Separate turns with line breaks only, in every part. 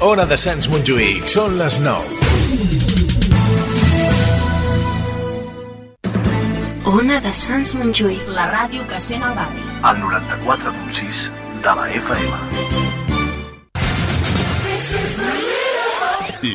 Hora de Sants Montjuïc. Són les 9.
Ona de Sants Montjuïc.
La ràdio que sent el barri.
al 94.6 de la FM.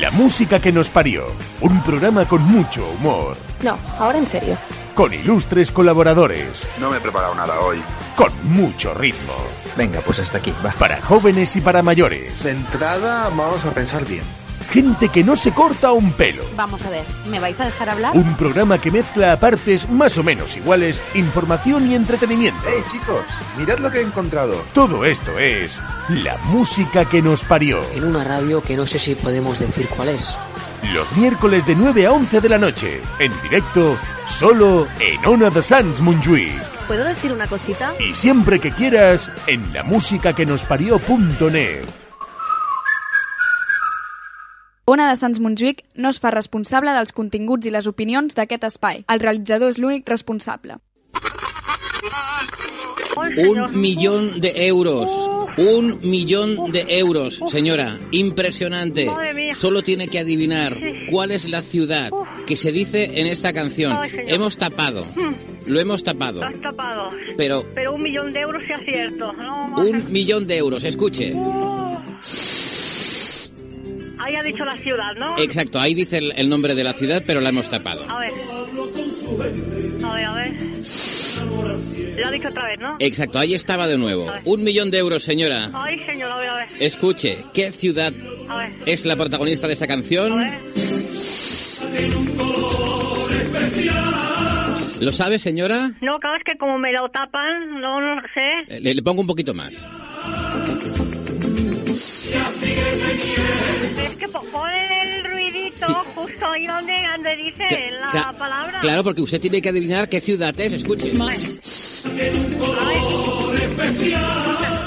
La música que nos parió. Un programa con mucho humor.
No, ahora en serio.
Con ilustres colaboradores.
No me he preparado nada hoy.
Con mucho ritmo.
Venga, pues hasta aquí, va.
Para jóvenes y para mayores.
De entrada, vamos a pensar bien.
Gente que no se corta un pelo.
Vamos a ver, ¿me vais a dejar hablar?
Un programa que mezcla a partes más o menos iguales información y entretenimiento.
¡Hey, chicos! Mirad lo que he encontrado.
Todo esto es la música que nos parió.
En una radio que no sé si podemos decir cuál es.
Los miércoles de 9 a 11 de la noche. En directo, solo en Ona de Sans Montjuïc.
¿Puedo decir una cosita?
Y siempre que quieras, en la música que nos parió.net.
Ona de Sants Montjuïc no es fa responsable dels continguts i les opinions d'aquest espai. El realitzador és l'únic responsable.
Un millón de euros. Un millón de euros, señora. Impresionante. Solo tiene que adivinar cuál es la ciudad que se dice en esta canción. Hemos tapado. Lo hemos tapado.
Lo Hmm, has tapado.
Pero
Pero un millón de euros sea cierto. No, no.
un millón de euros, escuche.
Ahí ha dicho la ciudad, ¿no?
Exacto, ahí dice el, el nombre de la ciudad, pero la hemos tapado.
A ver. A ver, a ver. Lo ha dicho otra vez, ¿no?
Exacto, ahí estaba de nuevo. Un millón de euros, señora.
Ay, señor, a ver, a ver.
Escuche, ¿qué ciudad
A ver.
es la protagonista de esta canción? ¿Lo sabe, señora?
No, claro, es que como me lo tapan, no, no lo sé.
Eh, Le, le pongo un poquito más.
Es que po- ponen el ruidito
Sí.
justo ahí donde, donde dice
Cla-
Eh, la
cla-
palabra.
Claro, porque usted tiene que adivinar qué ciudad es, escuche.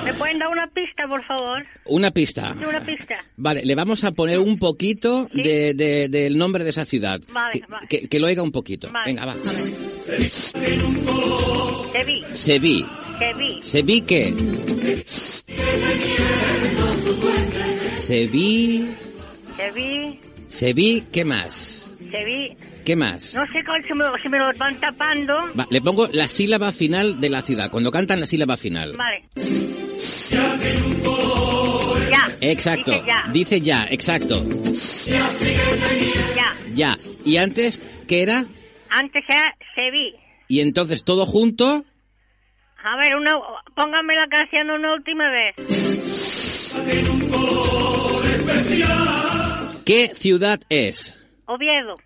¿Me pueden dar una pista, por favor?
Una pista.
Sí, Una pista.
Vale, le vamos a poner un poquito de- de- del nombre de esa ciudad.
Vale,
que,
vale.
que- que lo oiga un poquito.
Vale.
Venga, va.
Te vi,
Seví.
te vi.
Seví qué? Seví.
Te vi,
Seví, ¿qué más?
te vi.
¿Qué más?
No sé cuál se me, si me lo van tapando.
Va, le pongo la sílaba final de la ciudad, cuando cantan la sílaba final.
Vale. Ya.
Exacto.
Dice ya,
Dice ya, exacto.
ya.
Ya. ¿Y antes qué era?
Antes era se vi.
Y entonces todo junto.
A ver, una, póngame la canción una última vez.
¿Qué ciudad es?
Oviedo.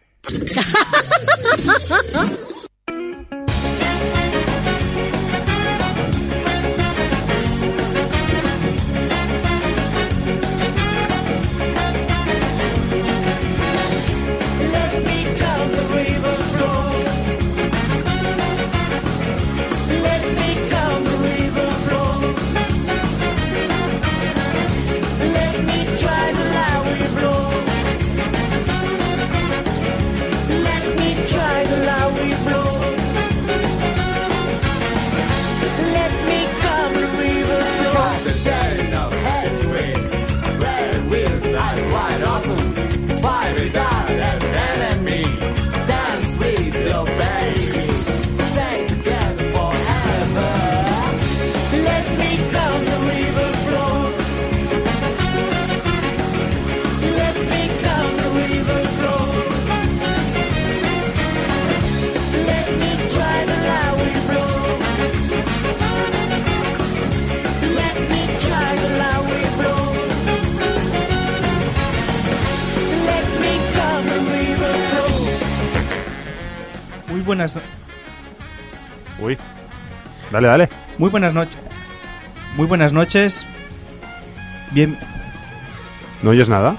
Muy buenas, no-
Uy. Dale, dale.
muy buenas noches. Muy buenas noches. Bien,
¿No oyes nada?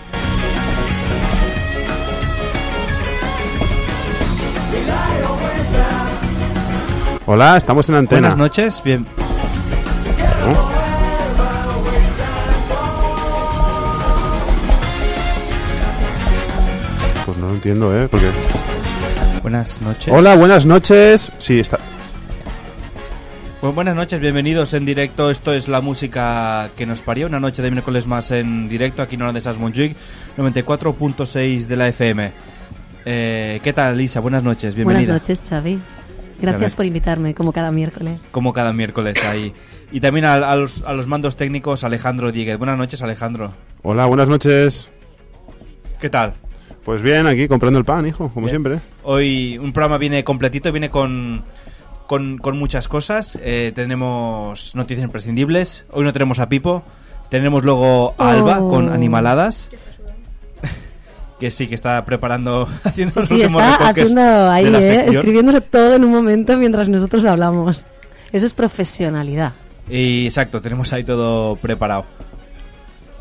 Hola, estamos en antena.
buenas noches. Bien,
Pues no lo entiendo, ¿eh? Porque...
buenas noches.
Hola, buenas noches. Sí, está.
Bueno, Pues buenas noches, bienvenidos en directo. Esto es la música que nos parió. Una noche de miércoles más en directo aquí en Hora de Sans Montjuic, 94.6 de la FM. Eh, ¿Qué tal, Lisa? Buenas noches, bienvenida.
Buenas noches, Xavi. Gracias
Gracias.
por invitarme, como cada miércoles.
Como cada miércoles ahí. Y también a, a los, a los mandos técnicos, Alejandro Díguez. Buenas noches, Alejandro.
Hola, buenas noches.
¿Qué tal?
Pues bien, aquí comprando el pan, hijo, como siempre.
Hoy un programa viene completito, viene con, con, con muchas cosas. Eh, tenemos noticias imprescindibles. Hoy no tenemos a Pipo. Tenemos luego a Alba
Oh.
con Animaladas. que sí, que está preparando, haciendo los
Sí,
últimos
está
retoques
haciendo
de
ahí,
la
¿eh?
sección.
escribiéndolo todo en un momento mientras nosotros hablamos. Eso es profesionalidad.
Y exacto, tenemos ahí todo preparado.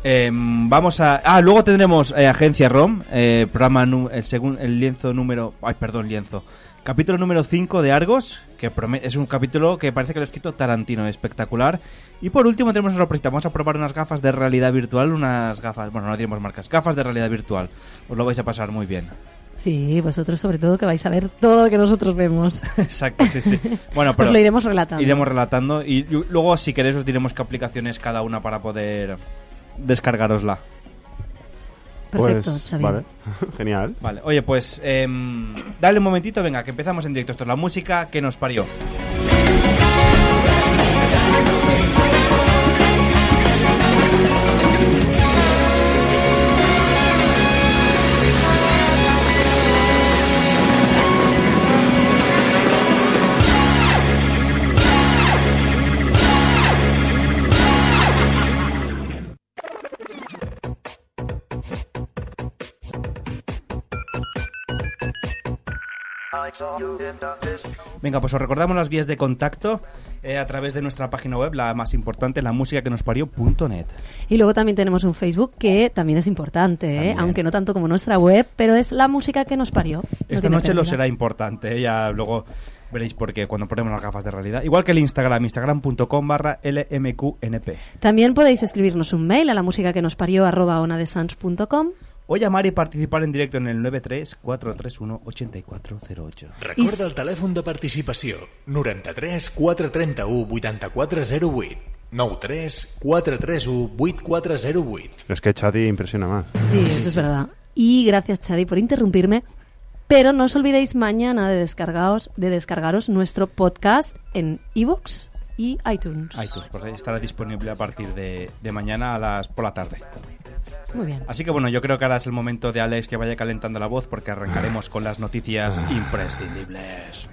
Em, vamos a. Ah, luego tendremos eh, Agencia ROM, eh, programa nu- el, segun- el lienzo número. Ay, perdón, lienzo. Capítulo número 5 de Argos, que prome- es un capítulo que parece que lo ha escrito Tarantino, espectacular. Y por último tenemos una sorpresa, vamos a probar unas gafas de realidad virtual, unas gafas, bueno, no diremos marcas, gafas de realidad virtual. Os lo vais a pasar muy bien.
Sí, vosotros sobre todo que vais a ver todo lo que nosotros vemos.
Exacto, sí, sí. Bueno,
Os
pero
lo iremos relatando.
Iremos relatando y lu- luego si queréis os diremos qué aplicaciones cada una para poder descargarosla.
Perfecto,
pues,
Xavi.
vale. Genial.
Vale, oye, pues em, dale un momentito, venga, que empezamos en directo. Esto es la música que nos parió. Venga, pues os recordamos las vías de contacto eh, a través de nuestra página web, la más importante, la música que nos parió.net.
Y luego también tenemos un Facebook que también es importante, ¿eh?
También.
aunque no tanto como nuestra web, pero es la música que nos parió. No
Esta
tiene
noche lo
pérdida.
será importante, ¿eh? ya luego veréis por qué cuando ponemos las gafas de realidad. Igual que el Instagram, instagram.com barra lmqnp.
También podéis escribirnos un mail a la música que nos parió arroba onadesans.com
O llamar y participar en directo en el 934318408.
Recorda el telèfon de participació 93 431 8408 93 431 8408
Es que Chadi impresiona más.
Sí, eso es verdad. Y gracias, Chadi, por interrumpirme. Pero no os olvidéis mañana de descargaos, de descargaros nuestro podcast en iVoox y iTunes.
iTunes, pues ahí estará disponible a partir de, de mañana a las por la tarde.
Muy bien.
Así que bueno, yo creo que ahora es el momento de Alex que vaya calentando la voz porque arrancaremos con las noticias imprescindibles.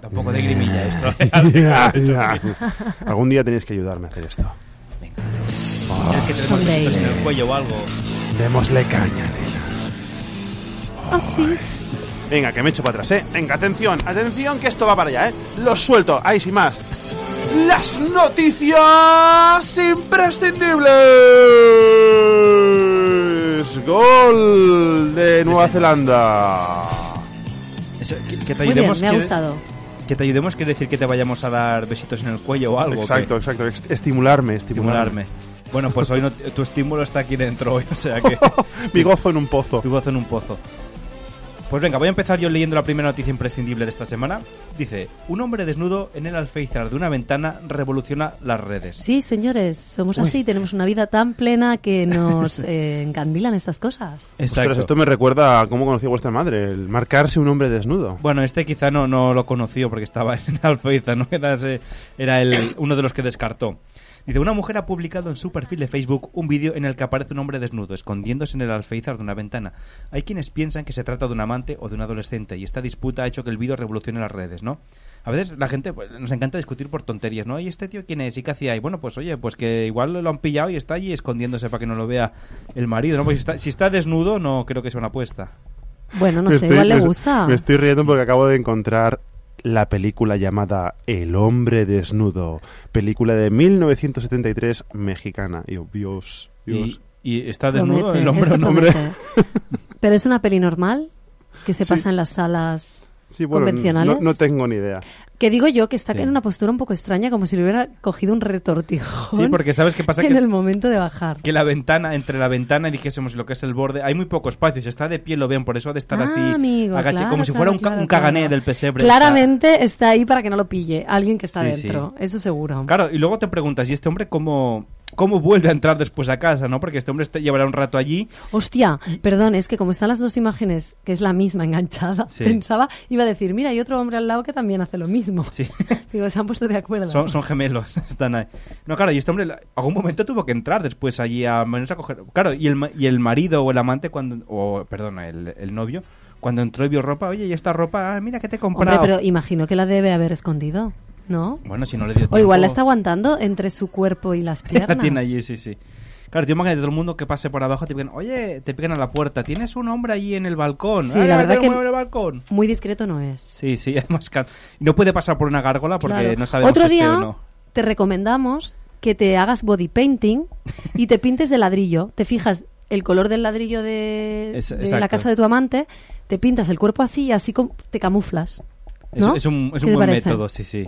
Tampoco de grimilla esto. ¿eh, Alex?
Ya,
Esto
ya.
sí.
Algún día tenéis que ayudarme a hacer esto. Ah.
Es que tenemos
Someday.
esto en el cuello o algo.
Démosle caña, nenas. Venga, que me echo para atrás, ¿eh? Venga, atención, atención, que esto va para allá, ¿eh? Lo suelto, ahí sin más. Las noticias imprescindibles. Gol de Nueva Zelanda.
Eso, que, que te
Muy bien,
ayudemos.
me ha
quiere-
gustado.
Que te ayudemos quiere decir que te vayamos a dar besitos en el cuello o algo.
Exacto, exacto. est- Estimularme,
que-
estimularme.
Estimularme. Bueno, pues hoy no- tu estímulo está aquí dentro hoy, o sea que...
Mi gozo en un pozo.
Tu gozo en un pozo. Pues venga, voy a empezar yo leyendo la primera noticia imprescindible de esta semana. Dice, un hombre desnudo en el alféizar de una ventana revoluciona las redes.
Sí, señores, somos así, tenemos una vida tan plena que nos eh, encandilan estas cosas.
Exacto.
Ostras, esto me recuerda a cómo conocí a vuestra madre, el marcarse un hombre desnudo.
Bueno, este quizá no, no lo conoció porque estaba en Alfaiza, ¿no? Era, ese- era el, uno de los que descartó. Dice, una mujer ha publicado en su perfil de Facebook un vídeo en el que aparece un hombre desnudo, escondiéndose en el alféizar de una ventana. Hay quienes piensan que se trata de un amante o de un adolescente, y esta disputa ha hecho que el vídeo revolucione las redes, ¿no? A veces la gente pues, nos encanta discutir por tonterías, ¿no? ¿Y este tío quién es? ¿Y qué hacía? Y bueno, pues oye, pues que igual lo han pillado y está allí escondiéndose para que no lo vea el marido, ¿no? Pues si está, si está desnudo, no creo que sea una apuesta.
Bueno, no
Me
sé,
estoy-
igual
me
le
est-
gusta.
Me estoy riendo porque acabo de encontrar la película llamada El hombre desnudo, película de 1973 mexicana. Y yo, Dios, Dios.
Y, y está desnudo
Promete,
el hombre
esto
o no.
promete. Pero es una peli normal que se pasa en las salas
Sí, bueno,
convencionales.
no, no tengo ni idea.
Que digo yo que está
Sí.
en una postura un poco extraña, como si le hubiera cogido un retortijón
Sí, porque ¿sabes qué pasa?
en
Que-
el momento de bajar.
que la ventana, entre la ventana y dijésemos lo que es el borde, hay muy poco espacio. Si está de pie lo ven, por eso ha de estar
Ah,
así
amigo,
agache-
claro,
como si
claro,
fuera un, ca-
claro,
un cagané
claro.
del pesebre.
Claramente está ahí para que no lo pille alguien que está
Sí,
dentro, eso seguro.
Claro, y luego te preguntas, ¿y este hombre cómo, cómo vuelve a entrar después a casa? no Porque este hombre este- llevará un rato allí.
Hostia, perdón, es que como están las dos imágenes, que es la misma enganchada,
Sí.
pensaba, iba a decir, mira, hay otro hombre al lado que también hace lo mismo. Digo, se han puesto de acuerdo.
Son, son gemelos, están ahí. No, claro, y este hombre la- algún momento tuvo que entrar después allí a al menos a coger... Claro, y el, ma- y el marido o el amante, cuando o perdón, el, el novio, cuando entró y vio ropa, oye, y esta ropa, ah, mira que te he
Hombre,
comprado.
pero imagino que la debe haber escondido, ¿no?
Bueno, si no le dio
O igual la
tiempo-
está aguantando entre su cuerpo y las
La tiene
piernas.
allí, sí, sí. Claro, te imagínate todo el mundo que pase por abajo, te pican, oye, te pican a la puerta, tienes un hombre allí en el balcón.
Sí,
Ay,
la
ahora
verdad
tengo un hombre-
que muy discreto no es.
Sí, sí, además, claro, no puede pasar por una gárgola porque
Claro.
no sabemos
Otro
si
día
esté o no.
te recomendamos que te hagas body painting y te pintes de ladrillo. Te fijas el color del ladrillo de,
Es-
de
exacto.
la casa de tu amante, te pintas el cuerpo así y así com- te camuflas.
Es,
¿no?
es un, es
¿Qué
un
te
buen
parece?
método, sí, sí.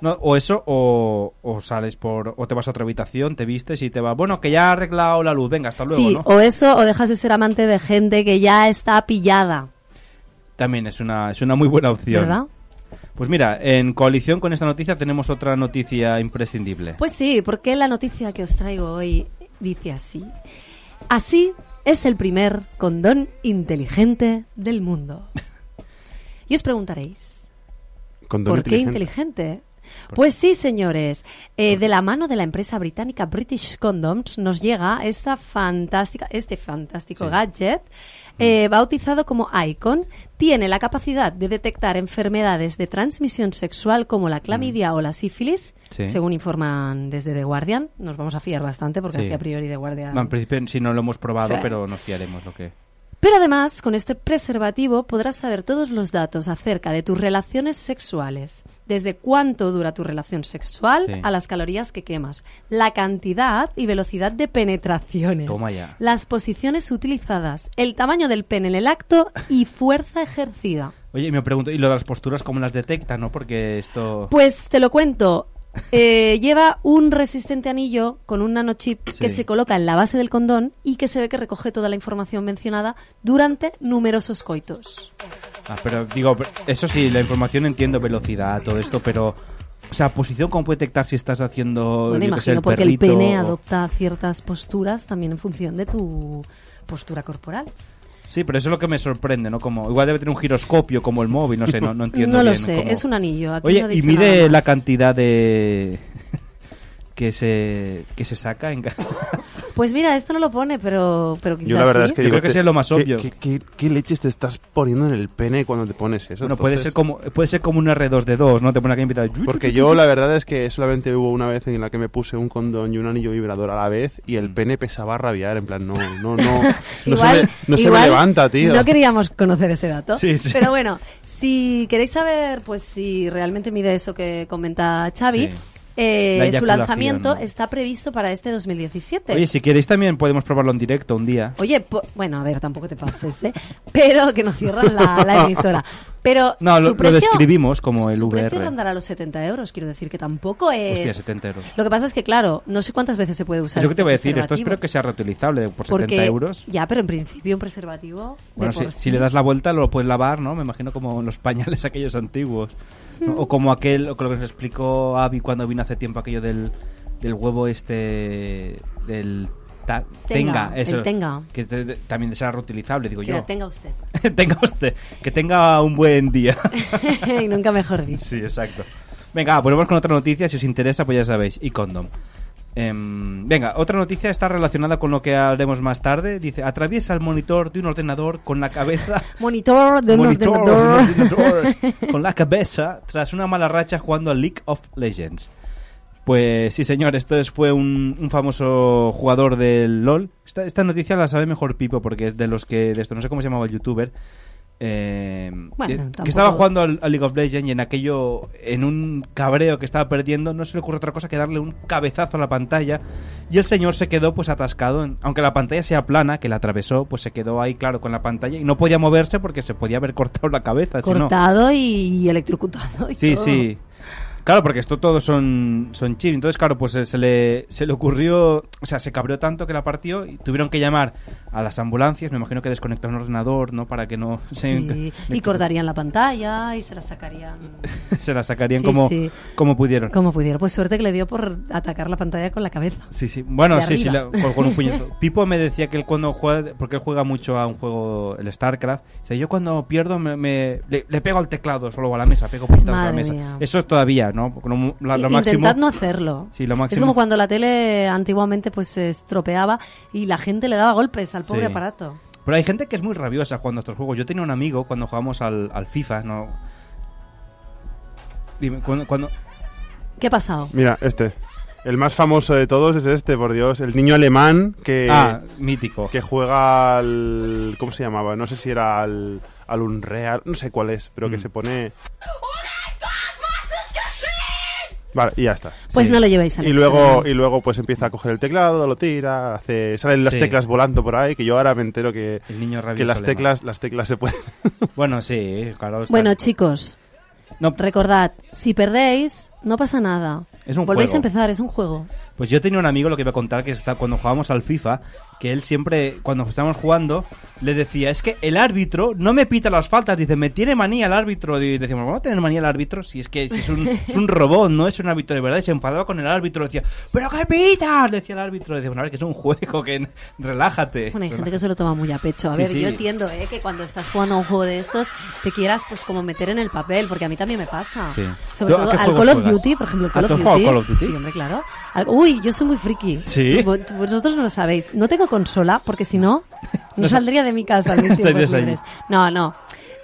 No, o eso, o, o sales por. O te vas a otra habitación, te vistes y te va. Bueno, que ya ha arreglado la luz, venga, hasta luego,
sí,
¿no?
o eso, o dejas de ser amante de gente que ya está pillada,
También es una, es una muy buena opción.
¿verdad?
Pues mira, en coalición con esta noticia tenemos otra noticia imprescindible.
Pues sí, porque la noticia que os traigo hoy dice así. Así es el primer condón inteligente del mundo. Y os preguntaréis,
Condón
¿por qué
inteligente.
inteligente? Pues sí, señores. Eh, de la mano de la empresa británica British Condoms nos llega esta fantástica, este fantástico gadget eh, bautizado como Icon. Tiene la capacidad de detectar enfermedades de transmisión sexual como la clamidia o la sífilis,
Sí.
según informan desde The Guardian. Nos vamos a fiar bastante porque
Sí.
así a priori The Guardian.
No, en principio, si no lo hemos probado,
Sí.
pero nos fiaremos lo que.
Pero además, con este preservativo podrás saber todos los datos acerca de tus relaciones sexuales, desde cuánto dura tu relación sexual
Sí.
a las calorías que quemas, la cantidad y velocidad de penetraciones,
Toma ya.
las posiciones utilizadas, el tamaño del pene en el acto y fuerza ejercida.
Oye, y me pregunto, ¿y lo de las posturas cómo las detecta, no? Porque esto.
Pues te lo cuento. Eh, lleva un resistente anillo con un nanochip
Sí.
que se coloca en la base del condón y que se ve que recoge toda la información mencionada durante numerosos coitos.
Ah, pero digo, pero- eso sí, la información entiendo, velocidad, todo esto, pero. O sea, posición, ¿cómo puede detectar si estás haciendo.
Bueno,
yo que sé,
imagino porque el
perrito
pene
o-
adopta ciertas posturas también en función de tu postura corporal.
Sí, pero eso es lo que me sorprende, ¿no? Como, igual debe tener un giroscopio como el móvil, no sé, no, no entiendo.
no lo
bien
sé,
cómo-
es un anillo. Aquí
Oye,
no
y
dice
mide
nada
la
más.
cantidad de. que se, que se saca en. ca-
Pues mira, esto no lo pone, pero, pero
Yo la
quizás
verdad
sí.
es que
Yo
digo,
creo que
te-
sea lo más
¿qué-
obvio.
¿qué, qué, qué leches te estás poniendo en el pene cuando te pones eso?
Bueno, puede
Entonces-
ser como puede ser como un R2 de 2, ¿no? Te pone aquí invitado.
Porque yo la verdad es que solamente hubo una vez en la que me puse un condón y un anillo vibrador a la vez y el pene pesaba a rabiar, en plan, no, no, no, no, se,
Mm. Igual-
me, no se me
igual
levanta, tío.
No queríamos conocer ese dato.
Sí, sí.
Pero bueno, si queréis saber pues si realmente mide eso que comenta Xavi,
Sí.
eh,
La
su
eyaculación,
lanzamiento
¿no?
está previsto para este 2017.
Oye, si queréis también podemos probarlo en directo un día.
Oye, po- bueno, a ver, tampoco te pases, ¿eh? Pero que nos cierran la, la emisora. Pero
No,
su
lo, lo
precio-
describimos como el
su precio
VR.
rondará los 70 euros, quiero decir que tampoco es...
Hostia, 70 euros.
Lo que pasa es que, claro, no sé cuántas veces se puede usar
Yo que te
este
voy a decir, esto
preservativo.
espero que sea reutilizable por 70
Porque-
euros.
Ya, pero en principio un preservativo... de
Bueno, si,
por
si
sí.
le das la vuelta lo puedes lavar, ¿no? Me imagino como en los pañales aquellos antiguos. ¿no?
Hmm.
O como aquel, o con lo que nos explicó Avi cuando vino hace tiempo, aquello del, del huevo este. del. ta-
Tenga,
tenga, eso.
el tenga.
Que te- te- también será reutilizable, digo
Que
yo.
la tenga usted.
tenga usted. Que tenga un buen día.
y nunca mejor dicho.
Sí, exacto. Venga, volvemos con otra noticia. Si os interesa, pues ya sabéis. Y condom. Em, venga, otra noticia está relacionada con lo que haremos más tarde. Dice, atraviesa el monitor de un ordenador con la cabeza...
Monitor de un
Monitor de un
ordenador.
ordenador con la cabeza tras una mala racha jugando al League of Legends. Pues sí, señor, esto es- fue un, un famoso jugador del LOL. Esta, esta noticia la sabe mejor Pipo porque es de los que... De esto, no sé cómo se llamaba el youtuber. eh,
Bueno,
eh,
tampoco-
que estaba jugando al, al League of Legends y en aquello, en un cabreo que estaba perdiendo, no se le ocurre otra cosa que darle un cabezazo a la pantalla y el señor se quedó pues atascado, en- aunque la pantalla sea plana, que la atravesó, pues se quedó ahí claro con la pantalla y no podía moverse porque se podía haber cortado la cabeza. si no.
Cortado y electrocutado. y
Sí,
todo.
sí. Claro, porque esto todo son, son chips. Entonces, claro, pues eh, se le, se le ocurrió, o sea, se cabreó tanto que la partió y tuvieron que llamar a las ambulancias. Me imagino que desconectaron el ordenador, ¿no? Para que no se,
Sí, Y cortarían la pantalla y se la sacarían
se la sacarían
Sí,
como,
sí.
como pudieron.
como pudiera. Pues suerte que le dio por atacar la pantalla con la cabeza.
Sí, sí. Bueno,
De
sí, sí,
arriba.
la- con, con un puñetazo. Pipo me decía que él cuando juega, porque él juega mucho a un juego, el StarCraft, dice, yo cuando pierdo me, me- le, le pego al teclado solo o a la mesa, pego puñetazos a la
Madre
mesa.
mía.
Eso todavía, ¿no? Porque no- la- Ah, lo máximo-
Intentad no hacerlo.
Sí, lo máximo.
Es como cuando la tele antiguamente pues se estropeaba y la gente le daba golpes al
Sí.
pobre aparato.
Pero hay gente que es muy rabiosa jugando a estos juegos. Yo tenía un amigo cuando jugamos al, al FIFA, ¿no? Dime, cuando, cuando-
¿Qué ha pasado?
Mira, este. El más famoso de todos es este, por Dios. El niño alemán que.
Ah, mítico.
Que juega al. ¿Cómo se llamaba? No sé si era al. Al Unreal. No sé cuál es,
Mm.
pero que se pone. Vale, y ya está.
Pues no lo llevéis al
y luego Y luego, pues empieza a coger el teclado, lo tira, hace, salen las
Sí.
teclas volando por ahí, que yo ahora me entero que,
niño rabioso
que las
alemán.
teclas, las teclas se pueden.
Bueno, sí, claro. está-
Bueno, chicos, recordad, si perdéis, no pasa nada.
Es un
Volvéis
juego.
a empezar, es un juego.
Pues yo tenía un amigo, lo que iba a contar, que está cuando jugábamos al FIFA, que él siempre, cuando estábamos jugando, le decía, es que el árbitro no me pita las faltas, dice, me tiene manía el árbitro. Y decimos, ¿vamos a tener manía el árbitro? Si es que si es, un, es un robot, no es un árbitro de verdad. Y se enfadaba con el árbitro, decía, ¿pero qué pita? Le decía el árbitro, le decía, bueno, a ver, que es un juego, que relájate.
Bueno, hay gente
Relájate.
que se lo toma muy a pecho. A
Sí,
ver,
sí.
yo entiendo ¿eh? que cuando estás jugando a un juego de estos, te quieras pues como meter en el papel, porque a mí también me pasa.
Sí.
Sobre
¿Tú a
todo
qué
al
juegos
Call of
juegas?
Duty, por ejemplo. el
¿Ah,
Call
tú
of
has
Duty,
jugado al Call of Duty?
Sí, hombre, claro. Al- Uy, yo soy muy friki.
¿Sí?
Tú- tú- vosotros no lo sabéis. No tengo consola, porque si no, no saldría de mi casa. en mis tiempos
Estarías allí.
libres. No, no.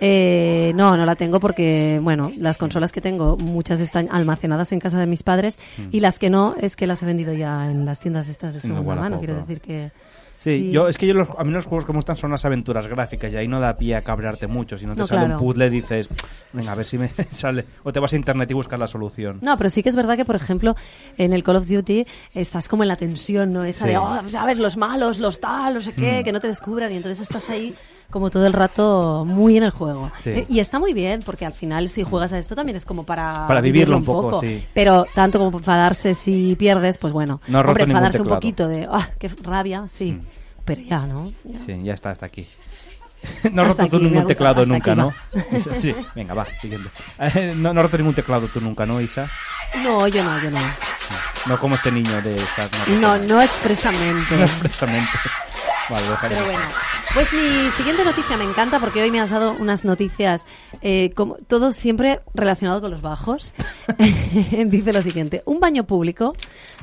Eh, no, no la tengo porque, bueno, las consolas que tengo, muchas están almacenadas en casa de mis padres y las que no es que las he vendido ya en las tiendas estas de
Mm. En el
segunda mano.
Wallapop,
Quiero
¿no?
decir que...
Sí, yo es que yo los, a mí los juegos que me gustan son las aventuras gráficas y ahí no da pie a cabrearte mucho. Si no te
No,
sale
claro.
un puzzle, dices, venga, a ver si me sale. O te vas a internet y buscas la solución.
No, pero sí que es verdad que, por ejemplo, en el Call of Duty estás como en la tensión, ¿no? Esa
Sí.
de, oh, sabes, los malos, los tal, no sé qué,
Mm.
que no te descubran. Y entonces estás ahí como todo el rato muy en el juego.
Sí.
Eh, Y está muy bien, porque al final si juegas a esto también es como para...
Para vivirlo un poco, sí.
Pero tanto como para enfadarse si pierdes, pues bueno.
No has roto
hombre,
ningún
enfadarse un
teclado. Mm.
poquito de, ah, qué rabia, sí. Pero ya, ¿no?
Sí, ya está, hasta aquí. No has
Hasta
roto tú
aquí, me ha
ningún
gustado.
teclado
Hasta
nunca,
aquí
¿no?
va.
Sí, venga, va, siguiente. Eh, No, no has roto ningún teclado tú nunca, ¿no, Isa?
No, yo no, yo no.
No como este niño de esta.
No, no expresamente.
No expresamente. Vale, lo dejaremos
Pero bueno,
ahí.
pues mi siguiente noticia me encanta porque hoy me has dado unas noticias, eh, como todo siempre relacionado con los bajos. Dice lo siguiente, un baño público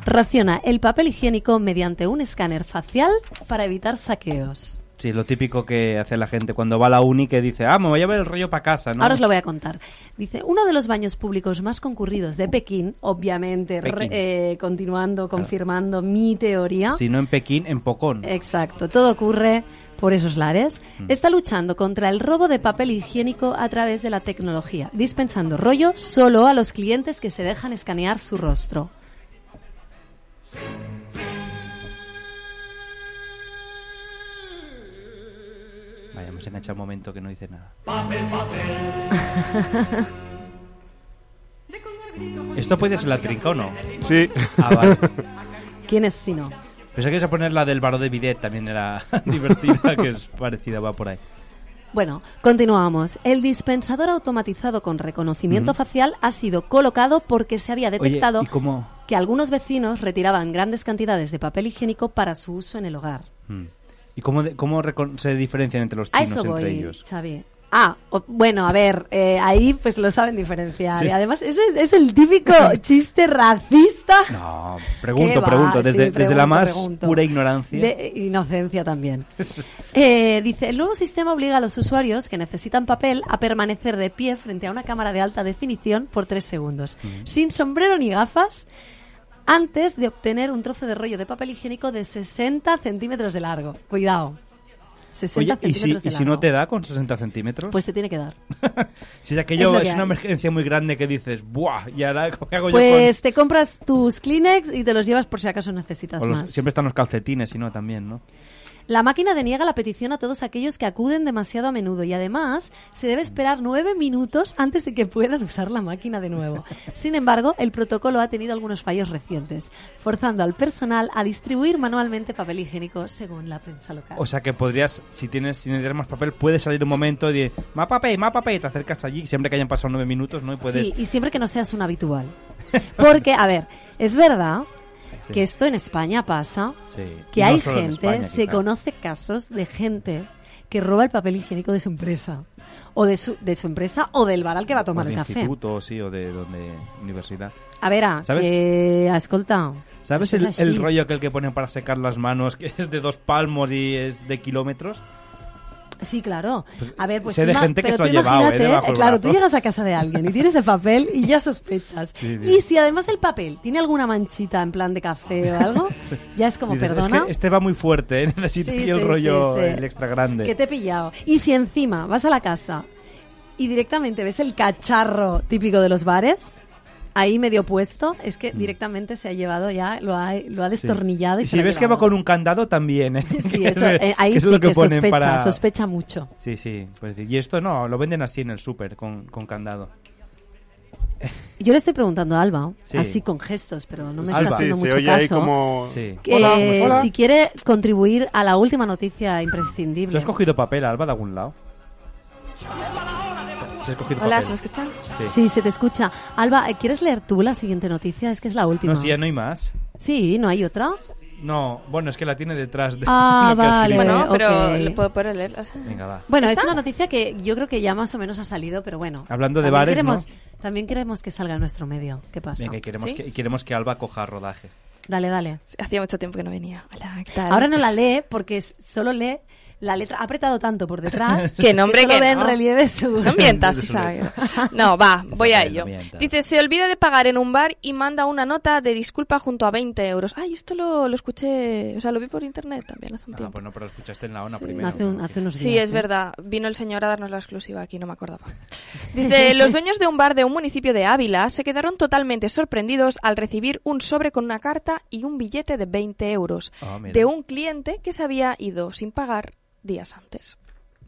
raciona el papel higiénico mediante un escáner facial para evitar saqueos.
Sí, lo típico que hace la gente cuando va a la uni que dice, ah, me voy a ver el rollo para casa, ¿no?
Ahora os lo voy a contar. Dice, uno de los baños públicos más concurridos de Pekín, obviamente, re-
Pekín.
eh, continuando, confirmando mi teoría.
Si no en Pekín, en Pocón.
Exacto, todo ocurre por esos lares.
Mm.
Está luchando contra el robo de papel higiénico a través de la tecnología, dispensando rollo solo a los clientes que se dejan escanear su rostro.
Vaya, hemos enganchado un momento que no dice nada. Esto puede ser la trinca o no.
Sí.
Ah, vale.
¿Quién es si no?
Pensé que ibas a poner la del Baró de Bidet, también era divertida, que es parecida, va por ahí.
Bueno, continuamos. El dispensador automatizado con reconocimiento
Ujú.
facial ha sido colocado porque se había
Mm. Oye,
detectado
¿y cómo?
que algunos vecinos retiraban grandes cantidades de papel higiénico para su uso en el hogar.
Mm. ¿Y cómo, de- cómo recon- se diferencian entre los
A
chinos
eso voy,
entre ellos?
Xavi. Ah, o- bueno, a ver, eh, ahí pues lo saben diferenciar.
Sí.
Y además es, es el típico chiste racista.
No,
¿Qué
pregunto,
va?
pregunto, desde,
Sí,
desde la
pregunto,
más
pregunto.
pura ignorancia.
De inocencia también. Eh, dice, el nuevo sistema obliga a los usuarios que necesitan papel a permanecer de pie frente a una cámara de alta definición por tres segundos,
Mm.
sin sombrero ni gafas, antes de obtener un trozo de rollo de papel higiénico de 60 centímetros de largo. Cuidado.
Oye,
60
¿y si,
centímetros de
y si no
largo.
te da con 60 centímetros?
Pues se tiene que dar.
si es aquello,
es lo
es,
que
una
hay.
emergencia muy grande que dices, ¡buah! ¿Y ahora qué hago
Pues te compras tus Kleenex y te los llevas por si acaso
yo
necesitas
con...? o los-
más.
siempre están los calcetines, si no, también, ¿no?
La máquina deniega la petición a todos aquellos que acuden demasiado a menudo y además se debe esperar nueve minutos antes de que puedan usar la máquina de nuevo. Sin embargo, el protocolo ha tenido algunos fallos recientes, forzando al personal a distribuir manualmente papel higiénico según la prensa local.
O sea que podrías, si tienes si necesitas más papel, puedes salir un momento de más papel, más papel, y te acercas allí, siempre que hayan pasado nueve minutos, ¿no? Y puedes...
Sí, y siempre que no seas un habitual. Porque, a ver, es verdad
Sí.
que esto en España pasa,
Sí.
que
Y no
hay
solo en
gente,
España,
se
quizá.
conoce casos de gente que roba el papel higiénico de su empresa. O de su, de su empresa o del bar al que va a tomar
o de
el café.
instituto, sí, o de donde universidad.
A ver, ah, eh, a,
¿Sabes?
que, escolta,
¿Sabes
això
el,
és
el
així.
rollo aquel que ponen para secar las manos, que es de dos palmos y es de kilómetros?
Sí, claro. A ver, pues
sé
tú
de
ima-
gente que
pero
se lo
tú
ha llevado, ¿eh?
imagínate,
debajo del
Claro,
brazo.
tú llegas a casa de alguien y tienes el papel y ya sospechas.
Sí, sí.
Y si además el papel tiene alguna manchita en plan de café o algo, ya es como,
Dices, "Es
perdona.
que este va muy fuerte, ¿eh? necesito
Sí,
yo el
sí,
rollo
sí, sí.
el extra grande.
que te he pillado. Y si encima vas a la casa y directamente ves el cacharro típico de los bares, ahí medio puesto, es que directamente se ha llevado ya, lo ha, lo ha
Mm. Sí.
destornillado y
Y
se
si
lo ha
ves que va
llevado.
con un candado también, ¿eh?
Sí,
Que
eso,
es-
eh, ahí
que es
sí
lo
que,
ponen
sospecha,
para-
sospecha mucho.
Sí, sí. pues, y esto no, lo venden así en el súper, con, con candado.
Yo le estoy preguntando a Alba,
Sí.
así con gestos, pero no me
Alba.
está
Sí,
haciendo
se
mucho
oye
caso.
ahí como-
Sí.
que
Hola, pues, hola.
si quiere contribuir a la última noticia
¿Tú
imprescindible.
has cogido papel, Alba, de algún lado? Sí, has cogido
Hola,
papel.
¿se me escucha?
Sí.
Sí, se te escucha. Alba, eh, ¿quieres leer tú la siguiente noticia? Es que es la última.
No, si ya no hay más.
Sí, ¿no hay otra?
No, bueno, es que la tiene detrás de
Ah,
lo que ha
vale.
escrito.
Bueno, pero ok. le puedo-
puedo leerlas.
Venga, va.
Eh, Bueno, es una noticia que yo creo que ya más o menos ha salido, pero bueno.
Hablando de
También
bares,
queremos- También queremos que salga en nuestro medio. ¿Qué pasa?
Venga, y queremos,
¿Sí?
que, y queremos que Alba coja rodaje.
Dale, dale.
Hacía mucho tiempo que no venía. Hola, ¿qué tal?
Ahora no la lee porque s- solo lee la letra. Ha apretado tanto por detrás
Que no, hombre,
solo
que
ve
no.
en relieve su...
No mientas, Isabel. No, va, voy a ello. Dice, se olvida de pagar en un bar y manda una nota de disculpa junto a 20 euros. Ay, esto lo, lo escuché, o sea, lo vi por internet también hace un
Ah,
tiempo.
pues no, pero lo escuchaste en la ONA
Sí.
primero.
Hace un- hace unos días.
Sí, es
¿eh?
verdad. Vino el señor a darnos la exclusiva aquí, no me acordaba. Dice, los dueños de un bar de un municipio de Ávila se quedaron totalmente sorprendidos al recibir un sobre con una carta y un billete de 20 euros
Ah, mira.
de un cliente que se había ido sin pagar días antes.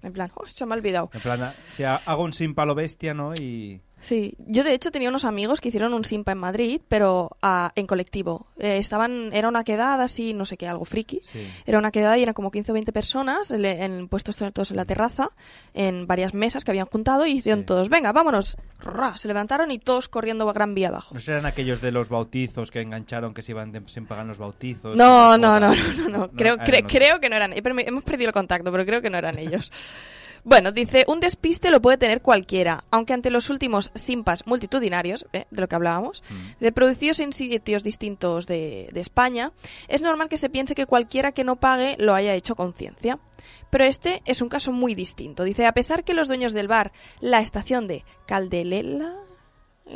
En plan, "Oh, se me ha olvidado.
En plan, si ha- hago un sin palo bestia, ¿no? Y...
Sí, yo de hecho tenía unos amigos que hicieron un simpa en Madrid, pero ah, en colectivo. Eh, estaban, era una quedada así, no sé qué, algo friki.
Sí.
Era una quedada y eran como 15 o 20 personas le- en, puestos to- todos en la terraza, en varias mesas que habían juntado y hicieron todos, venga, vámonos. Ra, se levantaron y todos corriendo a Gran Vía abajo.
¿No serán aquellos de los bautizos que engancharon que se iban de- sin pagar los bautizos?
No,
y
no,
las
no, no,
bodas?
no, no. Creo,
ah,
cre-
no.
creo que no eran. he permi- Hemos perdido el contacto, pero creo que no eran ellos. Bueno, dice, un despiste lo puede tener cualquiera, aunque ante los últimos simpas multitudinarios, eh, de lo que hablábamos, de producidos en sitios distintos de, de España, es normal que se piense que cualquiera que no pague lo haya hecho con ciencia. Pero este es un caso muy distinto. Dice, a pesar que los dueños del bar, la estación de Caldelela,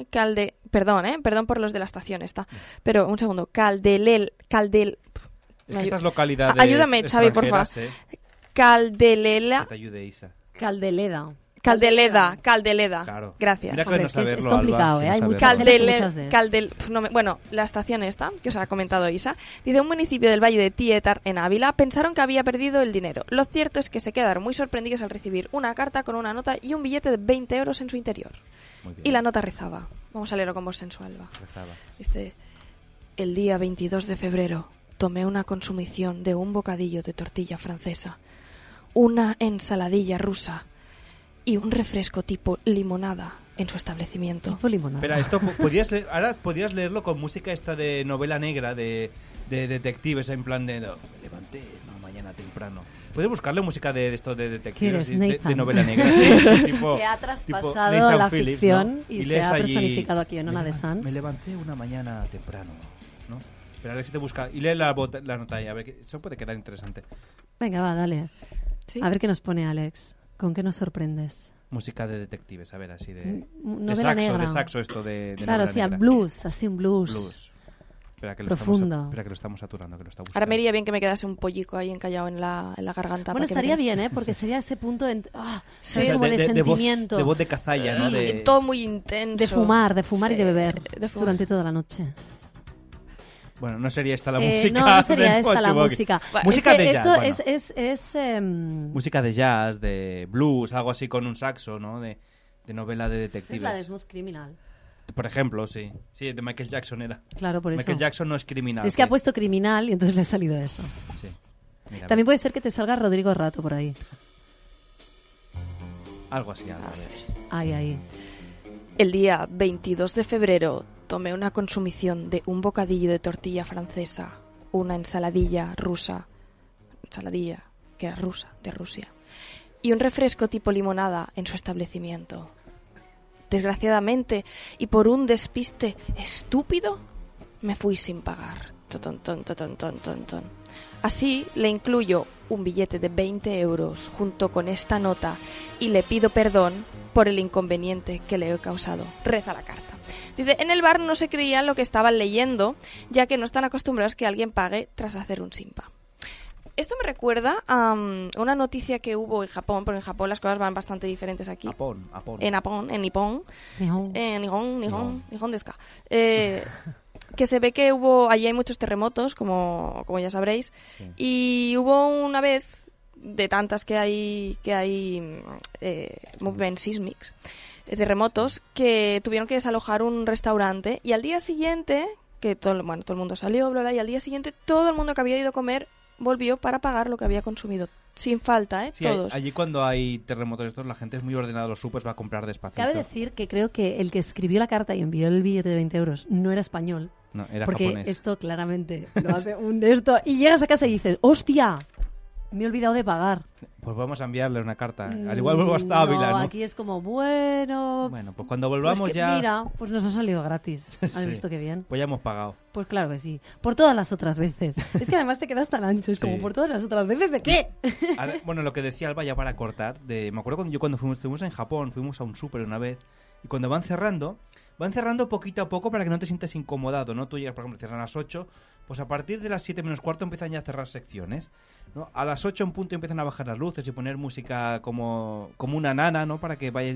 Calde... Perdón, ¿eh? Perdón por los de la estación esta. Pero un segundo. Caldelel... Caldel...
Es que estas localidades
Ayúdame, Xavi, por favor.
extranjeras, eh,
Caldelela...
que te ayude, Isa.
Caldeleda.
Caldeleda, Caldeleda.
Claro.
Gracias.
Mira que Hombre, no es que es- saberlo, es
complicado, Alba, ¿eh? que no Hay muchas- saberlo.
Caldele-
muchas de esas.
Caldel- pf, no me- bueno, la estación esta, que os ha comentado Isa, dice un municipio del Valle de Tietar, en Ávila, pensaron que había perdido el dinero. Lo cierto es que se quedaron muy sorprendidos al recibir una carta con una nota y un billete de 20 euros en su interior. Y la nota rezaba. Vamos a leerlo con voz sensual, va.
Rezaba.
Dice, Este, el día 22 de febrero tomé una consumición de un bocadillo de tortilla francesa, una ensaladilla rusa y un refresco tipo limonada en su establecimiento.
Tipo limonada.
Espera, esto po- podías leer- ahora podías leerlo con música esta de novela negra de, de detectives en plan de "No, me levanté no, mañana temprano. Puedes buscarle música de, de esto de detectives
¿Quieres,
y de,
Nathan?
de novela negra. Sí, sí, tipo-
que ha
tipo
traspasado
Nathan
la
Phillips,
ficción
¿no?
y, se
lees
ha
allí,
personificado aquí en
"Me
una de
levan-
Sans.
Me levanté una mañana temprano, ¿no? Pero a ver si te busca y lee la, bota- la nota ahí, a ver, que eso puede quedar interesante.
Venga, va, dale. A ver qué nos pone Alex. ¿Con qué nos sorprendes?
Música de detectives, a ver, así de,
M-
de
novela
saxo,
negra.
de saxo esto de, de
claro,
novela
sí, a
negra.
blues, así un blues.
Blues. Espera que, lo estamos,
Profundo.
espera que lo estamos saturando, que lo está buscando.
Ahora me iría bien que me quedase un pollico ahí encallado en la, en la garganta.
Bueno,
para que me
estaría
quedase-
bien, ¿eh? Porque sería ese punto en, ah,
Sí.
¿sabes?
O sea,
como
de-
de,
de- de voz-
sentimiento.
de voz de cazalla, ¿no? De-
Y Todo muy intenso.
De fumar, de fumar y de beber
fumar.
durante toda la noche.
Bueno, no sería esta la
Eh,
música.
no, no sería
de
esta la
Pochimoki.
música.
Música
Es que
de
esto
jazz. bueno.
es, es, es, em,
Música de jazz, de blues, algo así con un saxo, ¿no? De, de novela de
es la de
detectives.
Smooth Criminal.
Por ejemplo, sí. Sí, de Michael Jackson era.
Claro, por eso.
Michael Jackson no es criminal.
es que ha puesto criminal y entonces le ha salido eso.
Sí. Mira,
También puede ser que te salga Rodrigo Rato por ahí.
Algo así. Algo así.
Ay, ay.
El día 22 de febrero tomé una consumición de un bocadillo de tortilla francesa, una ensaladilla rusa, ensaladilla que era rusa, de Rusia, y un refresco tipo limonada en su establecimiento. Desgraciadamente, y por un despiste estúpido, me fui sin pagar. Totón, ton, totón, ton, ton, ton. Así le incluyo un billete de 20 euros junto con esta nota y le pido perdón por el inconveniente que le he causado. Reza la carta. Dice, en el bar no se creían lo que estaban leyendo, ya que no están acostumbrados que alguien pague tras hacer un simpa. Esto me recuerda a mm, una noticia que hubo en Japón, porque en Japón las cosas van bastante diferentes aquí.
Japón, Japón.
En Japón, en Nippon.
Nihon.
Eh, Nihon, Nihon,
Nihon.
Nihon desu ka. Eh, que se ve que hubo, allí hay muchos terremotos, como, como ya sabréis, y hubo una vez, de tantas que hay, que hay mm, eh, movements seismics, eh, terremotos, que tuvieron que desalojar un restaurante y al día siguiente, que todo, el- bueno, todo el mundo salió, bla, bla, y al día siguiente todo el mundo que había ido a comer volvió para pagar lo que había consumido. Sin falta, ¿eh?
Sí, hay-
Todos.
allí cuando hay terremotos estos, la gente es muy ordenada, los supers va a comprar despacito.
Cabe decir que creo que el que escribió la carta y envió el billete de 20 euros no era español.
No, era
porque
japonés.
esto claramente lo hace un de esto. Y llegas a casa y dices, ¡hostia! Me he olvidado de pagar.
Pues vamos a enviarle una carta. Al igual vuelvo
Mm,
hasta Ávila,
no,
¿no?
aquí es como, bueno...
Bueno, pues cuando volvamos
pues que
ya...
Mira, pues nos ha salido gratis. ¿Has
Sí.
visto qué bien?
Pues ya hemos pagado.
Pues claro que sí. Por todas las otras veces. Es que además te quedas tan ancho. Es como,
Sí.
¿por todas las otras veces de qué?
Ahora, bueno, lo que decía Alba ya para cortar, de, me acuerdo cuando yo cuando fuimos, estuvimos en Japón, fuimos a un súper una vez, y cuando van cerrando, van cerrando poquito a poco para que no te sientas incomodado, ¿no? Tú llegas, por ejemplo, cierran a las 8, pues a partir de las 7 menos cuarto empiezan ya a cerrar secciones, ¿no? A las 8 en punto empiezan a bajar las luces y poner música como, como una nana, ¿no? Para que vaya...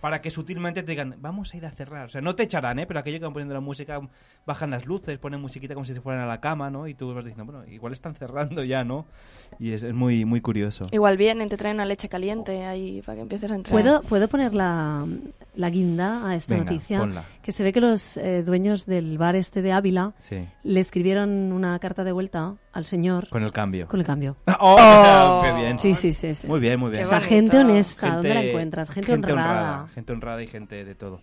Para que sutilmente te digan, vamos a ir a cerrar. O sea, no te echarán, ¿eh? Pero aquello que van poniendo la música, bajan las luces, ponen musiquita como si se fueran a la cama, ¿no? Y tú vas diciendo, bueno, igual están cerrando ya, ¿no? Y es, es muy, muy curioso.
Igual vienen, te traen una leche caliente ahí para que empieces a entrar.
¿Puedo, ¿Puedo poner la, la guinda a esta
Venga,
noticia?
ponla.
Que se ve que los eh, dueños del bar este de Ávila
Sí.
le escribieron una carta de vuelta al señor
Con el cambio.
Con el cambio.
¡Oh! ¡Qué bien!
Sí, sí, sí. sí.
Muy bien, muy bien.
O sea, gente honesta, ¿dónde la encuentras? Gente, honrada.
Gente honrada y gente de todo.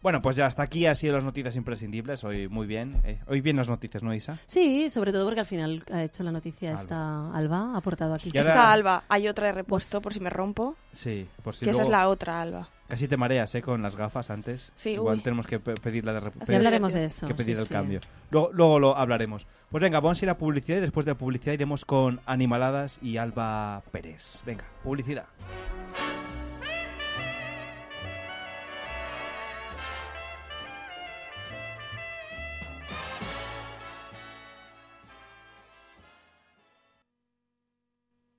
Bueno, pues ya hasta aquí ha sido las noticias imprescindibles. Hoy muy bien. eh. hoy bien las noticias, ¿no, Isa?
Sí, sobre todo porque al final ha hecho la noticia esta Alba, ha aportado aquí.
Y ahora-
Esta Alba, hay otra de repuesto por si me rompo.
Sí, por si
que esa es
luego-
la otra Alba.
Casi te mareas, ¿eh? Con las gafas antes.
Sí,
Igual
uy.
tenemos que pe- pedir la de rep-
Ya
pedir-
hablaremos de eso,
Que pedir
sí,
el
sí.
cambio. Luego, luego lo hablaremos. Pues venga, vamos a ir a publicidad y después de la publicidad iremos con Animaladas y Alba Pérez. Venga, publicidad.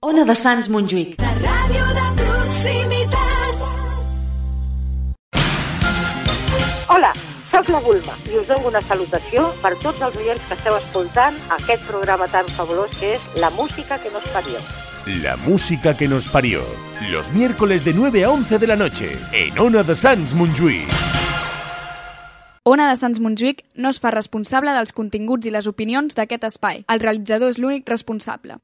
Ona de Sants Montjuïc.
La ràdio de proximitat.
Hola, sóc la Bulma i us dono una salutació per tots els oients que esteu escoltant aquest programa tan fabulós que és La música que nos parió.
La música que nos parió. Los miércoles de 9 a 11 de la noche en Ona de Sans Montjuïc.
Ona de Sants Montjuïc no es fa responsable dels continguts i les opinions d'aquest espai. El realitzador és l'únic responsable.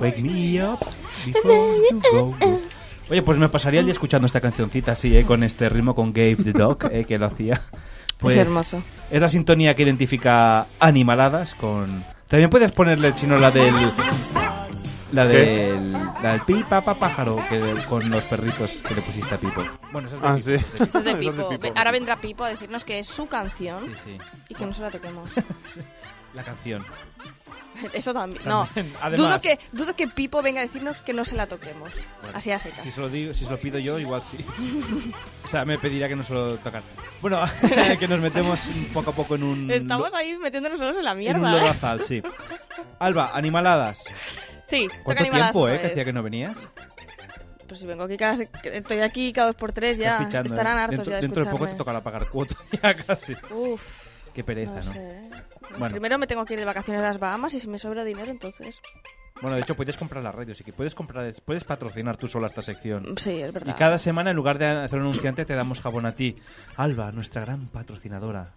Wake me up before you go.
eh,
Oye, pues me pasaría el día escuchando esta cancioncita así, ¿eh? con este ritmo con Gabe the Dog, ¿eh? que lo hacía. Pues
Es hermoso.
Es la sintonía que identifica Animaladas con... También puedes ponerle, chino, la del... La del... La del pi, pa, pa, pájaro, que, con los perritos que le pusiste a Pipo. Bueno,
Ah, sí.
Eso es de Pipo. Ve- Ahora vendrá Pipo a decirnos que es su canción
sí.
y que no se la toquemos.
La canción.
Eso también. No.
También, además.
Dudo que, dudo que Pipo venga a decirnos que no se la toquemos.
Bueno,
Así a secas.
Si se, lo digo, si se lo pido yo, igual sí. O sea, me pedirá que no se lo tocan. Bueno, que nos metemos poco a poco en un...
Estamos ahí metiéndonos solos en la
en
mierda.
un
¿eh?
lodazal, sí. Alba, animaladas.
Sí, toca
¿Cuánto
animaladas
tiempo,
otra
eh, que
vez.
hacía que no venías?
Pues si vengo aquí cada... que Estoy aquí cada dos por tres ya.
Estás fichando,
Estarán
eh.
hartos
dentro,
ya de
Dentro de poco te
escucharme.
tocará pagar cuota ya casi.
Uf.
Qué pereza, ¿no?
No sé. ¿eh?
Bueno.
Primero me tengo que ir de vacaciones a las Bahamas y si me sobra dinero, entonces.
Bueno, de hecho, puedes comprar la radio, sí que puedes comprar, puedes patrocinar tú sola esta sección.
Sí, es verdad.
Y cada semana, en lugar de hacer un anunciante, te damos jabón a ti. Alba, nuestra gran patrocinadora.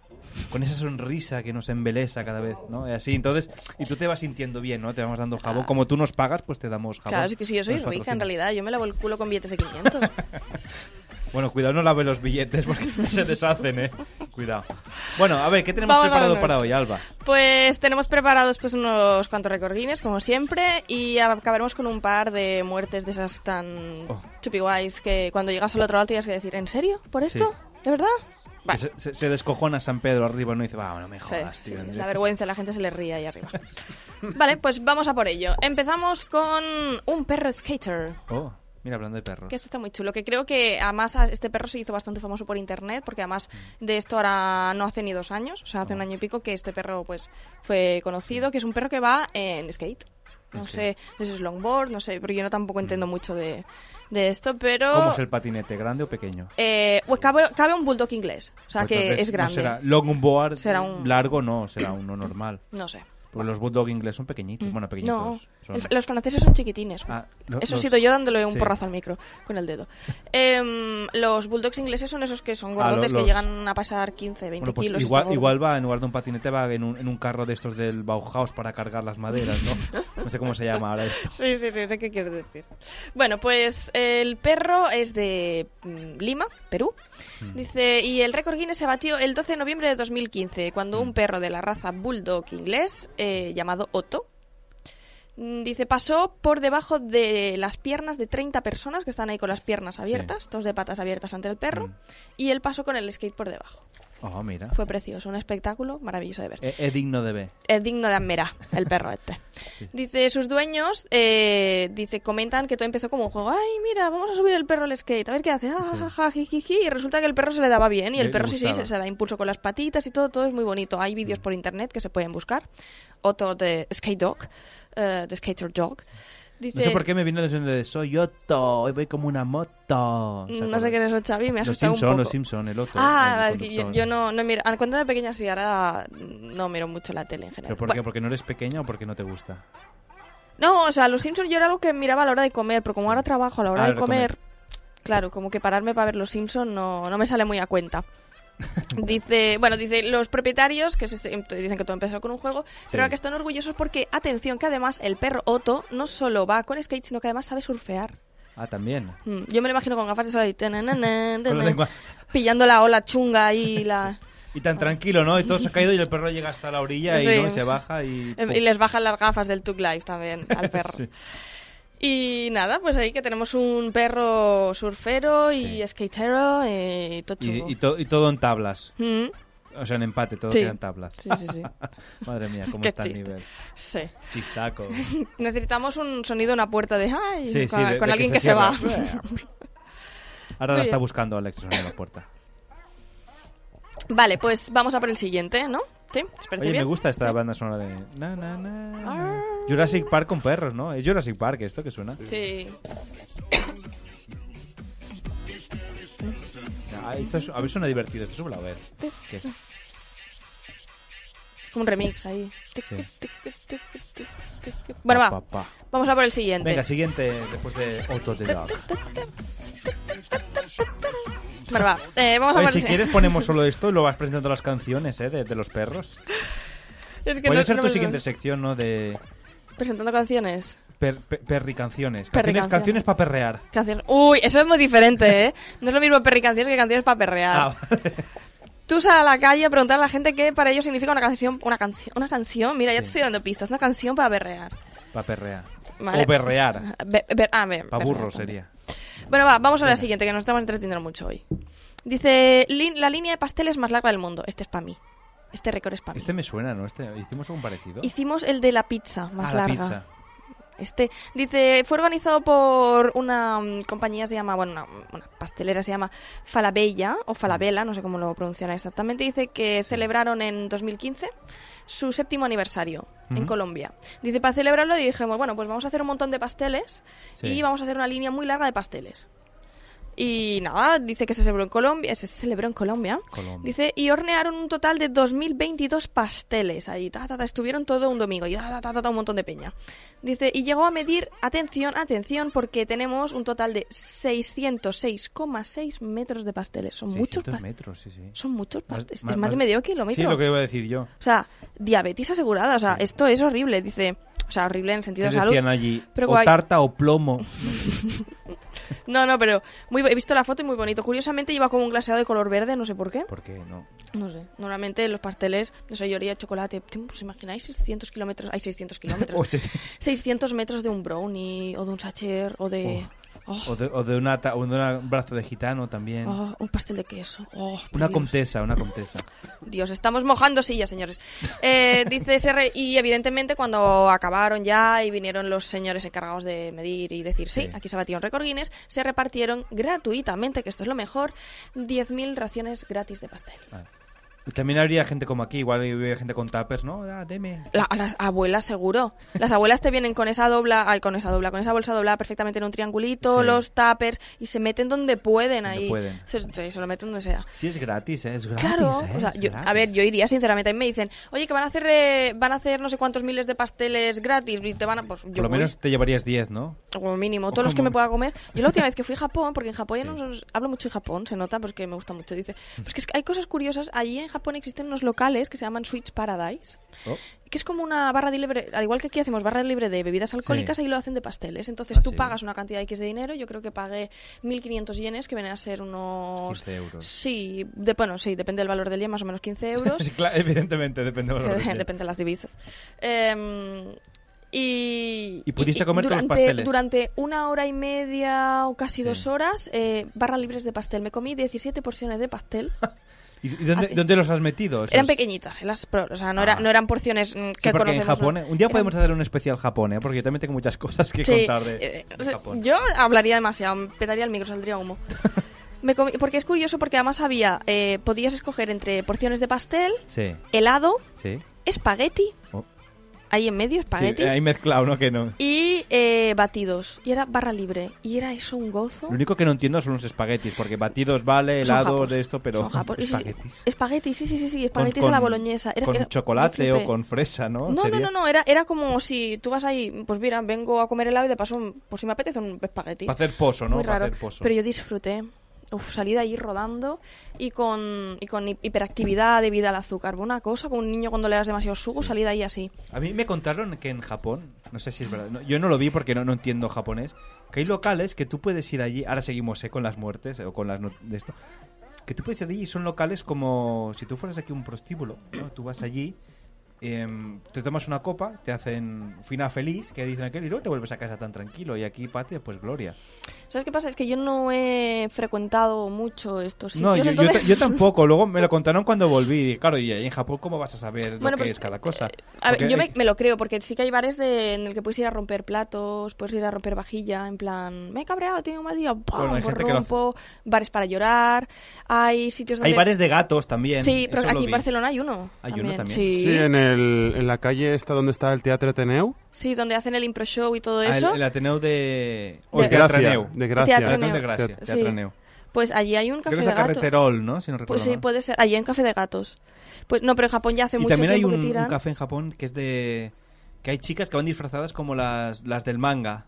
Con esa sonrisa que nos embelesa cada vez, ¿no? Y así, entonces, y tú te vas sintiendo bien, ¿no? Te vamos dando jabón. Como tú nos pagas, pues te damos jabón.
Ah. Claro, es que si yo soy
Nos
rica en
patrocina.
realidad, yo me lavo el culo con billetes de 500.
Bueno, cuidado, no lave los billetes porque se deshacen, ¿eh? Cuidado. Bueno, a ver, ¿qué tenemos
Vamos a
preparado
vernos.
para hoy, Alba?
pues tenemos preparados pues unos cuantos recordines, como siempre, y acabaremos con un par de muertes de esas tan
Oh.
chupiguays que cuando llegas al otro lado tienes que decir, ¿en serio? ¿Por
Sí.
esto? ¿De verdad?
Que Se, se- se descojona San Pedro arriba, ¿no? Y dice, va, no me
Sí,
jodas,
sí,
tío.
es la vergüenza, la gente se le ríe ahí arriba. Vale, pues vamos a por ello. Empezamos con un perro skater.
Oh, mira, hablando de perros.
Que esto está muy chulo, que creo que además a- este perro se hizo bastante famoso por internet, porque además
Mm.
de esto ahora no hace ni dos años, o sea,
Ah.
hace un año y pico que este perro pues fue conocido, que es un perro que va en skate. No
En Mm.
sé, no sé si es longboard, no sé, pero yo no tampoco entiendo mucho de, de esto, pero...
¿Cómo es el patinete, grande o pequeño?
eh, pues cabe, cabe un bulldog inglés, o sea,
Pues
que
entonces
es grande.
No será longboard,
Será un-
largo no, será uno normal.
No sé. Mm.
Porque los bulldog inglés son pequeñitos, bueno,
No,
pequeñitos. son-
el- los franceses son chiquitines.
Ah, lo-
Eso he
los-
sido yo dándole un
sí.
porrazo al micro con el dedo. Em, los bulldogs ingleses son esos que son
Ah, lo-
gordotes
los-
que llegan a pasar 15, 20
Bueno, pues
kilos. está
igual,
gordo.
igual va, en lugar de un patinete, va en un, en un carro de estos del Bauhaus para cargar las maderas, ¿no? No sé cómo se llama ahora esto.
Sí, sí, sí, sé qué quieres decir. Bueno, pues el perro es de mm, Lima, Perú. Dice, y el récord Guinness se batió el 12 de noviembre de 2015, cuando un perro de la raza Bulldog inglés, eh, llamado Otto, mm, dice, pasó por debajo de las piernas de 30 personas que están ahí con las piernas abiertas, todos de patas abiertas ante el perro, y él pasó con el skate por debajo.
Oh, mira.
Fue precioso, un espectáculo maravilloso de ver
Es es digno de ver.
es digno de admirar el perro este. Dice sus dueños, eh, dice comentan que todo empezó como un juego. Ay, mira, vamos a subir el perro al skate, a ver qué hace. Ah, ja, ja, ji, ji, ji. Y resulta que el perro se le daba bien y
Le-
el
le
perro sí, sí,
gustaba.
se, se da impulso con las patitas y todo, todo es muy bonito. Hay vídeos
Mm.
por internet que se pueden buscar. Otro de Skate Dog, eh, de Skater Dog. Dice,
No sé por qué me vino desde de soy Otto, y voy como una moto. ¿Se
"Mm, No sé quién es Xavi, me ha
Los
asustado
Simpson,
un poco.
los Simpson, el Otto,
Ah,
el
es que yo,
conductor.
yo no, no miro. ah, Cuando era pequeña sí, ahora no miro mucho la tele en general.
¿Pero por qué? ¿Porque no eres pequeña o porque no te gusta?
No, o sea, los Simpsons yo era algo que miraba a la hora de comer, pero como ahora trabajo a la hora
A la
de comer, claro, como que pararme para ver los Simpsons no, no me sale muy a cuenta. dice, bueno, dice los propietarios que es este- dicen que todo empezó con un juego, pero que están orgullosos porque atención que además el perro Otto no solo va con skate, sino que además sabe surfear.
Ah, también.
Mm, Yo me lo imagino con gafas de sol ahí, tananana,
Con la lengua.
pillando la ola chunga y la
Y tan tranquilo, ¿no? Y todo se ha caído y el perro llega hasta la orilla y,
Sí.
¿no? y se baja y...
em, y les bajan las gafas del Tug Life también al perro.
Sí.
Y nada, pues ahí que tenemos un perro surfero y skatero eh, y todo chungo.
Y, y to- y todo en tablas.
Mm,
O sea, en empate, todo
Sí.
queda en tablas.
Sí, sí, sí.
Madre mía, cómo
Qué
está el
chiste.
nivel.
Sí.
Chistaco.
Necesitamos un sonido, una puerta de ay,
Sí, sí,
con,
de-
con
de
alguien
que
que
se
se, va.
cierra. Ahora
Muy
la está
bien.
buscando Alex en la puerta.
vale, pues vamos a por el siguiente, ¿no? Sí, ¿os parece
Oye,
bien?
me gusta esta banda sonora de... na, na, na, na. Jurassic Park con perros, ¿no? Es Jurassic Park esto que suena.
Sí.
Ah, esto es- a ver, suena divertido. Esto súbelo a ver.
Sí.
¿Qué es?
Es como un remix ahí. Tic,
Sí.
tic, tic, tic, tic, tic, tic, tic. Bueno, va.
Pa, pa, pa.
Vamos a por el siguiente.
Venga, siguiente, después de Autos de Dog.
Bueno, va. Eh, vamos a
Oye,
por el
si
si-
quieres ponemos solo esto y lo vas presentando las canciones, ¿eh? De, de los perros.
Es que
Puede
no-
ser
no
tu
me-
siguiente sección, ¿no? De
Presentando canciones.
per- per- perri canciones.
Perri
Canciones,
canciones.
canciones para perrear.
Canciones. Uy, eso es muy diferente, ¿eh? No es lo mismo perri canciones que canciones para perrear.
Ah,
Tú sal a la calle a preguntar a la gente qué para ellos significa una canción. Una, canción una canción, mira, ya te estoy dando pistas. Una canción para perrear.
Para perrear.
¿vale?
O berrear.
Be- ber- ah, ber-
Pa' eh.
berrear
burro
también.
sería.
Bueno, va, vamos a la siguiente, que nos estamos entretiendo mucho hoy. Dice, "Lin- la línea de pasteles más larga del mundo. Este es para mí. Este récord es para mí.
Este me suena, ¿no? Este, hicimos un parecido.
Hicimos el de la pizza más
Ah, la
larga.
pizza.
Este, dice, fue organizado por una mm, compañía, se llama, bueno, una, una pastelera se llama Falabella o Falabella, no sé cómo lo pronunciará exactamente. Dice que celebraron en 2015 su séptimo aniversario en
Ujú.
Colombia. Dice, para celebrarlo dijimos, bueno, pues vamos a hacer un montón de pasteles
Sí.
y vamos a hacer una línea muy larga de pasteles. Y nada, dice que se celebró en Colombia, se celebró en Colombia.
Colombia.
Dice, y hornearon un total de 2022 pasteles ahí. Ta, ta, ta, estuvieron todo un domingo y ta, ta, ta, ta, un montón de peña. Dice, y llegó a medir, atención, atención, porque tenemos un total de 606,6 metros de pasteles. Son
600
muchos pasteles.
metros, sí, sí.
Son muchos pasteles. es más de medio kilómetro.
Sí, lo que iba a decir yo.
O sea, diabetes asegurada. O sea, esto es horrible. Dice, o sea, horrible en el sentido
¿Qué
de salud.
decían allí?
pero
o
guay.
tarta o plomo.
No, no, pero muy, bo- he visto la foto y muy bonito. Curiosamente lleva como un glaseado de color verde, no sé por qué.
¿Por qué no?
No sé. Normalmente los pasteles, no sé, yo haría chocolate. Tim, ¿Os imagináis 600 kilómetros? Hay 600 kilómetros.
O, se-
600 metros de un brownie o de un sacher o de... Oh,
o de, o de una ta- o de una- un brazo de gitano también.
oh, un pastel de queso. Oh, por
una
Dios.
comtesa, una comtesa.
Dios, estamos mojando sillas, señores. Eh, dice ese re- y evidentemente cuando acabaron ya y vinieron los señores encargados de medir y decir, sí,
Sí.
aquí se batió un récord Guinness, se repartieron gratuitamente, que esto es lo mejor, 10.000 raciones gratis de pastel.
Y También habría gente como aquí, igual habría gente con tapers, ¿no? Ah, deme.
La- a las abuelas seguro. Las abuelas te vienen con esa dobla, ay, con esa dobla, con esa bolsa doblada perfectamente en un triangulito,
Sí.
los tapers y se meten donde pueden ahí.
pueden.
Se, se- se lo meten donde sea.
Sí, es gratis, ¿eh? Es gratis,
Claro,
¿eh?
o sea,
Es
yo-
gratis.
a ver, yo iría sinceramente y me dicen, oye, que van a hacer, eh, van a hacer no sé cuántos miles de pasteles gratis y te van a, pues yo
Por lo
voy,
menos te llevarías 10, ¿no?
como mínimo, todos
Ojo,
los que me
mo-
pueda comer. Yo la última vez que fui a Japón, porque en Japón ya no nos- hablo mucho de Japón, se nota porque me gusta mucho. Dice,
Mm.
pues que es que hay cosas curiosas. Allí en Japón existen unos locales que se llaman Switch Paradise
Oh.
que es como una barra de libre, al igual que aquí hacemos barra libre de bebidas alcohólicas, ahí lo hacen de pasteles. Entonces
Ah,
tú pagas una cantidad X de dinero, yo creo que pagué 1.500 yenes, que vienen a ser unos...
15 euros.
Sí, de, bueno, sí, depende del valor del yen, más o menos 15 euros.
Sí, claro, evidentemente, depende de lo que
depende de las divisas. Em, y,
Y pudiste comerte los
durante,
pasteles.
Durante una hora y media o casi dos horas, eh, barra libres de pastel. Me comí 17 porciones de pastel.
¿Y y dónde,
Hace-
dónde los has metido? Esos-
Eran pequeñitas, eh, las pro- o sea, no, era- no eran porciones mm,
Pues Ah. Sí,
que
porque en
conocemos.
Japón,
¿no?
¿eh? un día
Eran-
podemos hacer un especial Japón, ¿eh? porque yo también tengo muchas cosas que
Sí,
contar de, de
eh, o sea,
Japón.
Yo hablaría demasiado, me petaría el micro, saldría humo. Me comí- porque es curioso, porque además había, eh, podías escoger entre porciones de pastel,
Sí,
helado,
sí.
espagueti,
Oh.
ahí en
sí.
medio, espaguetis,
Ahí mezclado, ¿no? Que no.
y eh, batidos. Y era barra libre. Y era eso un gozo.
Lo único que no entiendo son los espaguetis, porque batidos vale,
Son
helados
japos.
de esto, pero
Son japos. Sí, sí, sí.
espaguetis.
Espagueti, sí, sí, sí, sí, espaguetis
con-
a la boloñesa. Era,
con
era-
chocolate
yo
o
flipé.
con fresa, ¿no?
No, no,
Sería-
no, no, era, era como si tú vas ahí, pues mira, vengo a comer helado y de paso, un- pues si me apetece un espagueti.
Para hacer pozo, ¿no?
Muy
Para
raro.
hacer pozo.
Pero yo disfruté. Uf, salí de ahí rodando y con, y con hi- hiperactividad debida al azúcar. Una cosa, como un niño cuando le das demasiado sugo, salí de ahí así.
A mí me contaron que en Japón, no sé si es verdad, no- yo no lo vi porque no, no entiendo japonés, que hay locales que tú puedes ir allí, ahora seguimos eh, con las muertes eh, o con las not- de esto, que tú puedes ir allí y son locales como si tú fueras aquí a un prostíbulo, ¿no? Tú vas allí, em, te tomas una copa, te hacen fina feliz, que dicen aquel, y luego te vuelves a casa tan tranquilo, y aquí patria, pues gloria.
¿Sabes qué pasa? Es que yo no he frecuentado mucho estos sitios.
no, yo, yo
entonces-
ta- yo tampoco, luego me lo contaron cuando volví, y claro, y ahí en Japón, ¿cómo vas a saber
Bueno,
lo que
pues,
es cada cosa?
A ver,
Porque
yo
hay-
me, me lo creo, porque sí que hay bares de- en el que puedes ir a romper platos, puedes ir a romper vajilla, en plan, me he cabreado, tengo un mal día, ¡pum!
Bueno, hay
pues
gente que lo hace.
rompo, bares para llorar, hay sitios donde...
Hay bares de gatos también.
Sí, pero
eso lo
aquí en
vi.
Barcelona hay uno.
Hay uno también.
Sí.
Sí, en, el, en la calle esta donde está el Teatro Ateneu.
Sí, donde hacen el impro show y todo
Ah, el-
eso.
el, Ateneu de... o
De
el Teatre
Gracia,
Ateneu.
de Gracia.
El Ateneu de
Teatro
Gracia.
Ateneu.
Teatro
Sí.
Ateneu.
Pues allí hay un café
Creo que
de
es la
gato.
Carreterol, ¿no? Si no recuerdo
Pues sí,
mal.
puede ser. Allí hay un café de gatos. Pues no, pero en Japón ya hace
Y
mucho
también hay
tiempo
un,
que
un
tiran.
café en Japón que es de... Que hay chicas que van disfrazadas como las, las del manga.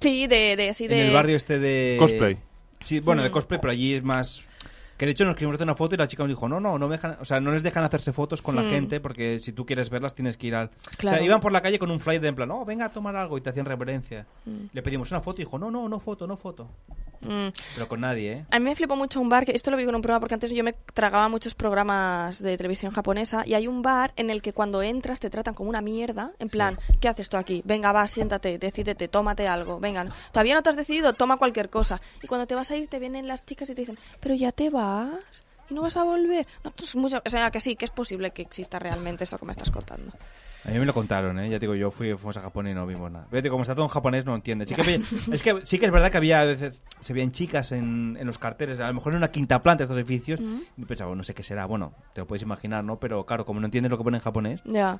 Sí, de, de, sí, de...
En el barrio este de...
Cosplay.
Sí, bueno, de
Mm.
cosplay, pero allí es más... Que de hecho nos quisimos hacer una foto y la chica nos dijo, no, no, no, me dejan, o sea, no les dejan hacerse fotos con la
Mm.
gente porque si tú quieres verlas tienes que ir al... O
Claro.
sea, iban por la calle con un "Oh, flyer de en plan, no, venga a tomar algo y te hacían reverencia.
Mm.
Le pedimos una foto y dijo, no, no, no foto, no foto.
Mm.
Pero con nadie, ¿eh?
A mí me flipó mucho un bar, que esto lo vi en un programa porque antes yo me tragaba muchos programas de televisión japonesa y hay un bar en el que cuando entras te tratan como una mierda, en plan, ¿qué haces tú aquí? Venga, va, siéntate, decídete, tómate algo, venga, no- todavía no te has decidido, toma cualquier cosa. Y cuando te vas a ir te vienen las chicas y te dicen, pero ya te vas y no vas a volver. No, esto es mucho- O sea, que sí, que es posible que exista realmente eso que me estás contando.
A mí me lo contaron, ¿eh? Ya te digo, yo fui, fuimos a Japón y no vimos nada. Vete, como está todo en japonés, no entiendes. Sí que, ve- es que sí que es verdad que había a veces, se veían chicas en, en los carteles, a lo mejor en una quinta planta de estos edificios,
Mm.
y pensaba, no sé qué será, bueno, te lo puedes imaginar, ¿no? Pero claro, como no entiendes lo que pone en japonés...
Ya,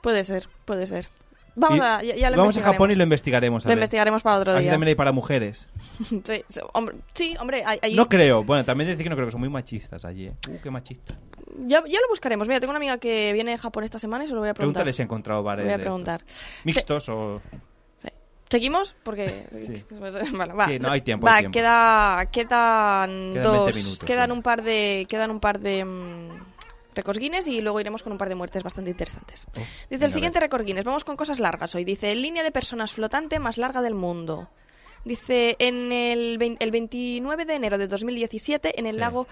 puede ser, puede ser. Vamos,
Y-
a, ya, ya lo
vamos a
investigaremos.
Japón y lo em- investigaremos. a
Lo
ver.
investigaremos para otro
Así
día.
también hay para mujeres.
Sí, sí, hombre, sí, hombre, ahí- ahí-
No creo, bueno, también decir que no creo, que son muy machistas allí, ¿eh? Uh, qué machista.
Ya, ya lo buscaremos. Mira, tengo una amiga que viene de Japón esta semana y se lo voy a preguntar.
Pregúntale si ha encontrado bares
Le voy a
de
preguntar.
estos. Mixtos o...
¿Seguimos? Porque.
Sí.
Bueno, va.
Sí, no, hay tiempo,
Va,
hay tiempo.
Queda,
Quedan
quedan,
20
dos.
minutos,
quedan un par de. Quedan un par de. mm, récords Guinness y luego iremos con un par de muertes bastante interesantes. Dice
venga, a
el siguiente récord Guinness. Vamos con cosas largas hoy. Dice: línea de personas flotante más larga del mundo. Dice: en el, vein- el 29 de enero de 2017, en el lago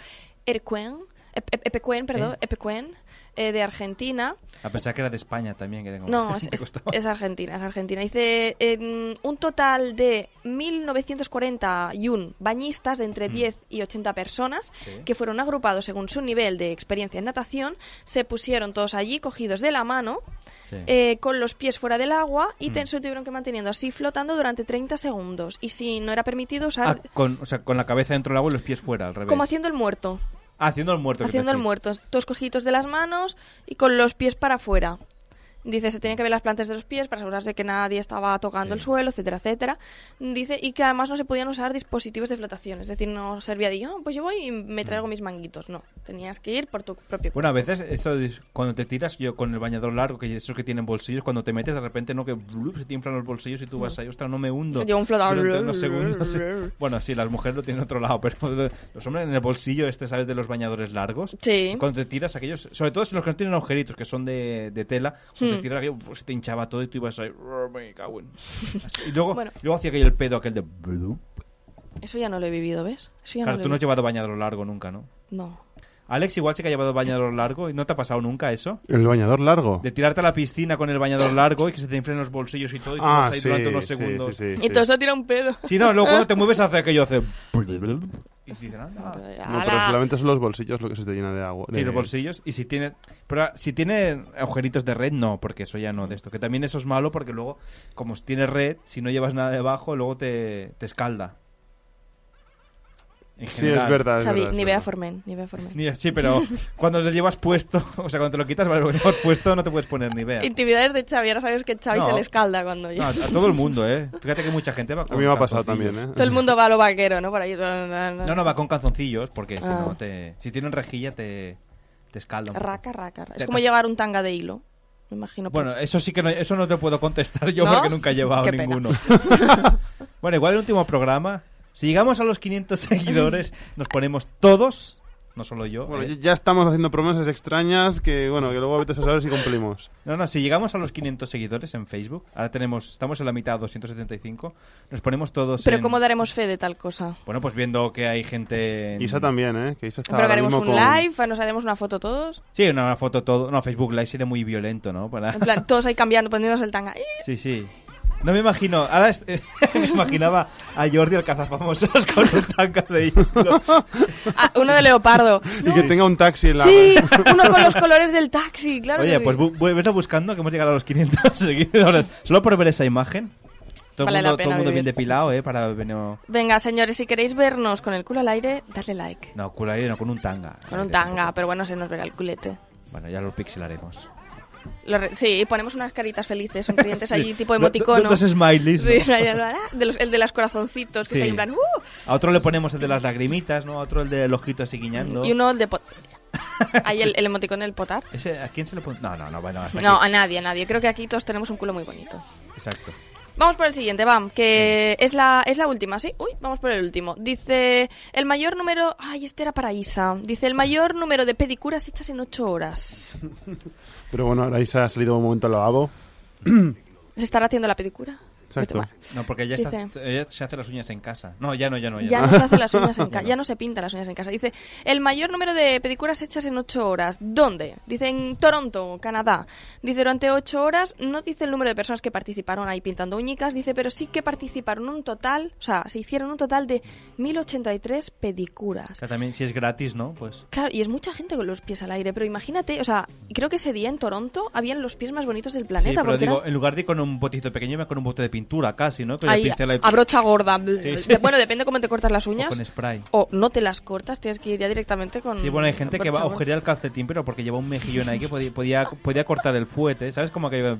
Ercuen. Ep- Ep- Epecuén, perdón,
¿Eh?
Epecuén, eh, de Argentina,
A pensar que era de España también, que tengo...
no,
me
es, es-
costaba.
es Argentina, es Argentina. Dice en un total de 1.941 bañistas de entre 10 y 80 personas
Sí.
que fueron agrupados según su nivel de experiencia en natación, se pusieron todos allí cogidos de la mano, eh, con los pies fuera del agua y te-
Mm.
se tuvieron que manteniendo así flotando durante 30 segundos. Y si no era permitido
Ah,
usar...
con, o sea, con la cabeza dentro del agua y los pies fuera, al revés.
como haciendo el muerto.
Ah, haciendo el muerto. que te
Haciendo el
decía.
muerto, todos cogiditos de las manos y con los pies para afuera. Dice, se tenían que ver las plantas de los pies para asegurarse que nadie estaba tocando el suelo, etcétera, etcétera. Dice, y que además no se podían usar dispositivos de flotación, es decir, no servía de, "Ah, pues yo voy y me traigo mis manguitos. No, tenías que ir por tu propio
Mm. Bueno, a veces eso es- cuando te tiras yo con el bañador largo, que esos que tienen bolsillos, cuando te metes de repente no que blup, se te inflan los bolsillos y tú vas ahí, ostras, no me hundo.
Llevo un flotador.
Durante unos segundos, sí. Bueno, sí, las mujeres lo tienen otro lado, pero los hombres en el bolsillo este, ¿sabes? De los bañadores largos.
Sí.
Cuando te tiras aquellos, sobre todo si los que no tienen agujeritos, que son de, de tela, cuando
Hmm.
te tiras aquello, uf, se te hinchaba todo y tú ibas ahí, "Ruah, me cago en". Así, Y luego,
Bueno.
luego hacía aquello el pedo aquel de... blup.
Eso ya no lo he vivido, ¿ves? Eso ya
Claro,
no
tú
lo
no
he
has llevado bañador largo nunca, ¿no?
vivido. No.
Alex igual sí que ha llevado bañador largo y no te ha pasado nunca eso.
El bañador largo.
De tirarte a la piscina con el bañador largo y que se te inflen los bolsillos y todo y tú
Ah,
vas ahí
sí,
durante unos
sí,
segundos.
sí, sí,
Y todo eso tira un pedo.
Sí, no, luego cuando te mueves hace aquello, hace... Y dicen, anda.
No, pero solamente son los bolsillos lo que se te llena de agua.
Sí,
de-
los bolsillos. Y si tiene, pero si tiene agujeritos de red, no, porque eso ya no de esto. Que también eso es malo porque luego, como tiene red, si no llevas nada debajo, luego te, te escalda. En
Sí, es verdad, es
Xavi,
verdad, es
ni
verdad.
vea Formen, ni vea Formen.
Ni- Sí, pero cuando lo llevas puesto, o sea, cuando te lo quitas, vale, lo llevas puesto, no te puedes poner ni vea.
Intimidades de Xavi, ahora sabes que Xavi
No.
se le escalda cuando...
No, a, a todo el mundo, ¿eh? Fíjate que mucha gente va con
A mí me ha pasado
calzoncillos.
también, ¿eh?
Todo el mundo va a lo vaquero, ¿no? Por ahí...
No, no, va con calzoncillos, porque si
Ah.
no, te, si tienen rejilla, te, te escalda. un poco.
Raca, raca. raca. Es
Te-
como
te-
llevar un tanga de hilo. Me imagino. pues.
Bueno, eso sí que no, eso no te puedo contestar yo
¿No?
porque nunca he llevado
Qué pena.
ninguno. bueno, igual el último programa. Si llegamos a los 500 seguidores, nos ponemos todos, no solo yo.
Bueno,
eh.
ya- ya estamos haciendo promesas extrañas que, bueno, que luego vete a saber si cumplimos.
No, no, si llegamos a los 500 seguidores en Facebook, ahora tenemos, estamos en la mitad, 275, nos ponemos todos
Pero
en-
¿cómo daremos fe de tal cosa?
Bueno, pues viendo que hay gente... en-
Isa también, ¿eh? Que Isa
Pero
está
que
ahora
haremos
mismo
un
con-
live, pues, nos haremos una foto todos.
Sí, una foto todo... No, Facebook Live sería muy violento, ¿no? Para...
En plan, todos ahí cambiando, poniéndose el tanga. ¡Eh! ¡Ih!
Sí, sí. No me imagino, ahora es- me imaginaba a Jordi al cazafamosos con un tanga de hilo.
Ah, uno de leopardo.
Y que tenga un taxi en la...
Sí, uno con los colores del taxi, claro. que
Oye,
sí.
pues bu- bu- vete buscando que hemos llegado a los 500 seguidores. Solo por ver esa imagen. Todo el
Vale
mundo,
la
todo el
pena
mundo bien
vivir.
depilado, ¿eh? Para venir... No,
Venga, señores, si queréis vernos con el culo al aire, dadle like.
culo aire, no, con un tanga.
Con un tanga, pero bueno, se nos verá el culete.
Bueno, ya lo pixelaremos.
Lo re- sí, y ponemos unas caritas felices, sonrientes
Sí.
allí, tipo
Do- do-
emoticono.
dos smileys, ¿no?
Sí, "Ah", de los- el de los corazoncitos, que
Sí.
está ahí en plan... ¡uh!
A otro le ponemos el de las lagrimitas, ¿no? A otro el del ojito así guiñando.
Y uno el de... po- Ahí el, el emoticón del potar.
Ese, ¿A quién se le pone? No, no, no, bueno, hasta
No,
aquí.
a nadie, a nadie. Creo que aquí todos tenemos un culo muy bonito.
Exacto.
Vamos por el siguiente, vam, que es la, es la última, ¿sí? Uy, vamos por el último. Dice, el mayor número... Ay, este era para Isa. Dice, el mayor número de pedicuras hechas en ocho horas.
Pero bueno, ahora Isa ha salido un momento al lavabo.
¿Se estará haciendo la pedicura?
Exacto.
No, porque ella,
Dice-
se, ha- ella se hace las uñas en casa. No, ya no, ya no. Ya,
Ya no se hace las uñas en casa, ya no se pinta las uñas en casa. Dice, el mayor número de pedicuras hechas en 8 horas. ¿Dónde? Dice, en Toronto, Canadá. Dice, durante 8 horas, no dice el número de personas que participaron ahí pintando uñicas, dice, pero sí que participaron un total, o sea, se hicieron un total de 1083 pedicuras.
O sea, también si es gratis, ¿no? Pues
Claro, y es mucha gente con los pies al aire, pero imagínate, o sea, creo que ese día en Toronto habían los pies más bonitos del
sí,
planeta.
pero
porque
digo, eh,
eran-
en lugar de ir con un botito pequeño, va con un bote de pintura casi, ¿no? Con el
ahí,
pincel ahí-
a brocha gorda.
Sí, sí.
De- Bueno, depende cómo te cortas las
o
uñas.
con spray.
o no te las cortas, tienes que ir ya directamente con.
Sí, bueno, hay gente
con
que va a
chabón.
agujerear el calcetín, pero porque lleva un mejillón ahí que podía, podía, podía cortar el fuete, ¿sabes? Como que...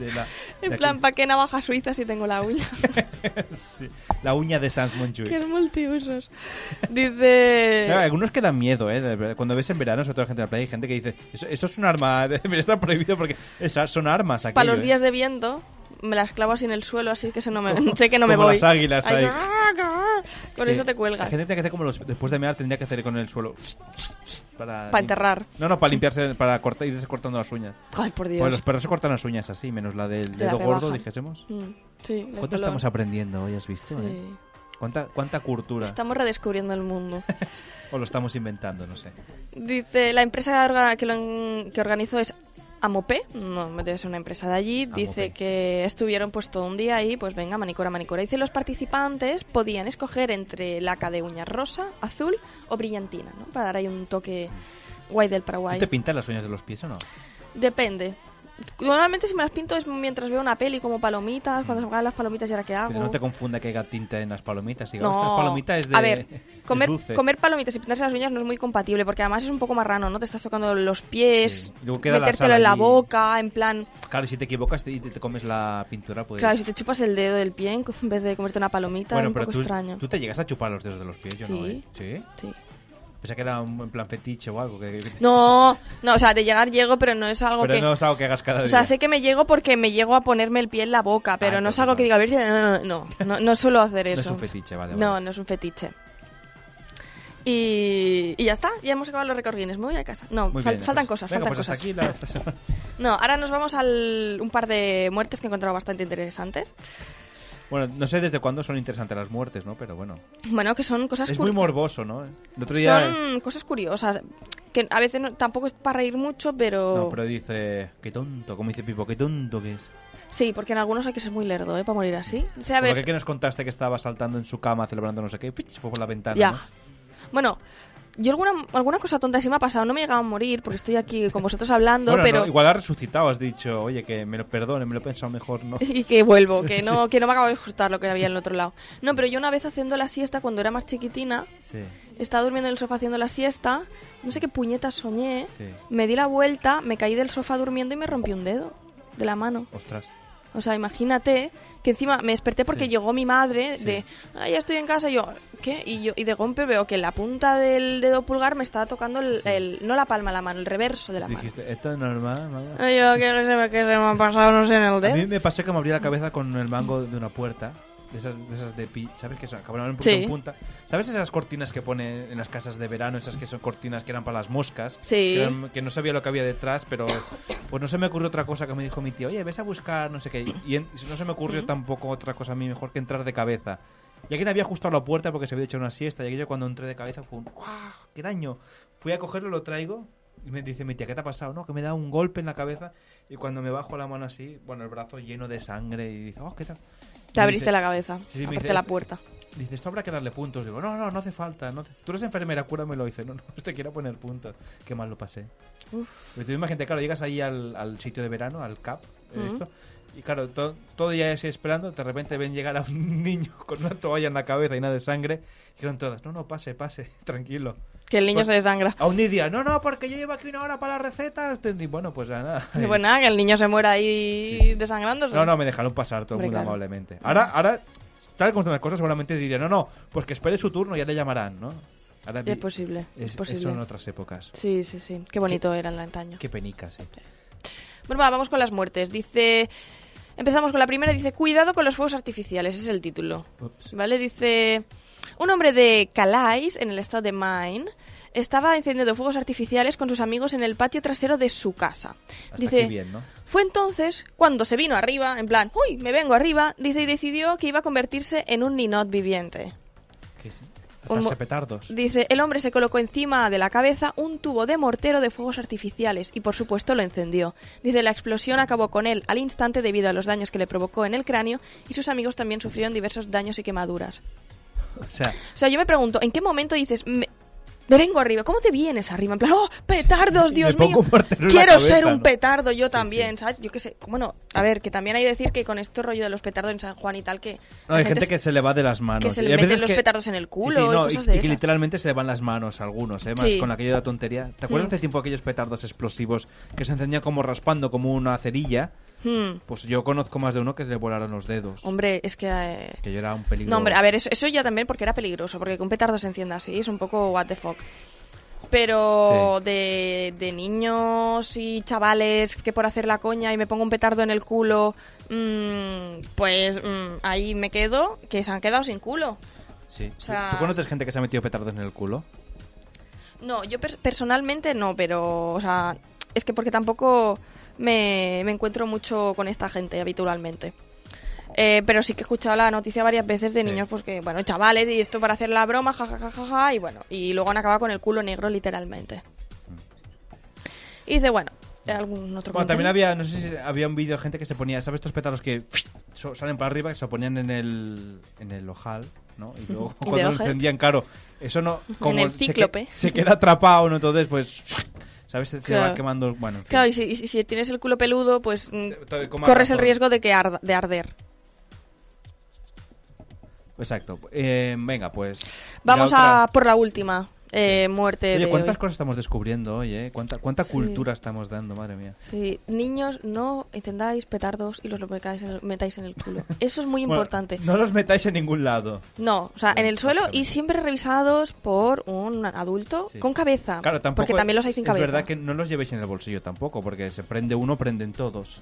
de la, de
En plan, ¿para qué navaja suiza si tengo la uña?
aquí. Sí, la uña de Sans Monjuic.
que es multiusos. Dice.
Claro, algunos que dan miedo, ¿eh? De- Cuando ves en verano, sobre todo gente en la playa, hay gente que dice, eso, eso es un arma, debería estar prohibido porque esa- son armas aquí. eh".
Para los días de viento, me las clavo así en el suelo, así que se no me, sé que no me
Como
voy.
las águilas
Ay,
ahí.
Por eso te cuelgas.
La gente tiene que hacer como los, después de mear, tendría que hacer con el suelo. Para,
Pa' enterrar.
No, no, para limpiarse, para cortar, irse cortando las uñas.
Ay, por Dios.
Pues los perros se cortan las uñas así, menos la del
Se la
dedo gordo,
rebajan.
dijésemos.
Mm, sí, el
¿Cuánto
color.
estamos aprendiendo hoy, has visto?
Sí.
eh? ¿Cuánta, ¿Cuánta cultura?
Estamos redescubriendo el mundo.
O lo estamos inventando, no sé.
Dice, la empresa orga- que, lo en- que organizó es Amope, no debe ser una empresa de allí, dice que estuvieron pues todo un día ahí, pues venga, manicura, manicura. Dice, los participantes podían escoger entre laca de uñas rosa, azul o brillantina, ¿no? Para dar ahí un toque guay del
¿Tú
Paraguay.
te pintas las uñas de los pies o no?
Depende. Normalmente si me las pinto es mientras veo una peli como palomitas, cuando se me acaban las palomitas y ahora qué hago.
Pero no te confunda que haya tinta en las palomitas. Diga,
No.
"Ostras, palomita es de.
A ver,
es
Comer,
dulce".
comer palomitas y pintarse las uñas no es muy compatible porque además es un poco marrano, ¿no? Te estás tocando los pies,
Y luego queda la
metértelo
sal
en la
allí.
boca, en plan...
Claro, y si te equivocas y te, te comes la pintura, pues.
Claro, si te chupas el dedo del pie en vez de comerte una palomita, es un poco
tú,
extraño.
tú te llegas a chupar los dedos de los pies, yo no, ¿eh? Sí.
Sí.
Pensaba que era un en plan fetiche o algo. Que,
No, no, o sea, de llegar llego, pero no es algo
pero
que...
no es algo que hagas cada
o sea,
día.
sé que me llego porque me llego a ponerme el pie en la boca, pero no es algo que diga, a ver, si- no, no, no suelo hacer
Ah, No es
eso.
un fetiche, vale,
No,
vale.
no es un fetiche. Y, y ya está, ya hemos acabado los recorrines, me voy a casa. No,
Muy
fal-
bien,
faltan
pues-
cosas,
venga,
faltan
pues hasta
cosas.
aquí la- esta semana.
No, ahora nos vamos al un par de muertes que he encontrado bastante interesantes.
Bueno, no sé desde cuándo son interesantes las muertes, ¿no? Pero bueno.
Bueno, que son cosas
Es
cur-
muy morboso, ¿no? El otro día.
Son cosas curiosas, que a veces no- tampoco es para reír mucho, pero...
No, pero dice. Qué tonto, como dice Pipo, qué tonto que es.
Sí, porque en algunos hay que ser muy lerdo, ¿eh? Para morir así. O sea, a
Por
ver,
Pues lo que- que nos contaste que estaba saltando en su cama celebrando no sé qué, ¡fuich! fue por la ventana.
Ya.
¿no?
Bueno, yo alguna, alguna cosa tonta sí me ha pasado. No me he llegado a morir porque estoy aquí con vosotros hablando,
Bueno,
pero...
no, igual has resucitado, has dicho, oye, que me lo perdone, me lo he pensado mejor, ¿no?
Y que vuelvo, que no,
Sí.
que no me acabo de ajustar lo que había en el otro lado. No, pero yo una vez haciendo la siesta, cuando era más chiquitina,
Sí,
estaba durmiendo en el sofá haciendo la siesta, no sé qué puñetas soñé,
sí.
me di la vuelta, me caí del sofá durmiendo y me rompí un dedo de la mano.
Ostras.
O sea, imagínate que encima me desperté porque llegó mi madre de, ah, ya estoy en casa, y yo, ¿qué? Y, yo, y de golpe veo que la punta del dedo pulgar me estaba tocando el, el- no la palma de la mano, el reverso de la mano.
Dijiste, esto es normal, mamá?".
Ay, yo que no sé qué se me ha pasado, no sé, en el
A mí
dedo.
me pasó que me abría la cabeza con el mango de una puerta. De esas, de esas de pi, ¿sabes? Que se acabaron un poquito
Sí.
en punta. ¿Sabes esas cortinas que pone en las casas de verano? Esas que son cortinas que eran para las moscas.
Sí.
Que, eran- que no sabía lo que había detrás, pero pues no se me ocurrió otra cosa que me dijo mi tío, oye, ves a buscar, no sé qué. Y en- no se me ocurrió tampoco otra cosa a mí mejor que entrar de cabeza. Y alguien había ajustado la puerta porque se había hecho una siesta. Y aquello cuando entré de cabeza fue un ¡guau! ¡Qué daño! Fui a cogerlo, lo traigo. Y me dice mi tía, ¿qué te ha pasado? No, que me da un golpe en la cabeza. Y cuando me bajo la mano así, bueno, el brazo lleno de sangre. Y dice, ¡oh, qué tal! Y
Te
me
abriste
dice-
la cabeza,
me
aparte
dice,
la puerta.
Dice, esto habrá que darle puntos. Digo, no, no, no hace falta. No hace- Tú eres enfermera, cúramelo. Dice, no, no, te quiero poner puntos. Qué mal lo pasé.
Uf.
Pero tú imagínate, claro, llegas ahí al, al sitio de verano, al CAP, eh,
Ujú.
esto, y claro, to- todo ya es esperando, de repente ven llegar a un niño con una toalla en la cabeza llena de sangre, dijeron todas, no, no, pase, pase, tranquilo.
Que el niño se desangra.
Pues, A un día, no, no, porque yo llevo aquí una hora para las recetas. Y bueno, pues ya nada.
Dice, Pues nada, que el niño se muera ahí desangrándose.
No, no, me dejaron pasar todo
Hombre,
muy
claro.
amablemente. Ahora, ahora, tal como están las cosas, seguramente diría, no, no, pues que espere su turno, ya le llamarán, ¿no? Ahora vi-
Es posible, es
es-
posible.
Son otras épocas.
Sí, sí, sí. Qué bonito era el antaño.
Qué penicas, eh.
Bueno, va, vamos con las muertes. Dice. Empezamos con la primera. Dice: Cuidado con los fuegos artificiales. Ese es el título. ¿Vale? Dice. Un hombre de Calais, en el estado de Maine, estaba encendiendo fuegos artificiales con sus amigos en el patio trasero de su casa.
Hasta
dice,
aquí bien, ¿no?
fue entonces cuando se vino arriba, en plan, uy, me vengo arriba, dice y decidió que iba a convertirse en un ninot viviente.
Que sí.
Un
Atarse
mo-
a petardos.
Dice, el hombre se colocó encima de la cabeza un tubo de mortero de fuegos artificiales y por supuesto lo encendió. Dice, la explosión acabó con él al instante debido a los daños que le provocó en el cráneo y sus amigos también sufrieron diversos daños y quemaduras.
O sea,
O sea, yo me pregunto, ¿en qué momento dices, me, me vengo arriba? ¿Cómo te vienes arriba? En plan, ¡oh, petardos, Dios
pongo
mío!
un mortero en la
Quiero
cabeza,
ser un
¿no?
petardo yo también, ¿sabes? Yo qué sé. Bueno, a ver, que también hay que decir que con este rollo de los petardos en San Juan y tal, que...
no,
la
hay gente
se-
que se le va de las manos.
que se le
Y hay
meten
veces
los petardos en el culo
Sí, sí,
y
no,
cosas de
que
esas.
literalmente se le van las manos a algunos, además,
Sí.
con aquello de la tontería. ¿Te acuerdas
Mm.
de tiempo aquellos petardos explosivos que se encendían como raspando como una cerilla?
Hmm.
Pues yo conozco más de uno que le volaron los dedos.
Hombre, es que... eh,
Que yo era un peligro.
No, hombre, a ver, eso, eso ya también porque era peligroso, porque que un petardo se encienda así es un poco what the fuck. Pero de, de niños y chavales que por hacer la coña y me pongo un petardo en el culo, mm, pues mm, ahí me quedo, que se han quedado sin culo.
Sí.
o sea-
¿Tú conoces gente que se ha metido petardos en el culo?
No, yo per- personalmente no, pero, o sea, es que porque tampoco me, me encuentro mucho con esta gente habitualmente. Eh, pero sí que he escuchado la noticia varias veces de niños, pues que, bueno, chavales, y esto para hacer la broma, jajajaja, y bueno, y luego han acabado con el culo negro, literalmente. Y dice, bueno, algún otro
Mm. Bueno, también
comentario?
había, no sé si había un vídeo de gente que se ponía, ¿sabes estos pétalos que so- salen para arriba, que se ponían en el, en el ojal, ¿no? Y luego
¿Y de
cuando lo
ojal?
encendían, claro, eso no... Como
el
se que-
cíclope.
Se, queda atrapado, ¿no? Entonces, pues, ¿sabes? Se, se
Claro.
va quemando, el- bueno, en fin.
Claro, y si, y si- si tienes el culo peludo, pues mm,
todo- como
corres el
arrasor.
riesgo de que arda- de arder.
Exacto. Eh, venga, pues...
Vamos
la
a
otra.
por la última eh, muerte
Oye,
de
¿cuántas
hoy.
cosas estamos descubriendo hoy, eh? ¿Cuánta, cuánta
Sí.
cultura estamos dando, madre mía?
Sí, niños, no encendáis petardos y los lo metáis en el, metáis en el culo. Eso es muy
Bueno,
importante.
no los metáis en ningún lado.
No, o sea, en el suelo y siempre revisados por un adulto
Sí.
con cabeza.
Claro, tampoco
porque también los hay sin
es
cabeza.
verdad que no los llevéis en el bolsillo tampoco, porque se prende uno, prenden todos.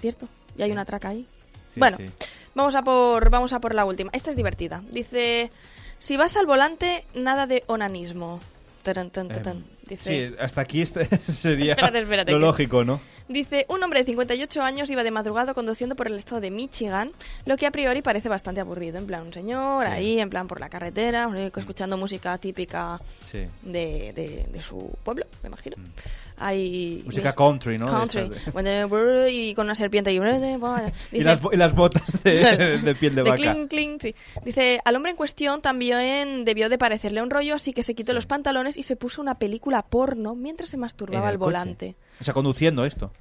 Cierto. Y hay una traca ahí.
Sí,
bueno,
sí.
vamos a por vamos a por la última. Esta es divertida. Dice, si vas al volante, nada de onanismo. Tarán, tan, tan, tan.
Em,
Dice,
Sí, hasta aquí este sería
Espérate, espérate,
lo
que-
lógico, ¿no?
Dice, un hombre de 58 años iba de madrugada conduciendo por el estado de Michigan, lo que a priori parece bastante aburrido. En plan, un señor
Sí.
ahí, en plan, por la carretera, eh, escuchando música típica
Sí.
de, de- de su pueblo, me imagino. Ahí,
Mm. Música country, ¿no? De
Country.
estas de-
Bueno, brr, Y con una serpiente y... Dice,
Y las, bo- y las botas de, de piel de, vaca.
clink, clink, sí. Dice, al hombre en cuestión también debió de parecerle un rollo, así que se quitó los pantalones y se puso una película porno mientras se
En el
masturbaba al
coche.
volante.
O sea, conduciendo esto.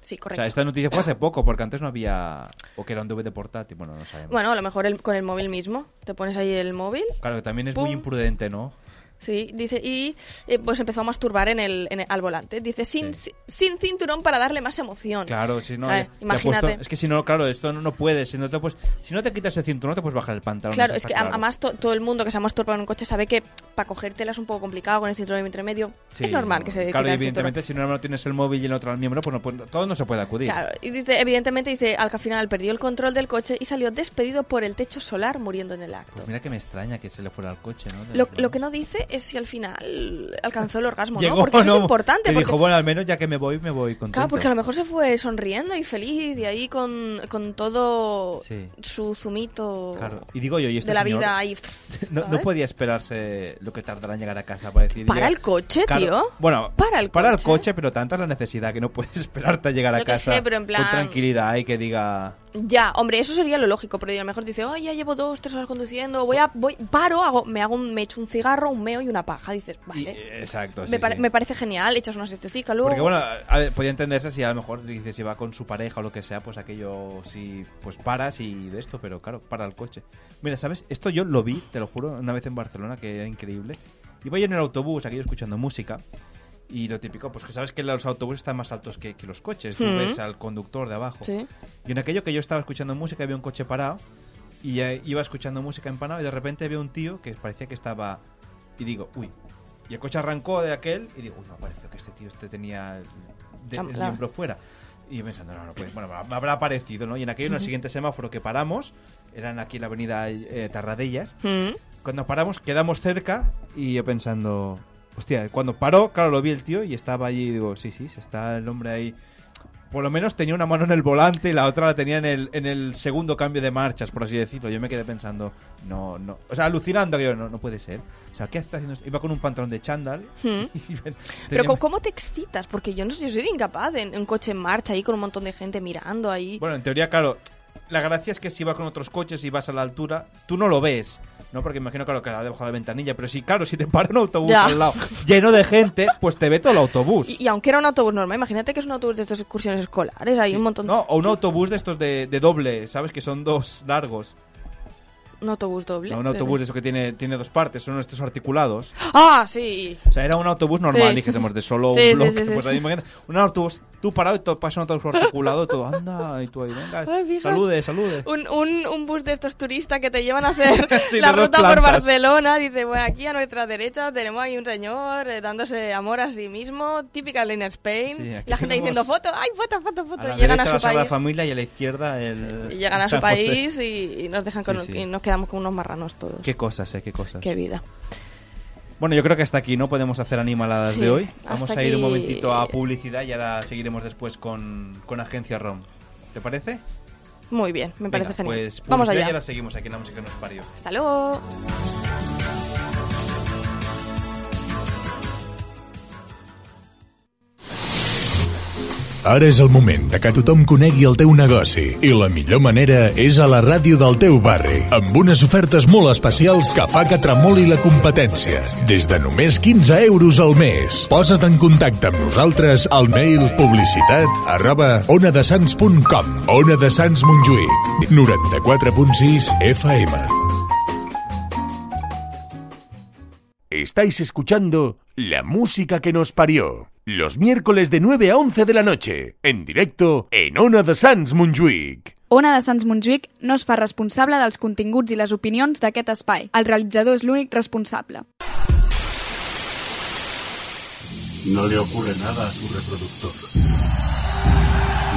Sí,
O
correcto.
sea, esta noticia fue hace poco, porque antes no había... O que era un DVD portátil, bueno, no sabemos.
Bueno, a lo mejor el- con el móvil mismo. Te pones ahí el móvil.
claro, que también es
pum.
muy imprudente, ¿no?
Sí, dice, y eh, pues empezó a masturbar en el, en el- al volante. Dice, sin, si- sin cinturón para darle más emoción.
Claro, si no...
A ver,
ya- ya
imagínate.
puesto- es que si no, claro, esto no, no puedes. Si no, te, puedes- si no te quitas el cinturón, no te puedes bajar el pantalón.
Claro,
eso
es
está
que a-
claro.
además to- todo el mundo que se ha masturbado en un coche sabe que para cogértela es un poco complicado con el cinturón entre medio.
Sí,
es normal
no.
que se
Claro,
quite el
evidentemente, si en una mano tienes el móvil y en la otra el miembro, pues no, puede- todo no se puede acudir.
Claro, y dice, evidentemente dice, al que al final perdió el control del coche y salió despedido por el techo solar muriendo en el acto.
Pues mira que me extraña que se le fuera al coche, ¿no?
Lo, lo que no dice es si al final alcanzó el orgasmo,
Llegó,
¿no? Porque eso
¿no?
es importante.
Y
porque
dijo, bueno, al menos ya que me voy, me voy contento.
Claro, porque a lo mejor se fue sonriendo y feliz y ahí con, con todo
Sí.
su zumito
Claro. Y digo yo, ¿y este
de la
señor?
vida ahí.
No, no
¿sabes?
podía esperarse lo que tardará en llegar a casa para decir...
¿Para
llega-
el coche,
Claro,
tío?
Bueno,
¿Para el
para el
coche?
coche, pero tanta es la necesidad que no puedes esperarte a llegar a
Yo qué
casa
sé, pero en plan-
con tranquilidad y que diga...
Ya, hombre, eso sería lo lógico, pero a lo mejor dice, ay, ya llevo dos, tres horas conduciendo, voy a, voy, paro, hago, me hago, un, me echo un cigarro, un meo y una paja. Dices, vale,
eh, Exacto, sí,
me, pare-
sí.
me parece genial, echas una siestecica luego.
Porque bueno, a ver, podía entenderse si a lo mejor dices si va con su pareja o lo que sea, pues aquello si pues paras y de esto, pero claro, para el coche. Mira, ¿sabes? Esto yo lo vi, te lo juro, una vez en Barcelona, que era increíble. Iba yo en el autobús, aquello escuchando música. Y lo típico, pues que sabes que los autobuses están más altos que, que los coches. Tú
Mm.
ves al conductor de abajo.
Sí.
Y en aquello que yo estaba escuchando música, había un coche parado. Y eh, iba escuchando música empanado. Y de repente veo un tío que parecía que estaba. Y digo, uy. Y el coche arrancó de aquel. Y digo, uy, me pareció que este tío este tenía el, de-
Am-
el
la-
miembro fuera. Y yo pensando, no, no, pues, bueno, me habrá aparecido, ¿no? Y en aquello, en el
Ujú.
siguiente semáforo que paramos, eran aquí en la avenida eh, Tarradellas. Cuando paramos, quedamos cerca y yo pensando, hostia, cuando paró, claro, lo vi el tío y estaba allí y digo, sí, sí, está el hombre ahí. Por lo menos tenía una mano en el volante y la otra la tenía en el, en el segundo cambio de marchas, por así decirlo. Yo me quedé pensando, no, no. O sea, alucinando, que yo, no, no puede ser. O sea, ¿qué está haciendo? Iba con un pantalón de chándal.
Hmm.
y
Pero
tenía-
¿cómo, cómo te excitas? Porque yo no sé, yo sería incapaz de en un coche en marcha ahí con un montón de gente mirando ahí.
Bueno, en teoría, claro. La gracia es que si vas con otros coches y vas a la altura, tú no lo ves, ¿no? Porque imagino, claro, que va debajo de la ventanilla. Pero sí, claro, si te para un autobús
Ya.
al lado lleno de gente, pues te ve todo el autobús.
Y, y aunque era un autobús normal, imagínate que es un autobús de estas excursiones escolares, hay
Sí.
un montón
No, o un autobús de estos de, de doble, ¿sabes? Que son dos largos.
un autobús doble.
No, un autobús de eso que tiene, tiene dos partes, son estos articulados.
Ah, sí.
O sea, era un autobús normal,
Sí.
dijésemos, de solo
Sí, sí,
un bloque.
sí, sí,
pues
sí.
ahí, imagina, un autobús, tú parado y todo, pasa un autobús articulado y todo, anda, y tú ahí, venga,
Ay, fíjate.
salude, salude.
Un, un, un bus de estos turistas que te llevan a hacer
Sí,
la
de dos
ruta por
plantas.
Barcelona. Dice, bueno, aquí a nuestra derecha tenemos ahí un señor eh, dándose amor a sí mismo, típica en Spain.
Sí, aquí
la gente
tenemos-
diciendo foto, ay, foto, foto, foto.
A la
y llegan
derecha
a
la
su
Sagrada
país.
Familia y a la izquierda el
Y llegan a su
San José.
país y, y nos dejan con
Sí, sí.
y nos quedamos con unos marranos todos.
Qué cosas, eh, qué cosas.
Qué vida.
Bueno, yo creo que hasta aquí no podemos hacer animaladas
Sí,
de hoy.
hasta
Vamos a ir un
aquí.
momentito a publicidad y ahora seguiremos después con, con Agencia ROM. ¿Te parece?
Muy bien, me
Venga,
parece genial.
Pues
Vamos
publicidad
allá.
Y ahora seguimos aquí en la música que nos parió.
Hasta luego.
Ara és el moment de que tothom conegui el teu negoci i la millor manera és a la ràdio del teu barri amb unes ofertes molt especials que fa que tremoli la competència. Des de només 15 euros al mes. Posa't en contacte amb nosaltres al mail publicitat arroba onadesans.com Ona de Sants Montjuïc 94.6 FM
Estáis escuchando La Música que nos parió. Los miércoles de 9 a 11 de la noche, en directo en Ona de Sans Montjuïc.
Ona de Sants Montjuïc no es fa responsable dels continguts i les opinions d'aquest espai. El realitzador és l'únic responsable.
No le ocurre nada a su reproductor.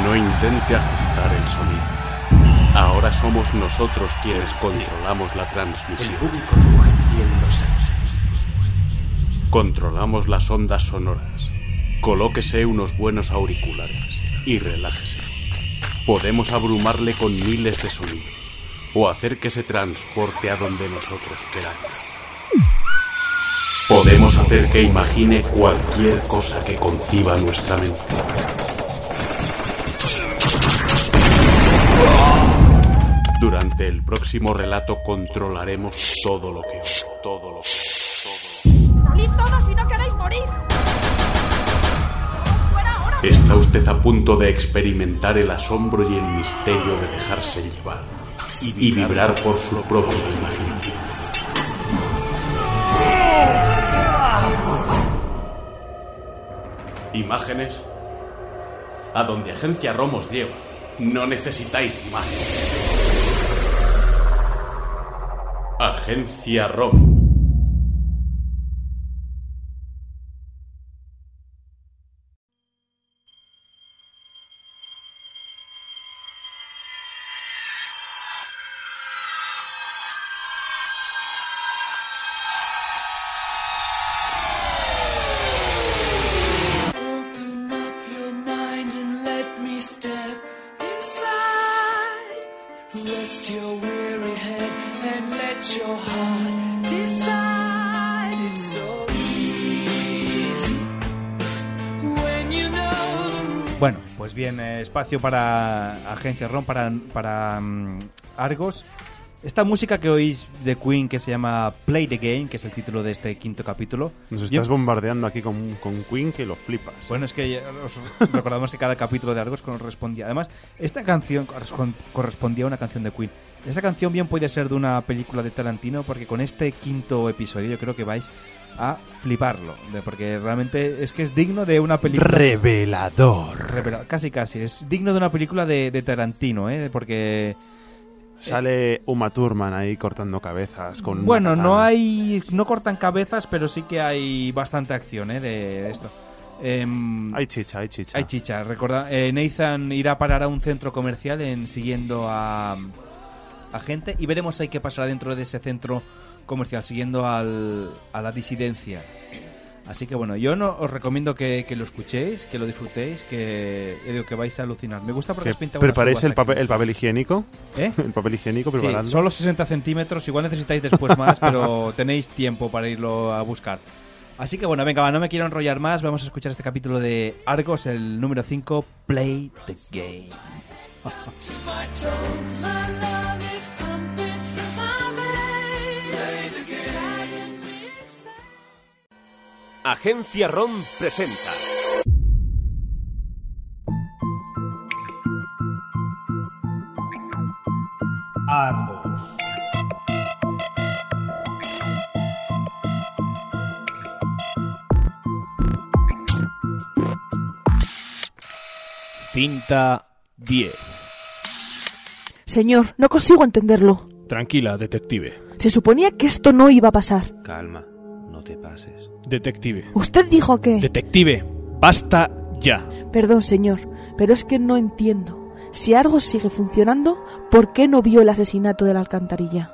No intente ajustar el sonido. Ahora somos nosotros quienes controlamos la transmisión. Controlamos las ondas sonoras. Colóquese unos buenos auriculares y relájese. Podemos abrumarle con miles de sonidos o hacer que se transporte a donde nosotros queramos. Podemos hacer que imagine cualquier cosa que conciba nuestra mente. Durante el próximo relato controlaremos todo lo que os- todo lo que
¡Salid todos si no queréis morir!
Está usted a punto de experimentar el asombro y el misterio de dejarse llevar y vibrar por su propia imaginación. Imágenes a donde Agencia Romos lleva. No necesitáis imágenes. Agencia Rom.
Open up your mind and let me step inside. Rest your weary head and let your heart decide. It's so easy when you know the
Bueno, pues bien, eh, espacio para Agencia ROM, para, para mm, Argos. Esta música que oís de Queen que se llama Play the Game, que es el título de este quinto capítulo.
Nos
Yo-
estás bombardeando aquí con, con Queen que lo flipas.
Bueno, es que ya os recordamos que cada capítulo de Argos correspondía. Además, esta canción correspon- correspondía a una canción de Queen. Esta canción bien puede ser de una película de Tarantino, porque con este quinto episodio yo creo que vais a fliparlo. de- Porque realmente es que es digno de una película.
Revelador.
Revela- Casi, casi. Es digno de una película de, de Tarantino, ¿eh? Porque.
Sale Uma Thurman ahí cortando cabezas con una
Bueno, no
katana.
hay. No cortan cabezas, pero sí que hay bastante acción, ¿eh? De esto. Em,
hay chicha, hay chicha.
Hay chicha. Recorda, eh, Nathan irá a parar a un centro comercial en siguiendo a, a gente y veremos ahí qué pasará dentro de ese centro comercial siguiendo al, a la disidencia. Así que bueno, yo no os recomiendo que, que lo escuchéis, que lo disfrutéis, que, yo digo, que vais a alucinar. Me gusta porque
Que
os pinta unas
¿Preparáis
uvas
el
aquí.
papel, el papel higiénico?
¿Eh?
El papel higiénico
Sí,
preparando.
son los 60 centímetros, igual necesitáis después más, pero tenéis tiempo para irlo a buscar. Así que bueno, venga, va, no me quiero enrollar más, vamos a escuchar este capítulo de Argos, el número 5, Play the Game.
My toes, my love is pumping through my veins. Play the game.
Agencia ROM presenta.
Argos.
Cinta 10.
Señor, no consigo entenderlo.
Tranquila, detective.
Se suponía que esto no iba a pasar.
Calma, no te pases. Detective.
Usted dijo que...
Detective, basta ya.
Perdón, señor, pero es que no entiendo. Si Argos sigue funcionando, ¿por qué no vio el asesinato de la alcantarilla?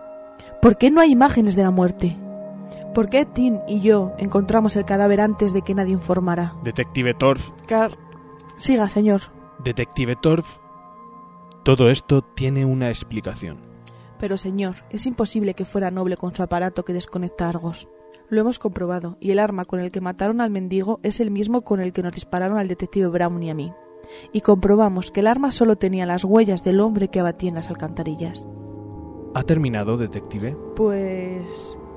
¿Por qué no hay imágenes de la muerte? ¿Por qué Tim y yo encontramos el cadáver antes de que nadie informara?
Detective Torf,
Car... Siga, señor.
Detective Torf. Todo esto tiene una explicación.
Pero, señor, es imposible que fuera noble con su aparato que desconecta a Argos. Lo hemos comprobado, y el arma con el que mataron al mendigo es el mismo con el que nos dispararon al detective Brown y a mí. Y comprobamos que el arma solo tenía las huellas del hombre que abatía en las alcantarillas.
¿Ha terminado, detective?
Pues...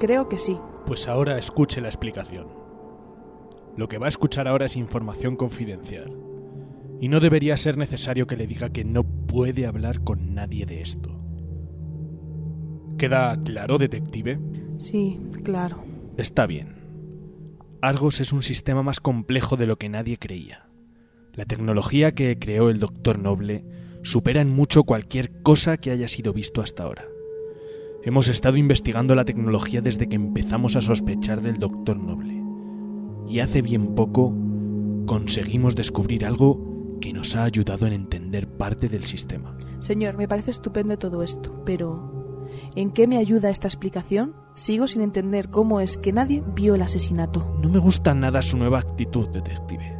creo que sí.
Pues ahora escuche la explicación. Lo que va a escuchar ahora es información confidencial. Y no debería ser necesario que le diga que no puede hablar con nadie de esto. ¿Queda claro, detective?
Sí, claro.
Está bien. Argos es un sistema más complejo de lo que nadie creía. La tecnología que creó el Doctor Noble supera en mucho cualquier cosa que haya sido visto hasta ahora. Hemos estado investigando la tecnología desde que empezamos a sospechar del Doctor Noble. Y hace bien poco conseguimos descubrir algo que nos ha ayudado en entender parte del sistema.
Señor, me parece estupendo todo esto, pero... ¿En qué me ayuda esta explicación? Sigo sin entender cómo es que nadie vio el asesinato.
No me gusta nada su nueva actitud, detective.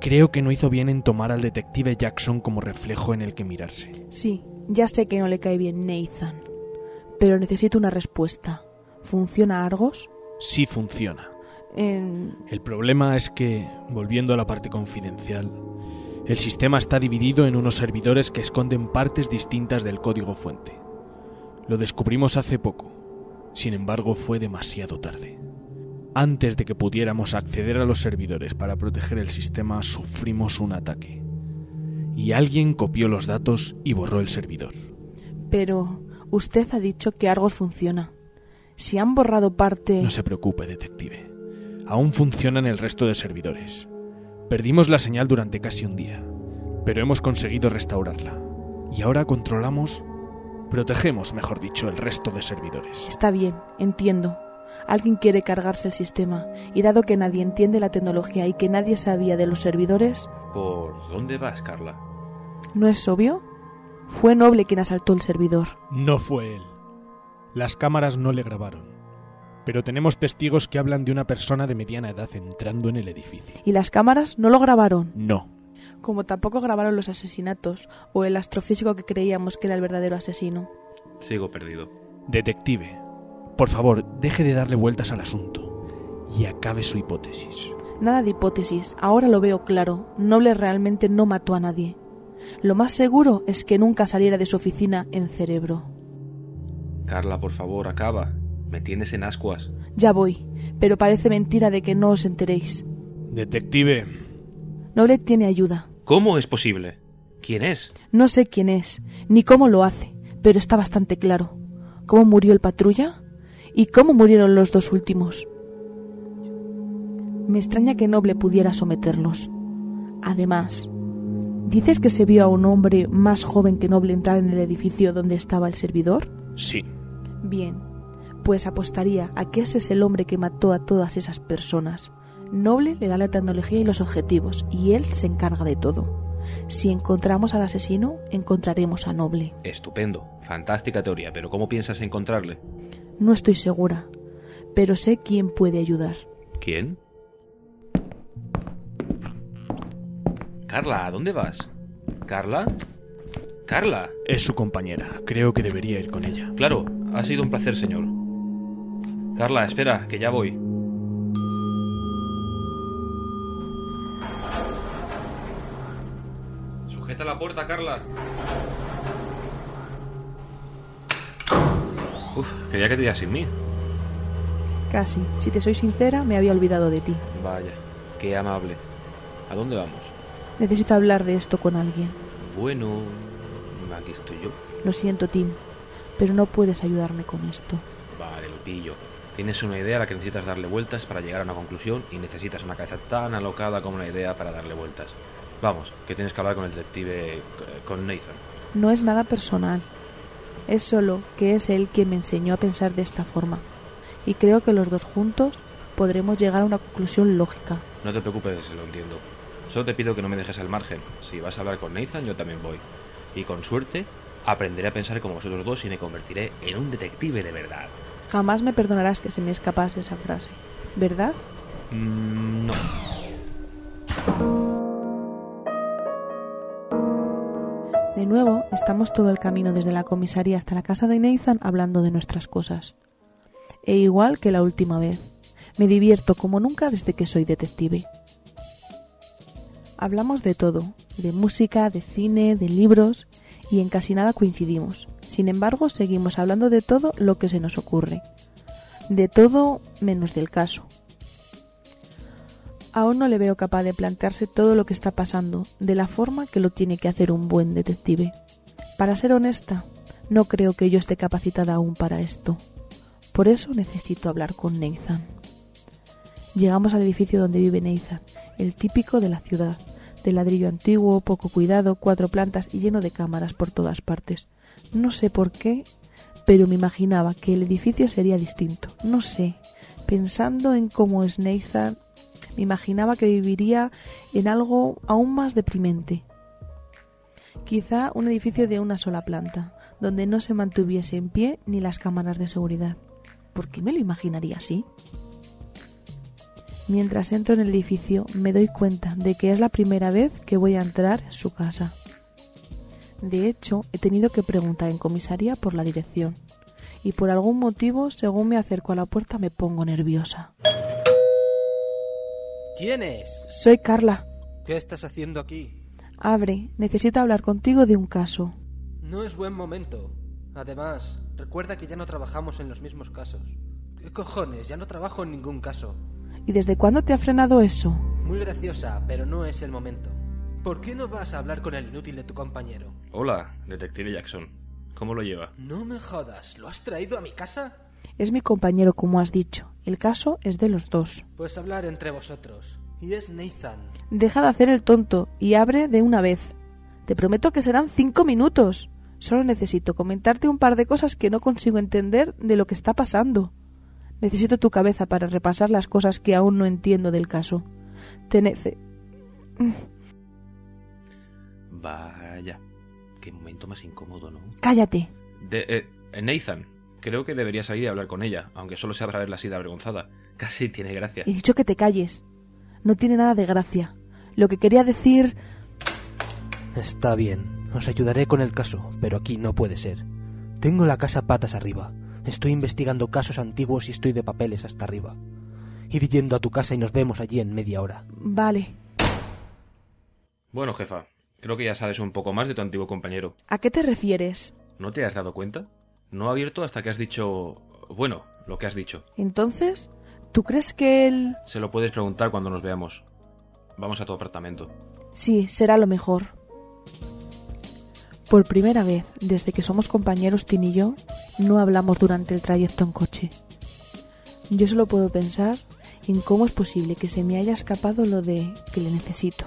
Creo que no hizo bien en tomar al detective Jackson como reflejo en el que mirarse.
Sí, ya sé que no le cae bien Nathan, pero necesito una respuesta. ¿Funciona Argos?
Sí funciona.
En-
El problema es que, volviendo a la parte confidencial, el sistema está dividido en unos servidores que esconden partes distintas del código fuente. Lo descubrimos hace poco, sin embargo fue demasiado tarde. Antes de que pudiéramos acceder a los servidores para proteger el sistema, sufrimos un ataque. Y alguien copió los datos y borró el servidor.
Pero usted ha dicho que Argos funciona. Si han borrado parte...
No se preocupe, detective. Aún funcionan el resto de servidores. Perdimos la señal durante casi un día, pero hemos conseguido restaurarla. Y ahora controlamos, protegemos, mejor dicho, el resto de servidores.
Está bien, entiendo. Alguien quiere cargarse el sistema, y dado que nadie entiende la tecnología y que nadie sabía de los servidores,
¿Por dónde vas, Carla?
¿no es obvio? Fue Noble quien asaltó el servidor.
No fue él. Las cámaras no le grabaron. Pero tenemos testigos que hablan de una persona de mediana edad entrando en el edificio.
¿Y las cámaras no lo grabaron?
No.
Como tampoco grabaron los asesinatos, o el astrofísico que creíamos que era el verdadero asesino.
Sigo perdido.
Detective, por favor, deje de darle vueltas al asunto y acabe su hipótesis.
Nada de hipótesis, ahora lo veo claro. Noble realmente no mató a nadie. Lo más seguro es que nunca saliera de su oficina en cerebro.
Carla, por favor, acaba. Me tienes en ascuas.
Ya voy, pero parece mentira de que no os enteréis.
Detective.
Noble tiene ayuda.
¿Cómo es posible? ¿Quién es?
No sé quién es, ni cómo lo hace, pero está bastante claro. ¿Cómo murió el patrulla? ¿Y cómo murieron los dos últimos? Me extraña que Noble pudiera someterlos. Además, ¿dices que se vio a un hombre más joven que Noble entrar en el edificio donde estaba el servidor?
Sí.
Bien, pues apostaría a que ese es el hombre que mató a todas esas personas. Noble le da la tecnología y los objetivos, y él se encarga de todo. Si encontramos al asesino, encontraremos a Noble.
Estupendo. Fantástica teoría, pero ¿cómo piensas encontrarle?
No estoy segura, pero sé quién puede ayudar.
¿Quién? Carla, ¿a dónde vas? ¿Carla? ¿Carla?
Es su compañera. Creo que debería ir con ella.
Claro, ha sido un placer, señor. Carla, espera, que ya voy. Sujeta la puerta, Carla. Uf, creía que te ibas sin mí.
Casi. Si te soy sincera, me había olvidado de ti.
Vaya, qué amable. ¿A dónde vamos?
Necesito hablar de esto con alguien.
Bueno, aquí estoy yo.
Lo siento, Tim, pero no puedes ayudarme con esto.
Vale, lo pillo. Tienes una idea a la que necesitas darle vueltas para llegar a una conclusión y necesitas una cabeza tan alocada como una idea para darle vueltas. Vamos, que tienes que hablar con el detective, eh, con Nathan.
No es nada personal. Es solo que es él quien me enseñó a pensar de esta forma. Y creo que los dos juntos podremos llegar a una conclusión lógica.
No te preocupes, lo entiendo. Solo te pido que no me dejes al margen. Si vas a hablar con Nathan, yo también voy. Y con suerte, aprenderé a pensar como vosotros dos y me convertiré en un detective de verdad.
Jamás me perdonarás que se me escapase esa frase, ¿verdad?
Mm, no.
De nuevo, estamos todo el camino desde la comisaría hasta la casa de Nathan hablando de nuestras cosas. E igual que la última vez, me divierto como nunca desde que soy detective. Hablamos de todo, de música, de cine, de libros, y en casi nada coincidimos. Sin embargo, seguimos hablando de todo lo que se nos ocurre. De todo menos del caso. Aún no le veo capaz de plantearse todo lo que está pasando, de la forma que lo tiene que hacer un buen detective. Para ser honesta, no creo que yo esté capacitada aún para esto. Por eso necesito hablar con Nathan. Llegamos al edificio donde vive Nathan, el típico de la ciudad, de ladrillo antiguo, poco cuidado, cuatro plantas y lleno de cámaras por todas partes. No sé por qué, pero me imaginaba que el edificio sería distinto. No sé. Pensando en cómo es Nathan, me imaginaba que viviría en algo aún más deprimente. Quizá un edificio de una sola planta, donde no se mantuviese en pie ni las cámaras de seguridad. ¿Por qué me lo imaginaría así? Mientras entro en el edificio me doy cuenta de que es la primera vez que voy a entrar en su casa. De hecho, he tenido que preguntar en comisaría por la dirección. Y por algún motivo, según me acerco a la puerta, me pongo nerviosa.
¿Quién es?
Soy Carla.
¿Qué estás haciendo aquí?
Abre, necesito hablar contigo de un caso.
No es buen momento. Además, recuerda que ya no trabajamos en los mismos casos. ¿Qué cojones? Ya no trabajo en ningún caso.
¿Y desde cuándo te ha frenado eso?
Muy graciosa, pero no es el momento. ¿Por qué no vas a hablar con el inútil de tu compañero?
Hola, detective Jackson. ¿Cómo lo lleva?
No me jodas, ¿lo has traído a mi casa?
Es mi compañero, como has dicho. El caso es de los dos.
Pues hablar entre vosotros. Y es Nathan.
Deja de hacer el tonto y abre de una vez. Te prometo que serán cinco minutos. Solo necesito comentarte un par de cosas que no consigo entender de lo que está pasando. Necesito tu cabeza para repasar las cosas que aún no entiendo del caso. Tenece.
Vaya, qué momento más incómodo, ¿no?
Cállate.
De, eh, Nathan, creo que deberías salir a hablar con ella, aunque solo sea para verla así de avergonzada. Casi tiene gracia.
He dicho que te calles. No tiene nada de gracia. Lo que quería decir...
Está bien, os ayudaré con el caso, pero aquí no puede ser. Tengo la casa patas arriba. Estoy investigando casos antiguos y estoy de papeles hasta arriba. Ir yendo a tu casa y nos vemos allí en media hora.
Vale.
Bueno, jefa, creo que ya sabes un poco más de tu antiguo compañero.
¿A qué te refieres?
¿No te has dado cuenta? No ha abierto hasta que has dicho... Bueno, lo que has dicho.
Entonces, ¿tú crees que él...
Se lo puedes preguntar cuando nos veamos. Vamos a tu apartamento.
Sí, será lo mejor. Por primera vez, desde que somos compañeros Tin y yo, no hablamos durante el trayecto en coche. Yo solo puedo pensar en cómo es posible que se me haya escapado lo de que le necesito.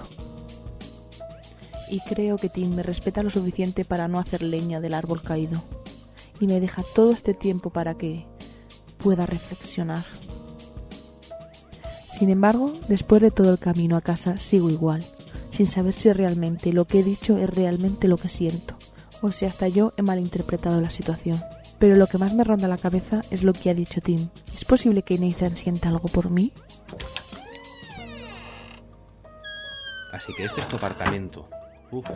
Y creo que Tim me respeta lo suficiente para no hacer leña del árbol caído. Y me deja todo este tiempo para que pueda reflexionar. Sin embargo, después de todo el camino a casa, sigo igual sin saber si realmente lo que he dicho es realmente lo que siento, o si hasta yo he malinterpretado la situación. Pero lo que más me ronda la cabeza es lo que ha dicho Tim. ¿Es posible que Nathan sienta algo por mí?
Así que este es tu apartamento. Uf,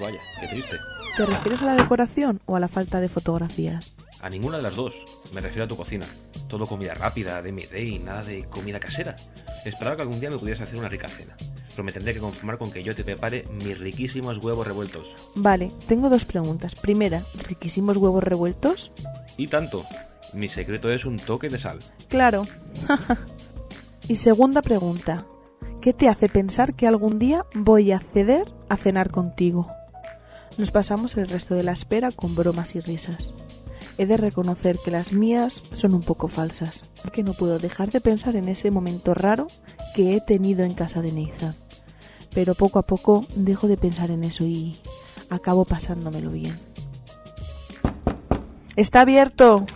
vaya, qué triste.
¿Te refieres a la decoración o a la falta de fotografías?
A ninguna de las dos. Me refiero a tu cocina. Todo comida rápida, de mi day, nada de comida casera. Esperaba que algún día me pudieras hacer una rica cena. Pero me tendré que conformar con que yo te prepare mis riquísimos huevos revueltos.
Vale, tengo dos preguntas. Primera, ¿riquísimos huevos revueltos?
Y tanto. Mi secreto es un toque de sal.
Claro. y segunda pregunta, ¿qué te hace pensar que algún día voy a acceder a cenar contigo? Nos pasamos el resto de la espera con bromas y risas. He de reconocer que las mías son un poco falsas, que no puedo dejar de pensar en ese momento raro que he tenido en casa de Neiza. Pero poco a poco dejo de pensar en eso y acabo pasándomelo bien. ¡Está abierto!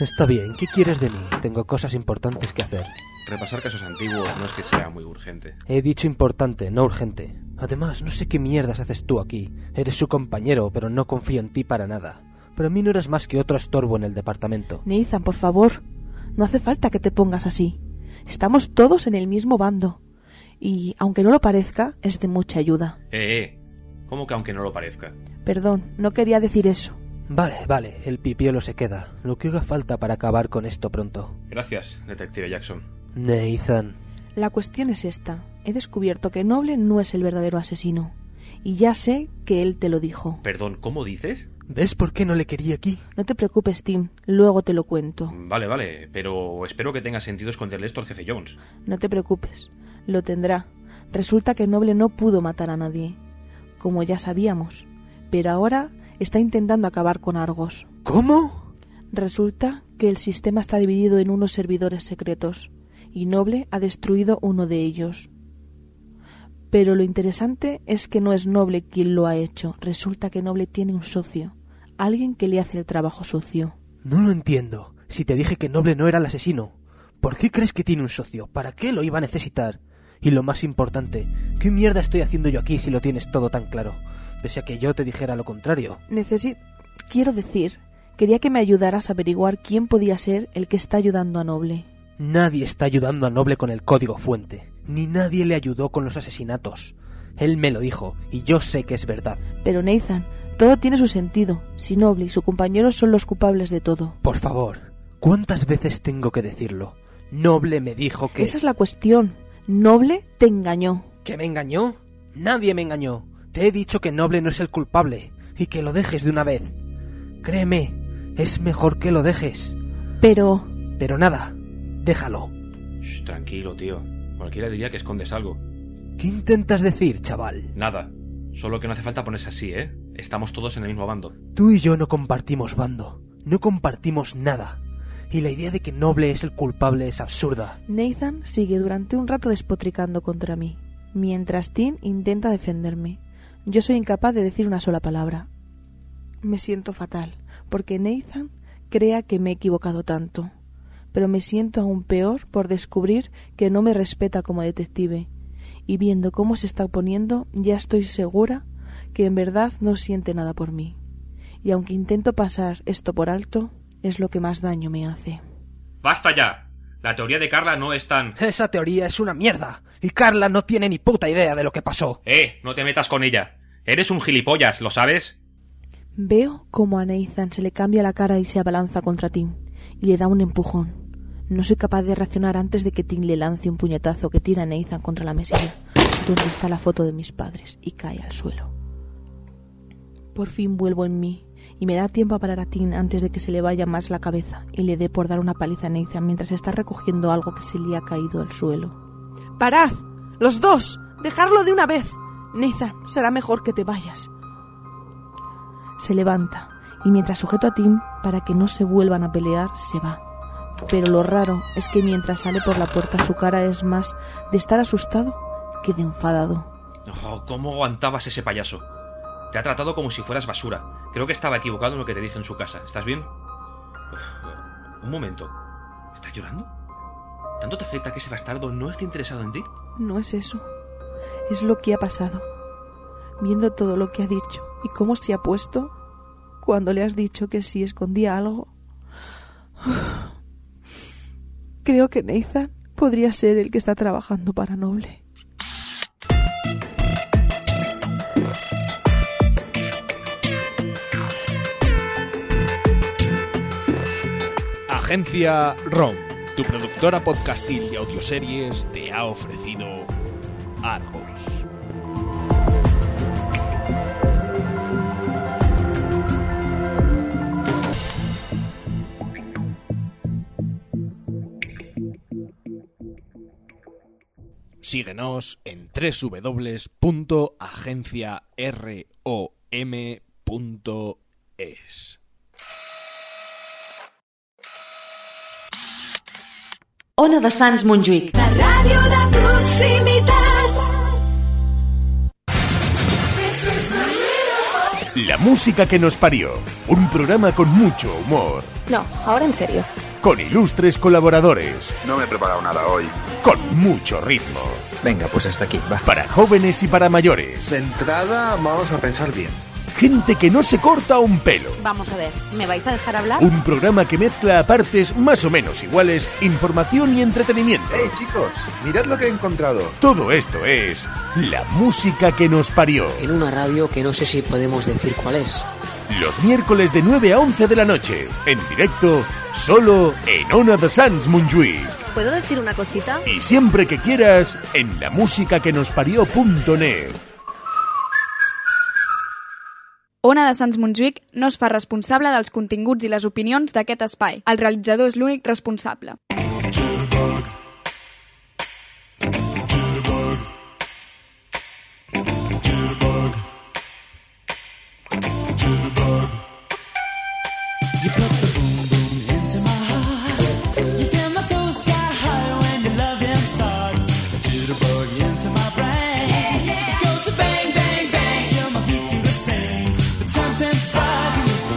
Está bien, ¿qué quieres de mí? Tengo cosas importantes que hacer.
Repasar casos antiguos no es que sea muy urgente.
He dicho importante, no urgente. Además, no sé qué mierdas haces tú aquí. Eres su compañero, pero no confío en ti para nada. Para mí no eres más que otro estorbo en el departamento.
Nathan, por favor, no hace falta que te pongas así. Estamos todos en el mismo bando. Y, aunque no lo parezca, es de mucha ayuda.
Eh, eh. ¿Cómo que aunque no lo parezca?
Perdón, no quería decir eso.
Vale, vale, el pipiolo se queda. Lo que haga falta para acabar con esto pronto.
Gracias, detective Jackson.
Nathan.
La cuestión es esta. He descubierto que Noble no es el verdadero asesino. Y ya sé que él te lo dijo.
Perdón, ¿cómo dices?
¿Ves por qué no le quería aquí?
No te preocupes, Tim. Luego te lo cuento.
Vale, vale, pero espero que tenga sentido esconderle esto al jefe Jones.
No te preocupes. Lo tendrá. Resulta que Noble no pudo matar a nadie. Como ya sabíamos. Pero ahora está intentando acabar con Argos.
¿Cómo?
Resulta que el sistema está dividido en unos servidores secretos y Noble ha destruido uno de ellos. Pero lo interesante es que no es Noble quien lo ha hecho. Resulta que Noble tiene un socio, alguien que le hace el trabajo sucio.
No lo entiendo. Si te dije que Noble no era el asesino, ¿por qué crees que tiene un socio? ¿Para qué lo iba a necesitar? Y lo más importante, ¿qué mierda estoy haciendo yo aquí si lo tienes todo tan claro? Pese a que yo te dijera lo contrario.
Necesito... Quiero decir, quería que me ayudaras a averiguar quién podía ser el que está ayudando a Noble.
Nadie está ayudando a Noble con el código fuente, ni nadie le ayudó con los asesinatos. Él me lo dijo, y yo sé que es verdad.
Pero Nathan, todo tiene su sentido, si Noble y su compañero son los culpables de todo.
Por favor, ¿cuántas veces tengo que decirlo? Noble me dijo que...
Esa es la cuestión. Noble te engañó.
¿Que me engañó? Nadie me engañó. Te he dicho que Noble no es el culpable y que lo dejes de una vez. Créeme, es mejor que lo dejes.
Pero...
Pero nada, déjalo.
Shh, tranquilo, tío. Cualquiera diría que escondes algo.
¿Qué intentas decir, chaval?
Nada. Solo que no hace falta ponerse así, ¿eh? Estamos todos en el mismo bando.
Tú y yo no compartimos bando. No compartimos nada y la idea de que Noble es el culpable es absurda.
Nathan sigue durante un rato despotricando contra mí, mientras Tim intenta defenderme. Yo soy incapaz de decir una sola palabra. Me siento fatal, porque Nathan crea que me he equivocado tanto, pero me siento aún peor por descubrir que no me respeta como detective, y viendo cómo se está oponiendo, ya estoy segura que en verdad no siente nada por mí. Y aunque intento pasar esto por alto, es lo que más daño me hace.
¡Basta ya! La teoría de Carla no es tan...
Esa teoría es una mierda. Y Carla no tiene ni puta idea de lo que pasó.
Eh, no te metas con ella. Eres un gilipollas, ¿lo sabes?
Veo como a Nathan se le cambia la cara y se abalanza contra Tim, y le da un empujón. No soy capaz de reaccionar antes de que Tim le lance un puñetazo que tira a Nathan contra la mesilla, donde está la foto de mis padres, y cae al suelo. Por fin vuelvo en mí y me da tiempo a parar a Tim antes de que se le vaya más la cabeza y le dé por dar una paliza a Nathan mientras está recogiendo algo que se le ha caído al suelo. ¡Parad! ¡Los dos! ¡Dejarlo de una vez! Nathan, será mejor que te vayas. Se levanta y mientras sujeto a Tim para que no se vuelvan a pelear, se va. Pero lo raro es que mientras sale por la puerta su cara es más de estar asustado que de enfadado.
Oh, ¿Cómo aguantabas ese payaso? Te ha tratado como si fueras basura. Creo que estaba equivocado en lo que te dije en su casa. ¿Estás bien? Uf, un momento. ¿Estás llorando? ¿Tanto te afecta que ese bastardo no esté interesado en ti?
No es eso. Es lo que ha pasado. Viendo todo lo que ha dicho y cómo se ha puesto, cuando le has dicho que si escondía algo. Creo que Nathan podría ser el que está trabajando para Noble.
Agencia ROM, tu productora podcastil de audioseries, te ha ofrecido Argos. Síguenos en www.agenciarom.es.
Ona de Sants Montjuïc. La ràdio de proximitat.
La música que nos parió. Un programa con mucho humor.
No, ahora en serio.
Con ilustres colaboradores.
No me he preparado nada hoy.
Con mucho ritmo.
Venga, pues hasta aquí, va.
Para jóvenes y para mayores.
De entrada, vamos a pensar bien.
Gente que no se corta un pelo.
Vamos a ver, ¿me vais a dejar hablar?
Un programa que mezcla a partes más o menos iguales información y entretenimiento.
¡Hey, chicos! Mirad lo que he encontrado.
Todo esto es la música que nos parió.
En una radio que no sé si podemos decir cuál es.
Los miércoles de 9 a 11 de la noche, en directo, solo en Ona de Sans Montjuïc.
¿Puedo decir una cosita?
Y siempre que quieras, en la música que nos parió.net.
Ona de Sants Montjuïc no es fa responsable dels continguts i les opinions d'aquest espai. El realitzador és l'únic responsable.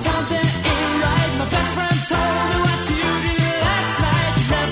Something ain't right. My best friend told me what you did last night. Ah,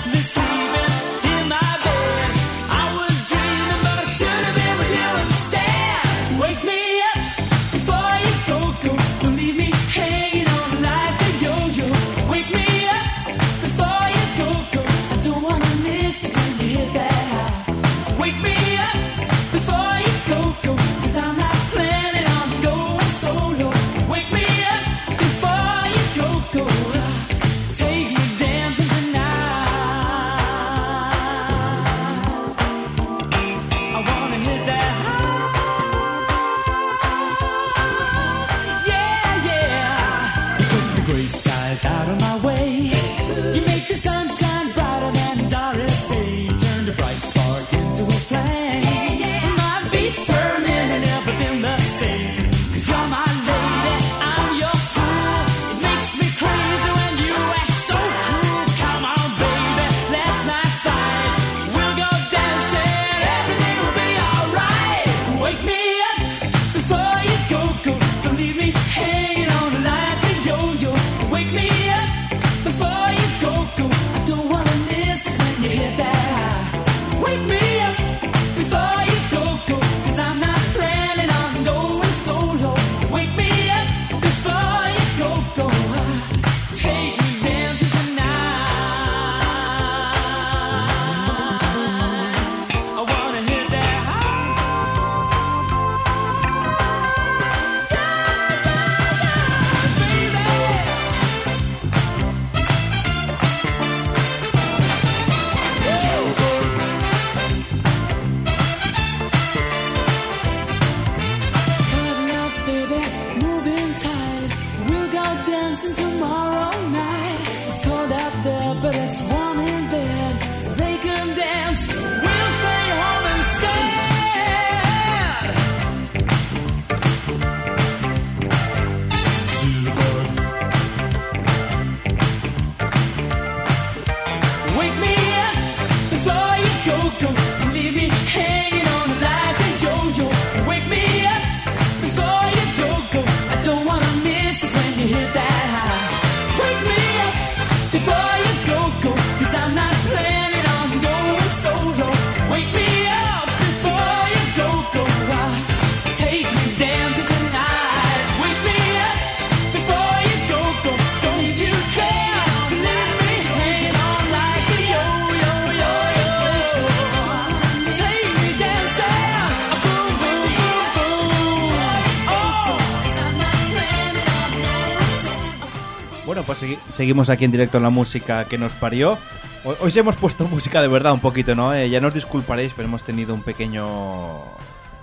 Pues segui- seguimos aquí en directo en la música que nos parió. Ho- Hoy os hemos puesto música de verdad un poquito, ¿no? Eh, ya nos disculparéis, pero hemos tenido un pequeño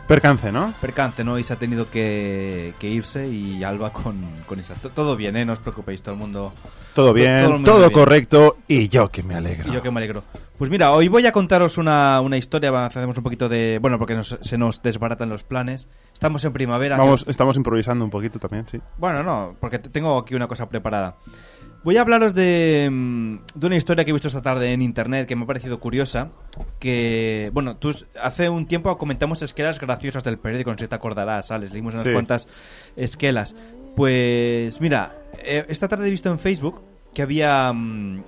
Percance, ¿no?
percance, ¿no? Y se ha tenido que, que irse y Alba con, con Isa. To- Todo bien, ¿eh? No os preocupéis, todo el mundo...
Todo
el
bien, todo,
mundo bien.
correcto y yo que me alegro.
Y yo que me alegro. Pues mira, hoy voy a contaros una, una historia, va, hacemos un poquito de... Bueno, porque nos- se nos desbaratan los planes. Estamos en primavera.
Vamos, estamos improvisando un poquito también, sí.
Bueno, no, porque te- tengo aquí una cosa preparada. Voy a hablaros de, mm, de una historia que he visto esta tarde en internet que me ha parecido curiosa. Que, bueno, tú s- hace un tiempo comentamos esquelas graciosas del periódico, no sé si te acordarás, Alex, leímos unas
Sí.
cuantas esquelas. Pues, mira, eh, esta tarde he visto en Facebook que había. mm,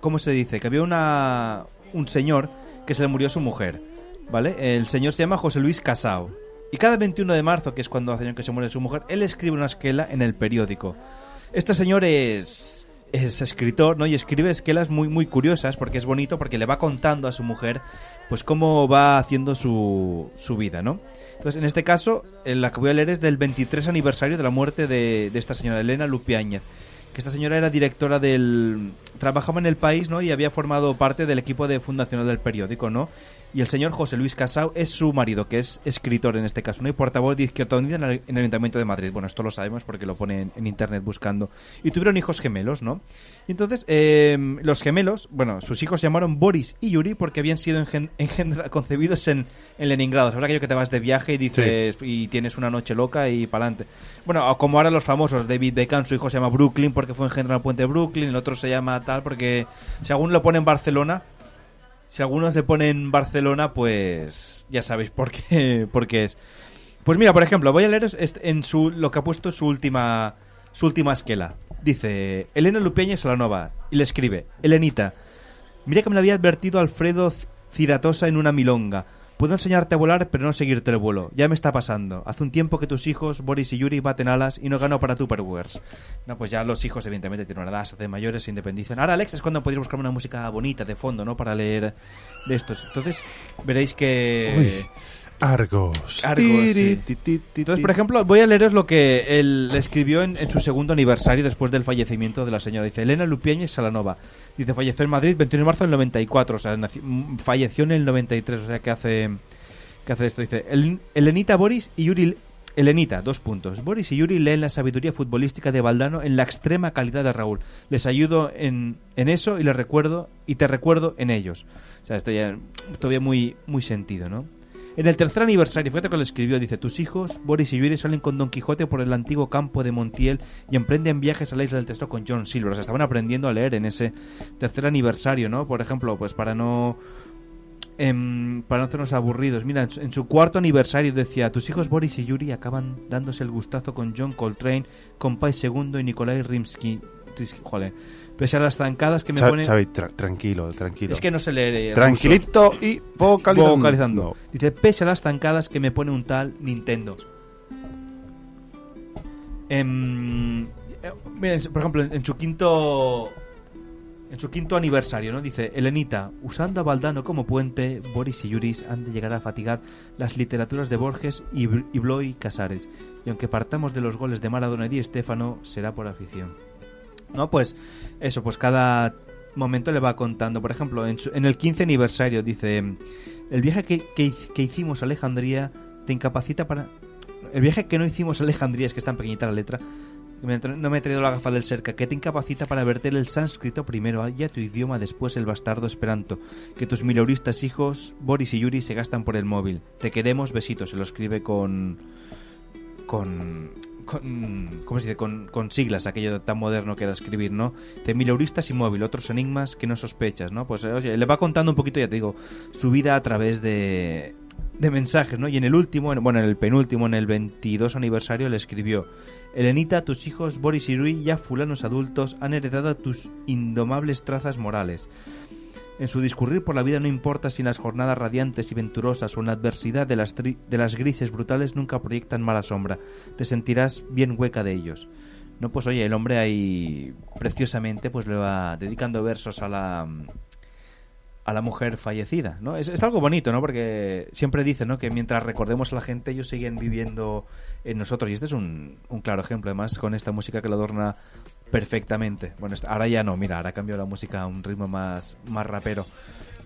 ¿Cómo se dice? Que había una, un señor que se le murió su mujer, ¿vale? El señor se llama José Luis Casao. Y cada 21 de marzo, que es cuando hace año que se muere su mujer, él escribe una esquela en el periódico. Este señor es, es escritor, ¿no? Y escribe esquelas muy, muy curiosas porque es bonito, porque le va contando a su mujer, pues cómo va haciendo su, su vida, ¿no? Entonces, en este caso, eh, la que voy a leer es del 23 aniversario de la muerte de, de esta señora, Elena Lupiáñez. Que esta señora era directora del. Trabajaba en el país, ¿no? Y había formado parte del equipo de fundacional del periódico, ¿no? Y el señor José Luis Casau es su marido, que es escritor en este caso, ¿no? Y portavoz de Izquierda Unida en el, en el Ayuntamiento de Madrid. Bueno, esto lo sabemos porque lo pone en, en internet buscando. Y tuvieron hijos gemelos, ¿no? Y entonces, eh, los gemelos, bueno, sus hijos se llamaron Boris y Yuri porque habían sido engen- engendra- concebidos en, en Leningrado. ¿Sabes aquello que te vas de viaje y dices, y tienes una noche loca y pa'lante? Bueno, o como ahora los famosos, David Beckham, su hijo se llama Brooklyn porque fue engendrado en el puente de Brooklyn, el otro se llama tal porque, según lo pone en Barcelona, si algunos le ponen Barcelona, pues ya sabéis por qué, por qué es. Pues mira, por ejemplo, voy a leer en su, lo que ha puesto su última, su última esquela. Dice, Elena Lupeña Salanova, y le escribe, Elenita, mira que me lo había advertido Alfredo C- Ciratosa en una milonga. Puedo enseñarte a volar, pero no seguirte el vuelo. Ya me está pasando. Hace un tiempo que tus hijos, Boris y Yuri, baten alas y no gano para tu perwers. No, pues ya los hijos, evidentemente, tienen una edad, se hacen mayores, se independizan. Ahora, Alex, es cuando podéis buscar una música bonita de fondo, ¿no? Para leer de estos. Entonces, veréis que...
Uy. Argos.
Argos, sí.
Ti, ti, ti, ti,
Entonces,
ti.
por ejemplo, voy a leeros lo que él escribió en, en su segundo aniversario después del fallecimiento de la señora. Dice, Elena Lupiáñez Salanova. Dice, falleció en Madrid 21 de marzo del 94. O sea, naci- mm, falleció en el 93. O sea, que hace, que hace esto. Dice, "El- Elenita Boris y Yuri... Elenita, dos puntos. Boris y Yuri leen la sabiduría futbolística de Valdano en la extrema calidad de Raúl. Les ayudo en, en eso y les recuerdo y te recuerdo en ellos. O sea, esto ya todavía muy, muy sentido, ¿no? En el tercer aniversario, fíjate que lo escribió, dice, tus hijos, Boris y Yuri, salen con Don Quijote por el antiguo campo de Montiel y emprenden viajes a la isla del Tesoro con John Silver. O sea, estaban aprendiendo a leer en ese tercer aniversario, ¿no? Por ejemplo, pues para no... em, para no hacernos aburridos. Mira, en su, en su cuarto aniversario decía, tus hijos Boris y Yuri acaban dándose el gustazo con John Coltrane, con Pai II y Nikolai Rimsky. Rimsky- Joder. Pese a las zancadas que me
Cha-
pone...
Xavi, tra- tranquilo, tranquilo.
Es que no se lee. eh,
Tranquilito y vocalizando.
Vocalizando. Dice, pese a las tancadas que me pone un tal Nintendo. Em, eh, mira, en su- por ejemplo, en, en su quinto... En su quinto aniversario, ¿no? Dice, Elenita, usando a Valdano como puente, Boris y Yuris han de llegar a fatigar las literaturas de Borges y, Bl- y Bloy Casares. Y aunque partamos de los goles de Maradona y Di Stéfano, será por afición. No, pues eso, pues cada momento le va contando. Por ejemplo, en, su- en el 15 aniversario dice, el viaje que, que hi- que hicimos a Alejandría te incapacita para... El viaje que no hicimos a Alejandría, es que es tan pequeñita la letra, que me tra- no me he traído la gafa del cerca, que te incapacita para verter el sánscrito primero, ah, ya tu idioma, después el bastardo esperanto, que tus mileuristas hijos, Boris y Yuri, se gastan por el móvil. Te queremos, besitos, se lo escribe con... con con, ¿cómo se dice? Con, con siglas, aquello tan moderno que era escribir, ¿no? De mileuristas y móvil, otros enigmas que no sospechas, ¿no? Pues eh, oye, le va contando un poquito, ya te digo, su vida a través de, de mensajes, ¿no? Y en el último, en- bueno, en el penúltimo, en el 22 aniversario, le escribió, Elenita, tus hijos Boris y Rui, ya fulanos adultos, han heredado tus indomables trazas morales. En su discurrir por la vida no importa si en las jornadas radiantes y venturosas o en la adversidad de las, tri- de las grises brutales nunca proyectan mala sombra. Te sentirás bien hueca de ellos. No, pues oye, el hombre ahí preciosamente pues le va dedicando versos a la a la mujer fallecida, ¿no? Es, es algo bonito, ¿no? Porque siempre dicen, ¿no? Que mientras recordemos a la gente, ellos siguen viviendo en nosotros. Y este es un, un claro ejemplo, además, con esta música que lo adorna perfectamente. Bueno, esta- ahora ya no, mira, ahora cambió la música a un ritmo más, más rapero.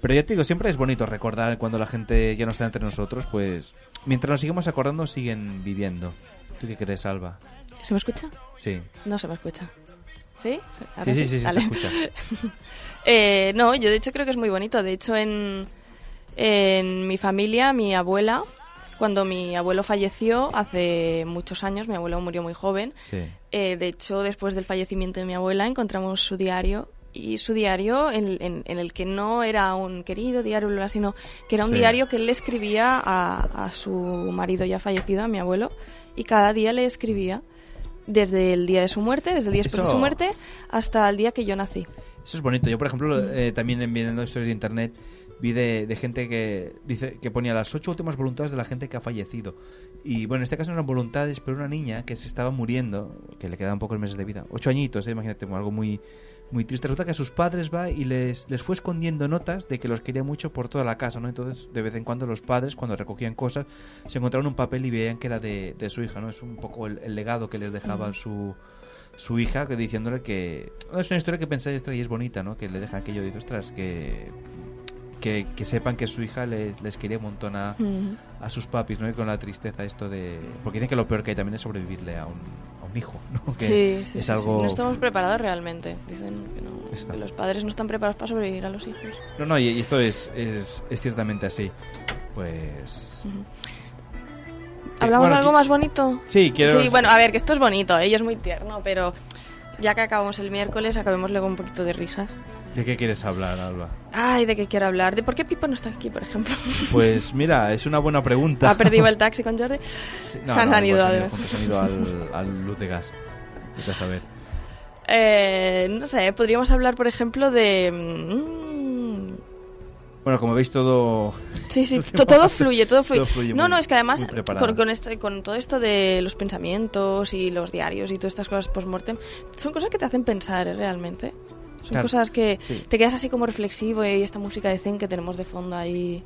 Pero ya te digo, siempre es bonito recordar cuando la gente ya no está entre nosotros, pues mientras nos sigamos acordando, siguen viviendo. ¿Tú qué crees, Alba?
¿Se me escucha?
Sí.
No se me escucha. ¿Sí? Ahora
Sí, sí, sí, sí, te
Vale.
escucha.
Eh, no, yo de hecho creo que es muy bonito. De hecho, en, en mi familia, mi abuela, cuando mi abuelo falleció hace muchos años, mi abuelo murió muy joven.
Sí.
eh, de hecho, después del fallecimiento de mi abuela, encontramos su diario. Y su diario, en, en- en el que no era un querido diario, bla, bla, sino que era un
Sí.
diario que él le escribía a, a su marido ya fallecido, a mi abuelo, y cada día le escribía desde el día de su muerte, desde el día después de su
Eso-
muerte, hasta el día que yo nací.
Eso es bonito. Yo, por ejemplo, eh, también viendo historias de internet, vi de, de gente que dice que ponía las ocho últimas voluntades de la gente que ha fallecido. Y bueno, en este caso no eran voluntades, pero una niña que se estaba muriendo, que le quedaban pocos meses de vida, ocho añitos, eh, imagínate, como algo muy, muy triste. Resulta que a sus padres va y les, les fue escondiendo notas de que los quería mucho por toda la casa, ¿no? Entonces, de vez en cuando los padres, cuando recogían cosas, se encontraron un papel y veían que era de, de su hija, ¿no? Es un poco el, el legado que les dejaba
Mm.
Ujú.
su su hija que diciéndole que es una historia que pensáis ostras, y es bonita no que le dejan que yo dice ostras que que, que sepan que su hija les, les quería un montón a,
Ujú.
a sus papis no y con la tristeza esto de porque dicen que lo peor que hay también es sobrevivirle a un, a un hijo no que
Sí, sí,
es
sí,
algo
sí. No estamos preparados realmente. Dicen que no.
Está.
que los padres no están preparados para sobrevivir a los hijos.
no no y, y esto es, es es ciertamente así pues
¿Hablamos
bueno,
de algo
qui-
más bonito?
Sí, quiero-
Sí, bueno, a ver, que esto es bonito, ¿eh? y es muy tierno, pero ya que acabamos el miércoles, acabemos luego un poquito de risas.
de qué quieres hablar Alba
Ay, ¿de qué quiero hablar? ¿De por qué Pipo no está aquí, por ejemplo?
pues mira es una buena pregunta
ha perdido el taxi con Jordi.
Sí, no,
se han
no,
ido,
pues
además.
juntos, se han ido al, al luz de gas Vete a saber
Eh, no sé, podríamos hablar, por ejemplo, de... mm,
Bueno, como veis todo...
Sí, sí,
todo,
to- todo fluye, todo fluye. no,
muy-
no, es que además
muy preparado.
con, con, este- con todo esto de los pensamientos y los diarios y todas estas cosas post-mortem, son cosas que te hacen pensar ¿eh? realmente. Son
Claro,
cosas que
sí.
te quedas así como reflexivo ¿eh? y esta música de Zen que tenemos de fondo ahí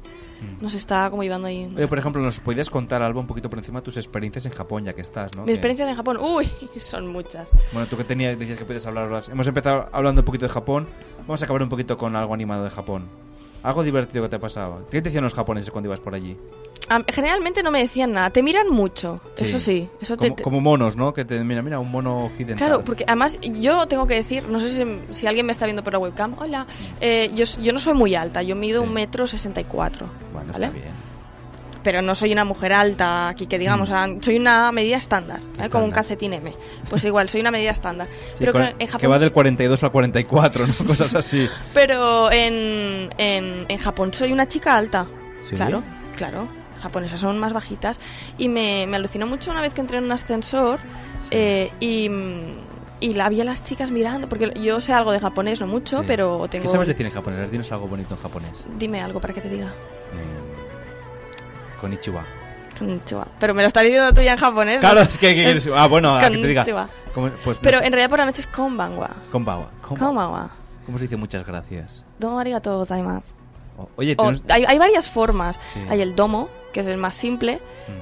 nos está como llevando ahí.
Mm. Oye, por ejemplo, ¿nos podías contar algo un poquito por encima tus experiencias en Japón, ya que estás, no?
Mi
Que-
experiencia en Japón, uy, son muchas.
Bueno, tú que tenías, decías que podías hablar ahora. Hemos empezado hablando un poquito de Japón. Vamos a acabar un poquito con algo animado de Japón. Algo divertido que te ha pasado. ¿Qué te decían los japoneses cuando ibas por allí?
Am- generalmente no me decían nada, te miran mucho, eso sí. Eso te-
como,
te-
como monos, ¿no? Que te mira, mira, un mono occidental.
Claro, porque además yo tengo que decir, no sé si, si alguien me está viendo por la webcam, hola, eh, yo, s- yo no soy muy alta, yo mido un metro sesenta y cuatro,
Bueno,
¿vale?
está bien.
Pero no soy una mujer alta aquí, que digamos, ah, soy una medida estándar, ¿eh? como un
Mm. Estándar.
calcetín M. Pues igual, soy una medida estándar.
Sí,
pero
con-
con- en
Que va
Japón,
del 42 al 44, ¿no? Cosas así.
pero en, en- en Japón soy una chica alta,
Sí.
claro, claro. Japonesas son más bajitas y me, me alucinó mucho una vez que entré en un ascensor eh, y, mm, y la vi a las chicas mirando, porque yo sé algo de japonés, no mucho,
Sí.
pero tengo...
¿Qué sabes decir en japonés? Dinos algo bonito en japonés.
Dime algo para que te diga.
Con Ichiwa.
Konnichiwa. Pero me lo estás diciendo tú ya en japonés.
Claro,
¿no?
es que, que-
Es-
ah, bueno, a que te diga.
Konnichiwa.
¿Cómo- pues no
Pero
sé.
en realidad por la noche es konbanwa.
Konbawa. Konbawa.
Konbanwa.
¿Cómo se dice muchas gracias?
Domo arigatou gozaimasu.
O- Oye,
O-
tenemos-
hay, hay varias formas.
Sí. Mm.
Hay el domo, que es el más simple.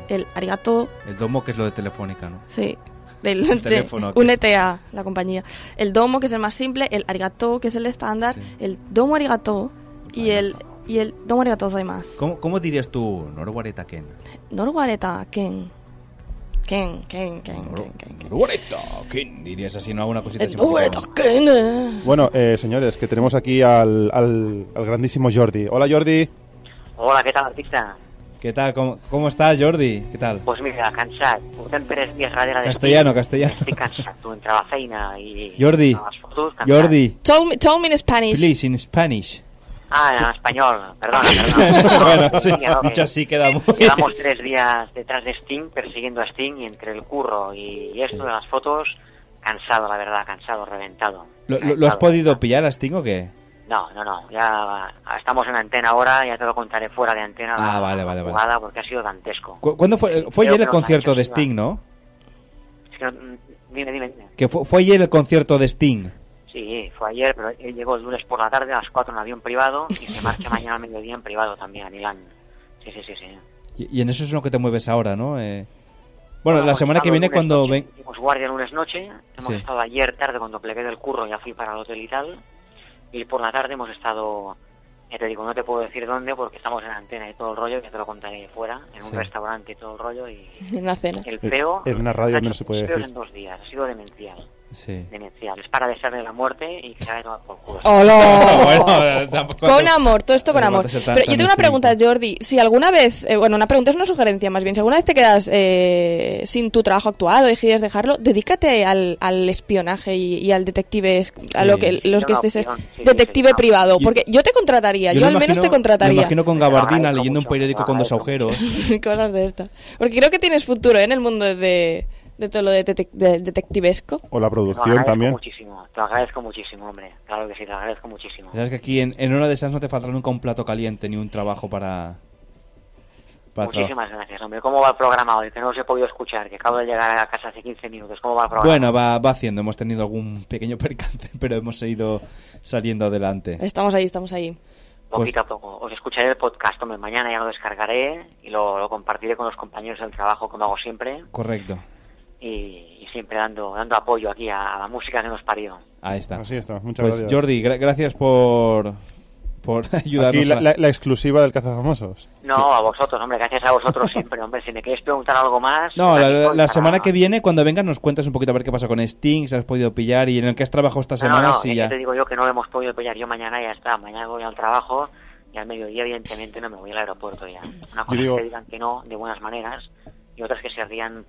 El arigato,
el domo que es lo de Telefónica, ¿no?
sí.
El
Del, de-
teléfono, que-
únete a la compañía. El domo, que es el más simple. El arigato, que es el estándar. El domo arigato. Y el, y el domo arigato gozaimasu.
¿Cómo, cómo dirías tú Norwareta Ken?
Norwareta, ken. Ken, ken, ken.
Norwareta Ken. Dirías así, ¿no? Alguna cosita
El
así. un poco-
Norwareta ken. eh.
Bueno, eh, señores, que tenemos aquí al, al- al grandísimo Jordi. Hola, Jordi.
Hola, què tal, artista?
¿Qué tal? ¿Cómo, cómo estás, Jordi? ¿Qué tal?
Pues mira, cansat. Portem tres dies darrere de...
Castellano, castellano.
Estic cansat, tu, entre la feina i...
Jordi.
Les fotos, cansat.
Jordi,
Tell me, tell me in Spanish.
please, in Spanish.
Ah, en espanyol, perdona, perdona.
bueno, sí,
Venga, ok.
dicho así queda muy...
Llevamos tres días detrás de Sting, persiguiendo a Sting, y entre el curro y esto de las fotos, cansado, la verdad, cansado, reventado.
¿Lo, lo- lo has podido pillar, Asting, o qué?
No, no, no, ya estamos en antena ahora, ya te lo contaré fuera de antena
Ah,
la-
vale,
la
vale, vale.
jugada, porque ha sido dantesco.
¿Cu- ¿Cuándo fue? Fue
Creo
ayer
que
el
nos han
concierto
hecho
de
ayudar.
Sting, ¿no?
Es que no- mm, dime, dime, dime.
Que fue, fue ayer el concierto de Sting.
Sí, fue ayer, pero él llegó el lunes por la tarde a las 4 en avión privado y se marcha mañana al mediodía en privado también a Milán. Sí, sí, sí, sí.
Y, y en eso es en lo que te mueves ahora, ¿no? Eh, Bueno,
pues
la semana que viene cuando ven...
Hicimos guardia el lunes noche, hemos
Sí.
estado ayer tarde cuando plegué del curro, ya fui para el hotel y tal, y por la tarde hemos estado, ya te digo, no te puedo decir dónde porque estamos en antena y todo el rollo, que te lo contaré fuera, en
Sí.
un restaurante y todo el rollo, y
En la cena.
el feo...
En una radio
Nacho,
no se puede
el feo es en
decir.
dos días, ha sido demencial,
Sí.
demencial, es para desearle la muerte y que se haya tomado por culo.
Bueno, tampoco-
Con amor, todo esto con
tampoco
amor.
hace
Pero
ser tan-
yo
tan
tengo una pregunta, Jordi. Si alguna vez, eh, bueno, una pregunta es una sugerencia más bien. Si alguna vez te quedas eh, sin tu trabajo actual o decides dejarlo, dedícate al, al espionaje y, y al detective, a lo que los que
Es una
estés
opción, sí,
detective
sí, sí,
privado.
Y-
Porque yo te contrataría, yo,
me
al menos
imagino-
te
Me
contrataría.
imagino con gabardina leyendo un periódico con dos agujeros.
Cosas de estas. Porque creo que tienes futuro ¿eh? en el mundo de, de todo lo de detec- de detectivesco.
O la
Te lo
producción
agradezco
también.
Muchísimo, te lo agradezco muchísimo, hombre. Claro que sí, te lo agradezco muchísimo.
Pues Sabes que aquí en, en Hora de Sans no te faltará nunca un plato caliente ni un trabajo para... para trabajar.
Muchísimas gracias, hombre. ¿Cómo va el programa hoy? Que no os he podido escuchar, que acabo de llegar a casa hace 15 minutos. ¿Cómo va el programa?
Bueno, va, va haciendo. Hemos tenido algún pequeño percance, pero hemos ido saliendo adelante.
Estamos ahí, estamos ahí.
Poquito
Pues
a poco. Os escucharé el podcast, hombre. Mañana ya lo descargaré y lo, lo compartiré con los compañeros del trabajo, como hago siempre.
Correcto.
Y, y siempre dando dando apoyo aquí a, a la música que nos parió.
Ahí está.
Así está. Muchas
Pues
gracias.
Jordi, gra- gracias por, por ayudarnos.
Aquí la,
a-
la- la exclusiva del Cazafamosos.
No, a vosotros, hombre. Gracias a vosotros siempre, hombre. Si me queréis preguntar algo más...
No, la, la- la semana que viene, cuando vengas, nos cuentas un poquito a ver qué pasó con Sting, si has podido pillar y en el que has trabajado esta
No, no,
semana.
no,
si
es que
ya...
te digo yo que no lo hemos podido pillar. Yo mañana ya está, mañana voy al trabajo y al mediodía, evidentemente, no me voy al aeropuerto ya. Una cosa
digo-
es que digan que no de buenas maneras y otras que se rían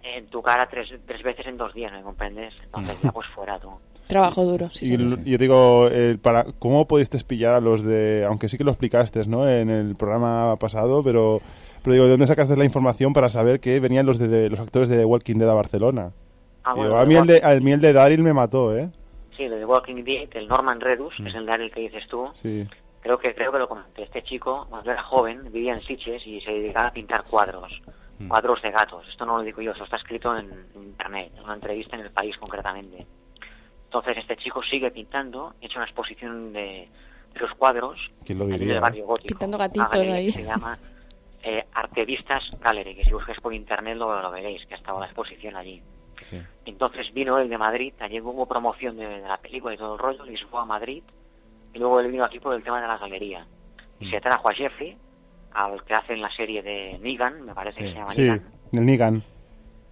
en tu cara tres, tres veces en dos días, ¿me comprendes? Entonces ya pues fuera tú.
Trabajo duro. sí,
Y
sí.
l- yo digo, eh, para, ¿cómo pudiste pillar a los de... Aunque sí que lo explicaste, ¿no? En el programa pasado, pero... Pero digo, ¿de dónde sacaste la información para saber que venían los de, de- los actores de Walking Dead a Barcelona?
Ah,
Digo,
bueno,
a,
lo
mí
de
el de, a mí el de Daryl me mató, ¿eh?
Walk- Sí, lo de Walking Dead, el Norman Redus,
Mm.
que es el Daryl que dices tú,
Sí.
creo que creo que lo comenté. Este chico, cuando era joven, vivía en Sitges y se dedicaba a pintar cuadros, cuadros de gatos. Esto no lo digo yo, eso está escrito en internet, en una entrevista en El País concretamente. Entonces este chico sigue pintando, ha hecho una exposición de, de sus cuadros
¿Quién lo
allí en
diría?
el barrio gótico.
Pintando
Una
gatitos
galería
ahí.
que Se llama eh, Artevistas Gallery, que si buscáis por internet lo, lo veréis, que ha estado la exposición allí.
Sí.
Entonces vino él de Madrid, allí hubo promoción de, de la película y todo el rollo, y se fue a Madrid, y luego él vino aquí por el tema de la galería.
Mm.
Y se trajo a Jeffrey, al que hace en la serie de Negan, me parece que se llama
Sí, Mm.
Negan.
el Negan.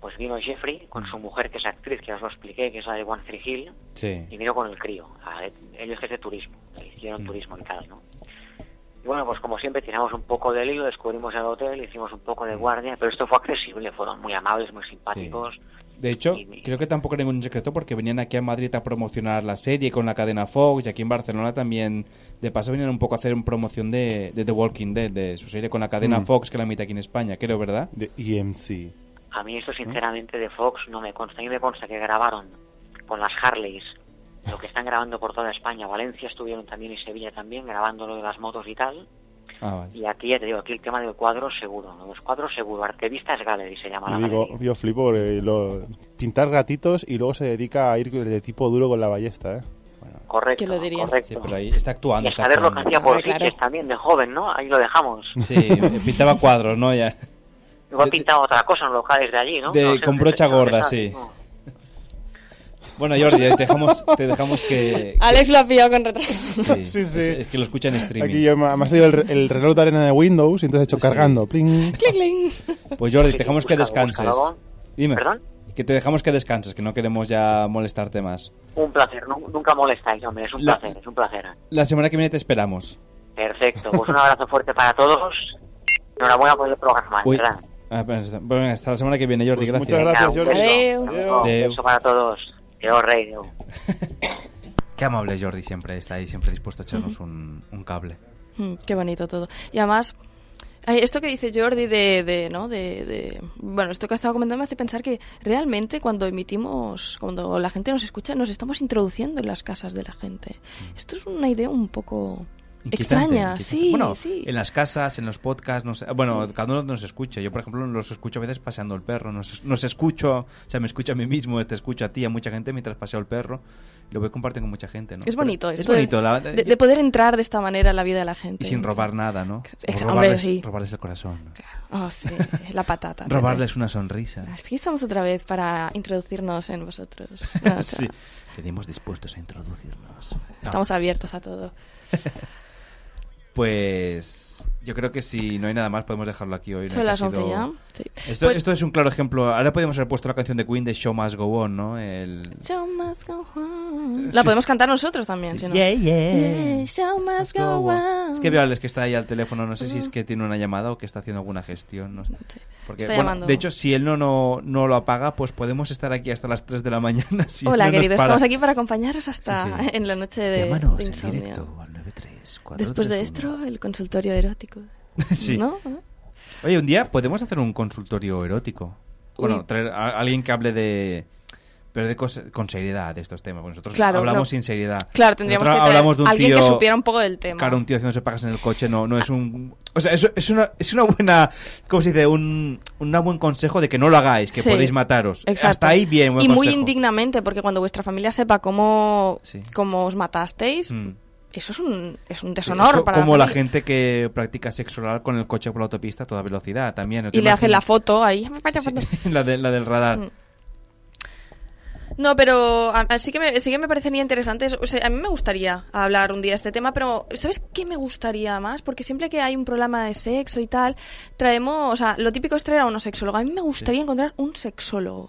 Pues vino Jeffrey con su mujer, que es actriz, que ya os lo expliqué, que es la de One Tree Hill,
Sí.
y vino con el crío. A- ellos que es de turismo, le hicieron turismo y tal, ¿no? Y bueno, pues como siempre tiramos un poco del hilo, descubrimos el hotel, hicimos un poco de guardia, pero esto fue accesible, fueron muy amables, muy simpáticos.
De hecho, creo que tampoco era ningún secreto porque venían aquí a Madrid a promocionar la serie con la cadena Fox y aquí en Barcelona también, de paso, venían un poco a hacer un promoción de, de The Walking Dead, de su serie con la cadena
Mm.
Fox que la emite aquí en España, creo, ¿verdad?
De E EMC.
A mí esto sinceramente de Fox no me consta. A mí me consta que grabaron con las Harleys lo que están grabando por toda España. Valencia estuvieron también y Sevilla también grabando lo de las motos y tal.
Ah, vale.
Y aquí ya te digo, aquí el tema del cuadro seguro. ¿no? Los cuadros seguro. Artevistas Gallery se llama
Yo
la
digo,
galería.
yo flipo porque lo- pintar gatitos y luego se dedica a ir de tipo duro con la ballesta, ¿eh?
Correcto.
¿Quién lo diría?
correcto.
Sí, pero ahí está actuando.
y a
está
saber lo que
actuando.
hacía por Sitges también de joven, ¿no? Ahí lo dejamos.
Sí, eh, pintaba cuadros, ¿no? Ya.
Igual pintaba otra cosa en los locales de allí, ¿no?
De-
No sé,
con brocha
no sé,
gorda,
no
sí.
sé, no.
Bueno, Jordi, eh, te dejamos, te dejamos que...
Alex lo ha pillado con retraso.
Sí, sí.
Es, es que lo escuchan en streaming.
Aquí yo, me ha me ha salido el, re- el reloj de arena de Windows y entonces he hecho cargando. Pling.
Pues Jordi, te dejamos que descanses.
buscador.
Dime.
¿Perdón?
Que te dejamos que descanses, que no queremos ya molestarte más.
Un placer. nu- Nunca molestáis, hombre. Es un
La-
placer, es un placer.
La semana que viene te esperamos.
Perfecto, pues un abrazo fuerte para todos. Enhorabuena por el programa,
Uy.
¿verdad?
Ah, pues, Venga, hasta la semana que viene, Jordi.
Pues
gracias.
muchas gracias,
Venga, un
Jordi.
beso.
Adeu.
Un beso para todos. Yo, rey. adeu.
Qué amable Jordi siempre está ahí, siempre dispuesto a echarnos un, un cable.
Mm, qué bonito todo. Y además, ay, esto que dice Jordi de, de ¿no? De, de- bueno, esto que ha estado comentando me hace pensar que realmente cuando emitimos, cuando la gente nos escucha, nos estamos introduciendo en las casas de la gente. Esto es una idea un poco
Mm. Inquietante,
Extraña,
inquietante.
sí,
Bueno,
sí.
en las casas, en los podcasts, no sé- bueno, cada uno nos escucha. Yo, por ejemplo, los escucho a veces paseando el perro. Nos, nos escucho, o sea, me escucho a mí mismo, te escucho a ti, a mucha gente mientras paseo el perro. Lo voy compartiendo con mucha gente, ¿no?
Es bonito
Pero Es
esto de-
bonito. la-
de, de poder entrar de esta manera en la vida de la gente.
y sin robar nada, ¿no?
Ex-
O
hombre,
robarles,
sí.
robarles el corazón. ¿no?
Oh, sí, la patata.
Robarles una sonrisa.
Aquí estamos otra vez para introducirnos en vosotros. No,
sí. Venimos dispuestos a introducirnos.
Estamos abiertos a todo.
Pues yo creo que si no hay nada más podemos dejarlo aquí hoy. ¿no?
Son
Que ha
las 11 ya, sí.
Esto,
Pues-
esto es un claro ejemplo. Ahora podemos haber puesto la canción de Queen de Show Must Go On, ¿no? El...
Show must go on.
Eh, Sí.
La podemos cantar nosotros también, si no.
Yeah, yeah.
show must go
Go on.
on.
Es que veo a Alex que está ahí al teléfono. No sé si es que tiene una llamada o que está haciendo alguna gestión. No sé. Porque,
Está
bueno,
llamando.
de hecho, si él no, no, no lo apaga, pues podemos estar aquí hasta las 3 de la mañana. si
Hola,
no nos
querido.
para.
Estamos aquí para acompañaros hasta
Sí, sí.
en la noche de,
Llámanos
de
en
insomnio.
directo al 93431.
Después de esto, el consultorio erótico.
Sí.
¿No?
Oye, un día podemos hacer un consultorio erótico. Bueno,
Uy.
traer a alguien que hable de. Pero de cosas, con seriedad de estos temas. Porque Nosotros
Claro,
hablamos
no.
sin seriedad.
Claro, tendríamos
Nosotros
que traer
hablamos de un
alguien que
tío-
supiera un poco del tema.
Claro, un tío haciéndose pajas en el coche no, no es un. O sea, eso es, una, es una buena. ¿Cómo se dice? Un una buen consejo de que no lo hagáis, que
Sí.
podéis mataros.
Exacto.
Hasta ahí bien, buen
y muy
consejo.
indignamente, porque cuando vuestra familia sepa cómo,
Sí.
cómo os matasteis,
Mm.
eso es un, es un
Sí,
deshonor
es co-
para
como la
familia.
gente que practica sexo oral con el coche por la autopista a toda velocidad también. ¿no te
Y le hacen la
imaginas?
foto ahí.
la, de- la del radar.
Mm. No, pero a- a- sí que me, sí que me parecería interesante. O sea, a mí me gustaría hablar un día este tema, pero ¿sabes qué me gustaría más? Porque siempre que hay un programa de sexo y tal, traemos. O sea, lo típico es traer a unos sexólogos. A mí me gustaría encontrar un sexólogo.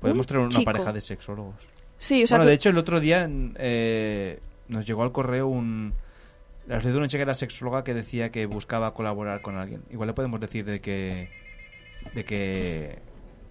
Podemos
Un
traer una
chico.
pareja de sexólogos.
Sí, o sea
Bueno, de
que-
hecho, el otro día eh, nos llegó al correo un. La de una chica que era sexóloga que decía que buscaba colaborar con alguien. Igual le podemos decir de que. de que.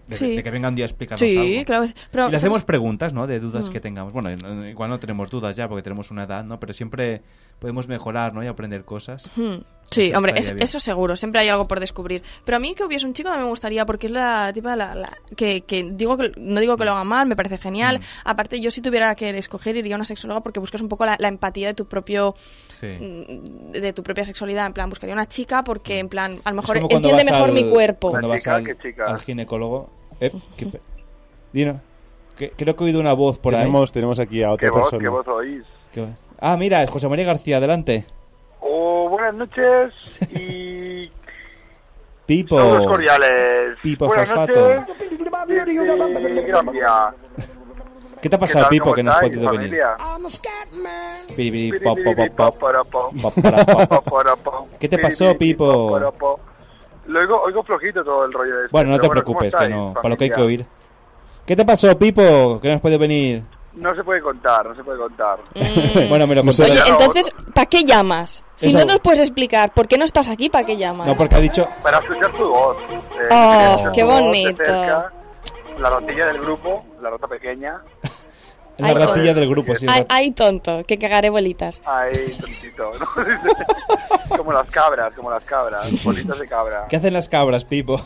de,
Sí.
de que venga un día a explicarnos
Sí,
algo.
claro que sí. Pero-
y le hacemos preguntas, ¿no? De dudas
Mm.
que tengamos. Bueno, en- igual no tenemos dudas ya porque tenemos una edad, ¿no? Pero siempre podemos mejorar, ¿no? Y aprender cosas.
Hmm, Sí,
Eso
hombre,
estaría
es-
bien.
eso seguro, siempre hay algo por descubrir. Pero a mí que hubiese un chico también me gustaría, porque es la tipa la, la- que, que digo que no digo que lo haga mal, me parece genial.
Hmm.
Aparte, yo si tuviera que escoger iría a una sexóloga porque buscas un poco la, la empatía de tu propio
Sí.
mm, de tu propia sexualidad, en plan buscaría una chica porque en plan a lo
Hmm. Es
mejor
como cuando
entiende
vas
mejor
al-
mi cuerpo.
Cuando vas al, al ginecólogo. Eh, qué pe- Dino, que- creo que he oído una voz por ahí.
tenemos, tenemos aquí a otra persona.
oís?
¿Qué va? Ah, mira, José María García, adelante.
Oh, buenas noches y
Pipo.
todos cordiales.
Pipo
buenas
Fosfato.
noches. desde Granvia.
¿Qué te ha
¿Qué
pasado,
tal,
Pipo,
cómo
que no has
estáis,
podido venir?
familia?
Piripiri, pop, pop, pop, pop. Pop, para, pop. ¿Qué te pasó, Pipo?
Lo oigo, oigo flojito todo el rollo de esto,
Bueno, no te
este, pero ¿cómo
preocupes, que
estáis,
no, para lo que hay que
familia?
oír. ¿Qué te pasó, Pipo, que no has podido venir?
No se puede contar, no se puede contar.
Mm.
Bueno, me lo contarás.
Eh, Oye, entonces, ¿para qué llamas? Si
Eso-
no nos puedes explicar por qué no estás aquí, ¿para qué llamas?
No, porque ha dicho...
Para escuchar tu voz. eh,
Oh,
escuchar tu
qué
voz de
bonito.
cerca, la rotilla del grupo, la rota pequeña.
Es la
Ay,
ratilla
con-
del grupo, sí. es
Ay,
verdad.
ay, tonto, que cagaré bolitas.
Ay, tontito. ¿no? como las cabras, como las cabras. Bolitas de cabra.
¿Qué hacen las cabras, Pipo?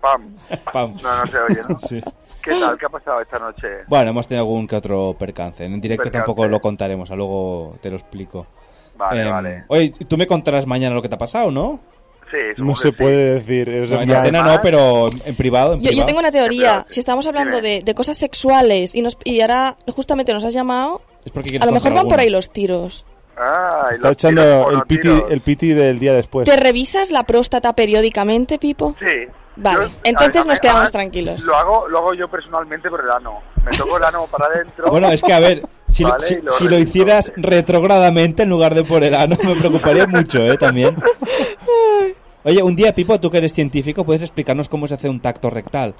Pam.
Pam.
No, no se oye, ¿no?
Sí.
¿Qué tal? ¿Qué ha pasado esta noche?
Bueno, hemos tenido algún que otro percance. En directo
Percance.
tampoco lo contaremos, a luego te lo explico.
Vale,
Em,
vale.
Oye, tú me contarás mañana lo que te ha pasado, ¿no?
Sí,
No
se
puede decir.
sea,
en
ya-
antena no, pero en- en privado. en
Yo, yo
privado.
tengo una teoría. Si estamos hablando de, de cosas sexuales y, nos, y ahora justamente nos has llamado,
Es porque
a
quieres
lo mejor
contar
van por
alguna.
ahí los tiros.
Está echando el piti, el piti del día después.
¿Te revisas la próstata periódicamente, Pipo?
Sí.
Vale,
Yo-
entonces
a ver,
nos
a ver,
quedamos
ahora
tranquilos.
Lo hago, lo hago yo personalmente por el ano. Me toco el ano para adentro.
Bueno, es que a ver, si, lo-
Vale,
si-
y lo
si lo hicieras retrogradamente en lugar de por el ano, me preocuparía mucho, ¿eh? También. Oye, un día, Pipo, tú que eres científico, puedes explicarnos cómo se hace un tacto rectal.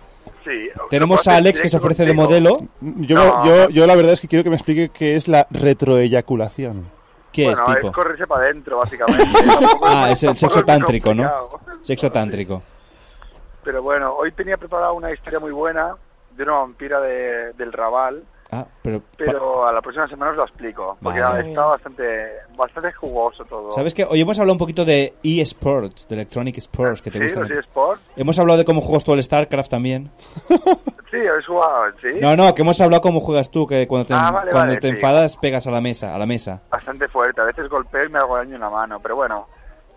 Sí.
Tenemos a Alex que se ofrece de modelo.
Mm, Yo, yo, yo la verdad es que quiero que me explique qué es la retroeyaculación.
¿Qué
bueno,
es, Pipo?
correrse para adentro, básicamente.
Ah, es el sexo
tampoco es muy
tántrico, ¿no?
complicado.
Sexo tántrico.
Pero bueno, hoy tenía preparada una historia muy buena de una vampira de- del Raval,
Ah, pero... pa-
pero a la próxima semana os la explico, porque
Vale.
está bastante, bastante jugoso todo.
¿Sabes qué? Hoy hemos hablado un poquito de eSports, de Electronic Sports, que te
Sí,
gustan.
los eSports.
Hemos hablado de cómo juegas tú al StarCraft también.
Sí,
sí, habéis jugado, sí.
No, no, que hemos hablado cómo juegas tú, que cuando te,
Ah, vale,
cuando
vale, sí.
te
Ah,
enfadas pegas a la mesa, a la mesa.
Bastante fuerte, a veces golpeo y me hago daño en la mano, pero bueno,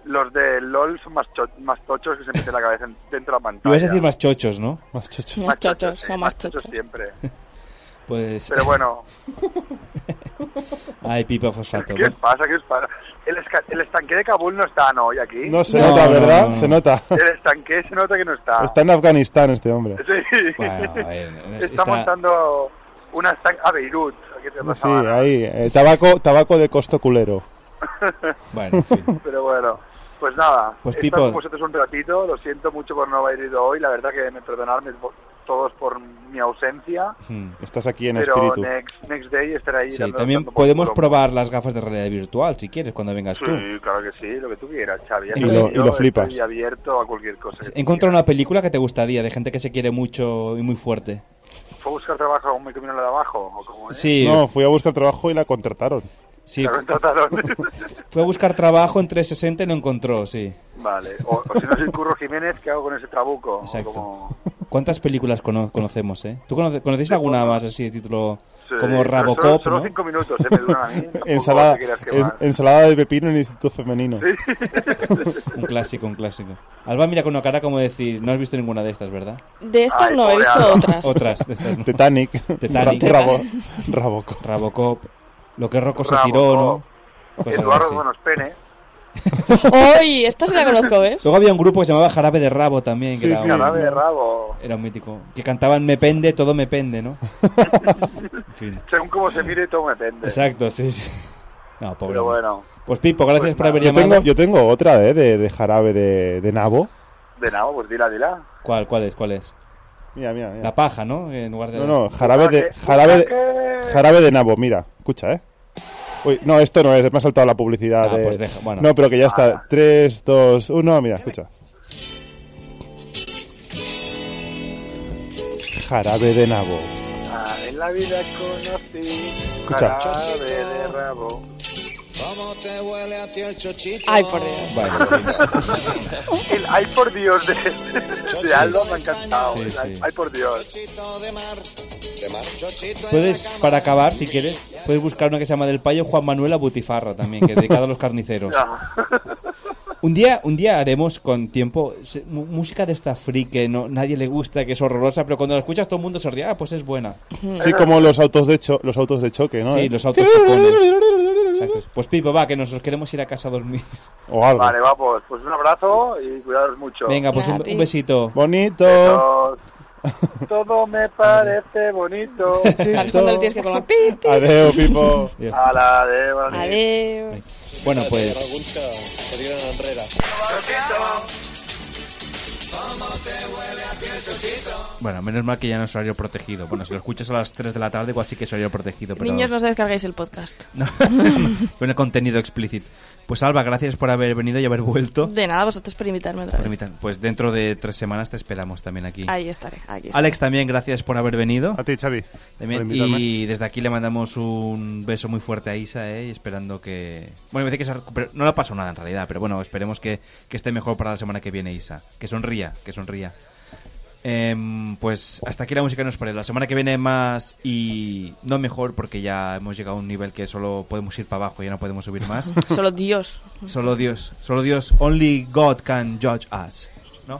los de LOL son más, cho- más tochos que se meten la cabeza en- dentro de la
Y vas
pantalla.
a decir más chochos, ¿no?
Más chochos.
Más chochos, sí, más chochos siempre.
Pues...
Pero bueno,
Ay, pipa fosfato.
¿qué os pasa? ¿Qué os pasa? El, esca- el estanque de Kabul no está, ¿no? Hoy aquí.
No se nota, ¿verdad? Se nota.
El estanque se nota que no está.
Está en Afganistán este hombre.
Sí.
Bueno, a
eh,
ver,
está,
está-
montando una estanque a Beirut. Aquí se
Sí,
pasaba.
ahí. eh, tabaco, tabaco de costo culero.
Bueno,
Pero bueno, pues nada.
Pues,
he
Pipo.
estado con vosotros un ratito. Lo siento mucho por no haber ido hoy. La verdad que me perdonadme vo- todos por mi ausencia.
Estás aquí en
pero
espíritu.
Next, next day estaré ahí.
Hmm. Sí,
dando-
también
dando por
podemos
culo.
probar las gafas de realidad virtual si quieres cuando vengas tú.
Sí, claro que sí, lo que tú quieras, Xavi. Ya
Y
sabes,
lo- y
yo
lo flipas.
Estoy abierto a cualquier cosa. que tú
Encuentra una película que te gustaría, de gente que se quiere mucho y muy fuerte.
quieras. ¿Fue a buscar trabajo aún me camino la de abajo? ¿O cómo es?
Sí.
No, fui a buscar trabajo y la contrataron.
Sí.
La contrataron.
Fue a buscar trabajo en 360 y lo encontró, sí.
vale. O, o si no soy Curro Jiménez, ¿qué hago con ese trabuco? O
Exacto.
como-
¿Cuántas películas cono- conocemos, eh? ¿Tú conoce- conocéis alguna más así de título
Sí,
como
pero solo-
Rabocop,
Solo
no?
cinco minutos, se me duran a mí. Tampoco
Ensalada,
te creas que
en-
más.
ensalada de pepino en el Instituto Femenino.
Un clásico, un clásico. Alba mira con una cara como decir, no has visto ninguna de estas, ¿verdad?
De estas no, he visto otras.
Otras. de estas, ¿no?
Titanic.
Titanic.
Ra- Rabo-
Rabocop. Lo que Rocco se
Rabocop.
tiró, ¿no? Cosas
Eduardo
así.
Buenos Pene.
¡Uy! Esta sí la conozco, ¿eh? ¿ves?
Luego había un grupo que se llamaba Jarabe de Rabo también. Que
Sí,
era,
sí,
un,
Jarabe de Rabo.
era un mítico. Que cantaban Me pende, todo me pende, ¿no? En fin.
Según cómo se mire, todo me pende.
Exacto, sí, sí. No, pobre.
Pero bueno.
Pues Pipo, gracias por haber
Yo
llamado.
tengo, yo tengo otra eh, de, de jarabe de, de nabo.
De nada, pues dila, dila.
¿Cuál, cuál es, cuál es?
Mira, mira, mira.
La paja, ¿no? En lugar de
No,
la-
no, jarabe de, jarabe de, jarabe de nabo, mira, escucha, ¿eh? Uy, no, esto no es, me ha saltado la publicidad.
Ah,
de-
pues deja, bueno.
No, pero que ya está. 3, 2, 1, mira, escucha. Jarabe de nabo.
Ah, en la vida conocí
Escucha.
jarabe de rabo.
Ay, por Dios.
El ay por Dios de, de Alba me ha encantado.
Sí,
El ay-
sí.
ay por Dios.
Puedes, para acabar, si quieres, puedes buscar una que se llama Del Payo Juan Manuel a Butifarra también, que es dedicada a los carniceros. Un día, un día haremos con tiempo se- mu- música de esta free que no, nadie le gusta, que es horrorosa, pero cuando la escuchas todo el mundo se ríe, ah, pues es buena.
Sí, como los autos de, cho los autos de choque, ¿no?
Sí,
¿Eh?
los autos chocones. Exacto. Pues Pipo, va, que nos os queremos ir a casa a dormir.
O algo.
Vale, vamos. Pues un abrazo y cuidaros mucho.
Venga, pues un, un besito.
Bonito.
Todo me parece bonito.
Al fondo le tienes que colgar.
Adeo, Pipo.
Hala, adeo, adeo.
Bueno, pues
Oh.
bueno, menos mal que ya no es horario protegido. Bueno, si lo escuchas a las 3 de la tarde, igual sí que es horario protegido. Pero...
Niños, no os descarguéis el podcast.
con el contenido explícito. Pues Alba, gracias por haber venido y haber vuelto.
De nada, vosotros por invitarme otra vez.
Permitan- Pues dentro de tres semanas te esperamos también aquí.
Ahí estaré, aquí estaré.
Alex, también gracias por haber venido.
A ti, Xavi.
También,
por invitarme.
y desde aquí le mandamos un beso muy fuerte a Isa, ¿eh? y esperando que... Bueno, me dice que se recupere- no le ha pasado nada en realidad, pero bueno, esperemos que, que esté mejor para la semana que viene Isa. Que sonría, que sonría. Em, pues hasta aquí la música que nos parece. La semana que viene más y no mejor porque ya hemos llegado a un nivel que solo podemos ir para abajo, ya no podemos subir más.
Solo Dios.
Solo Dios, solo Dios, only God can judge us, ¿no?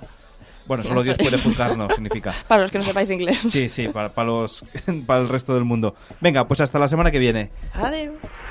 Bueno, solo Dios puede juzgarnos, significa.
Para los que no sepáis inglés.
Sí, sí, para, para los, para el resto del mundo. Venga, pues hasta la semana que viene.
Adiós.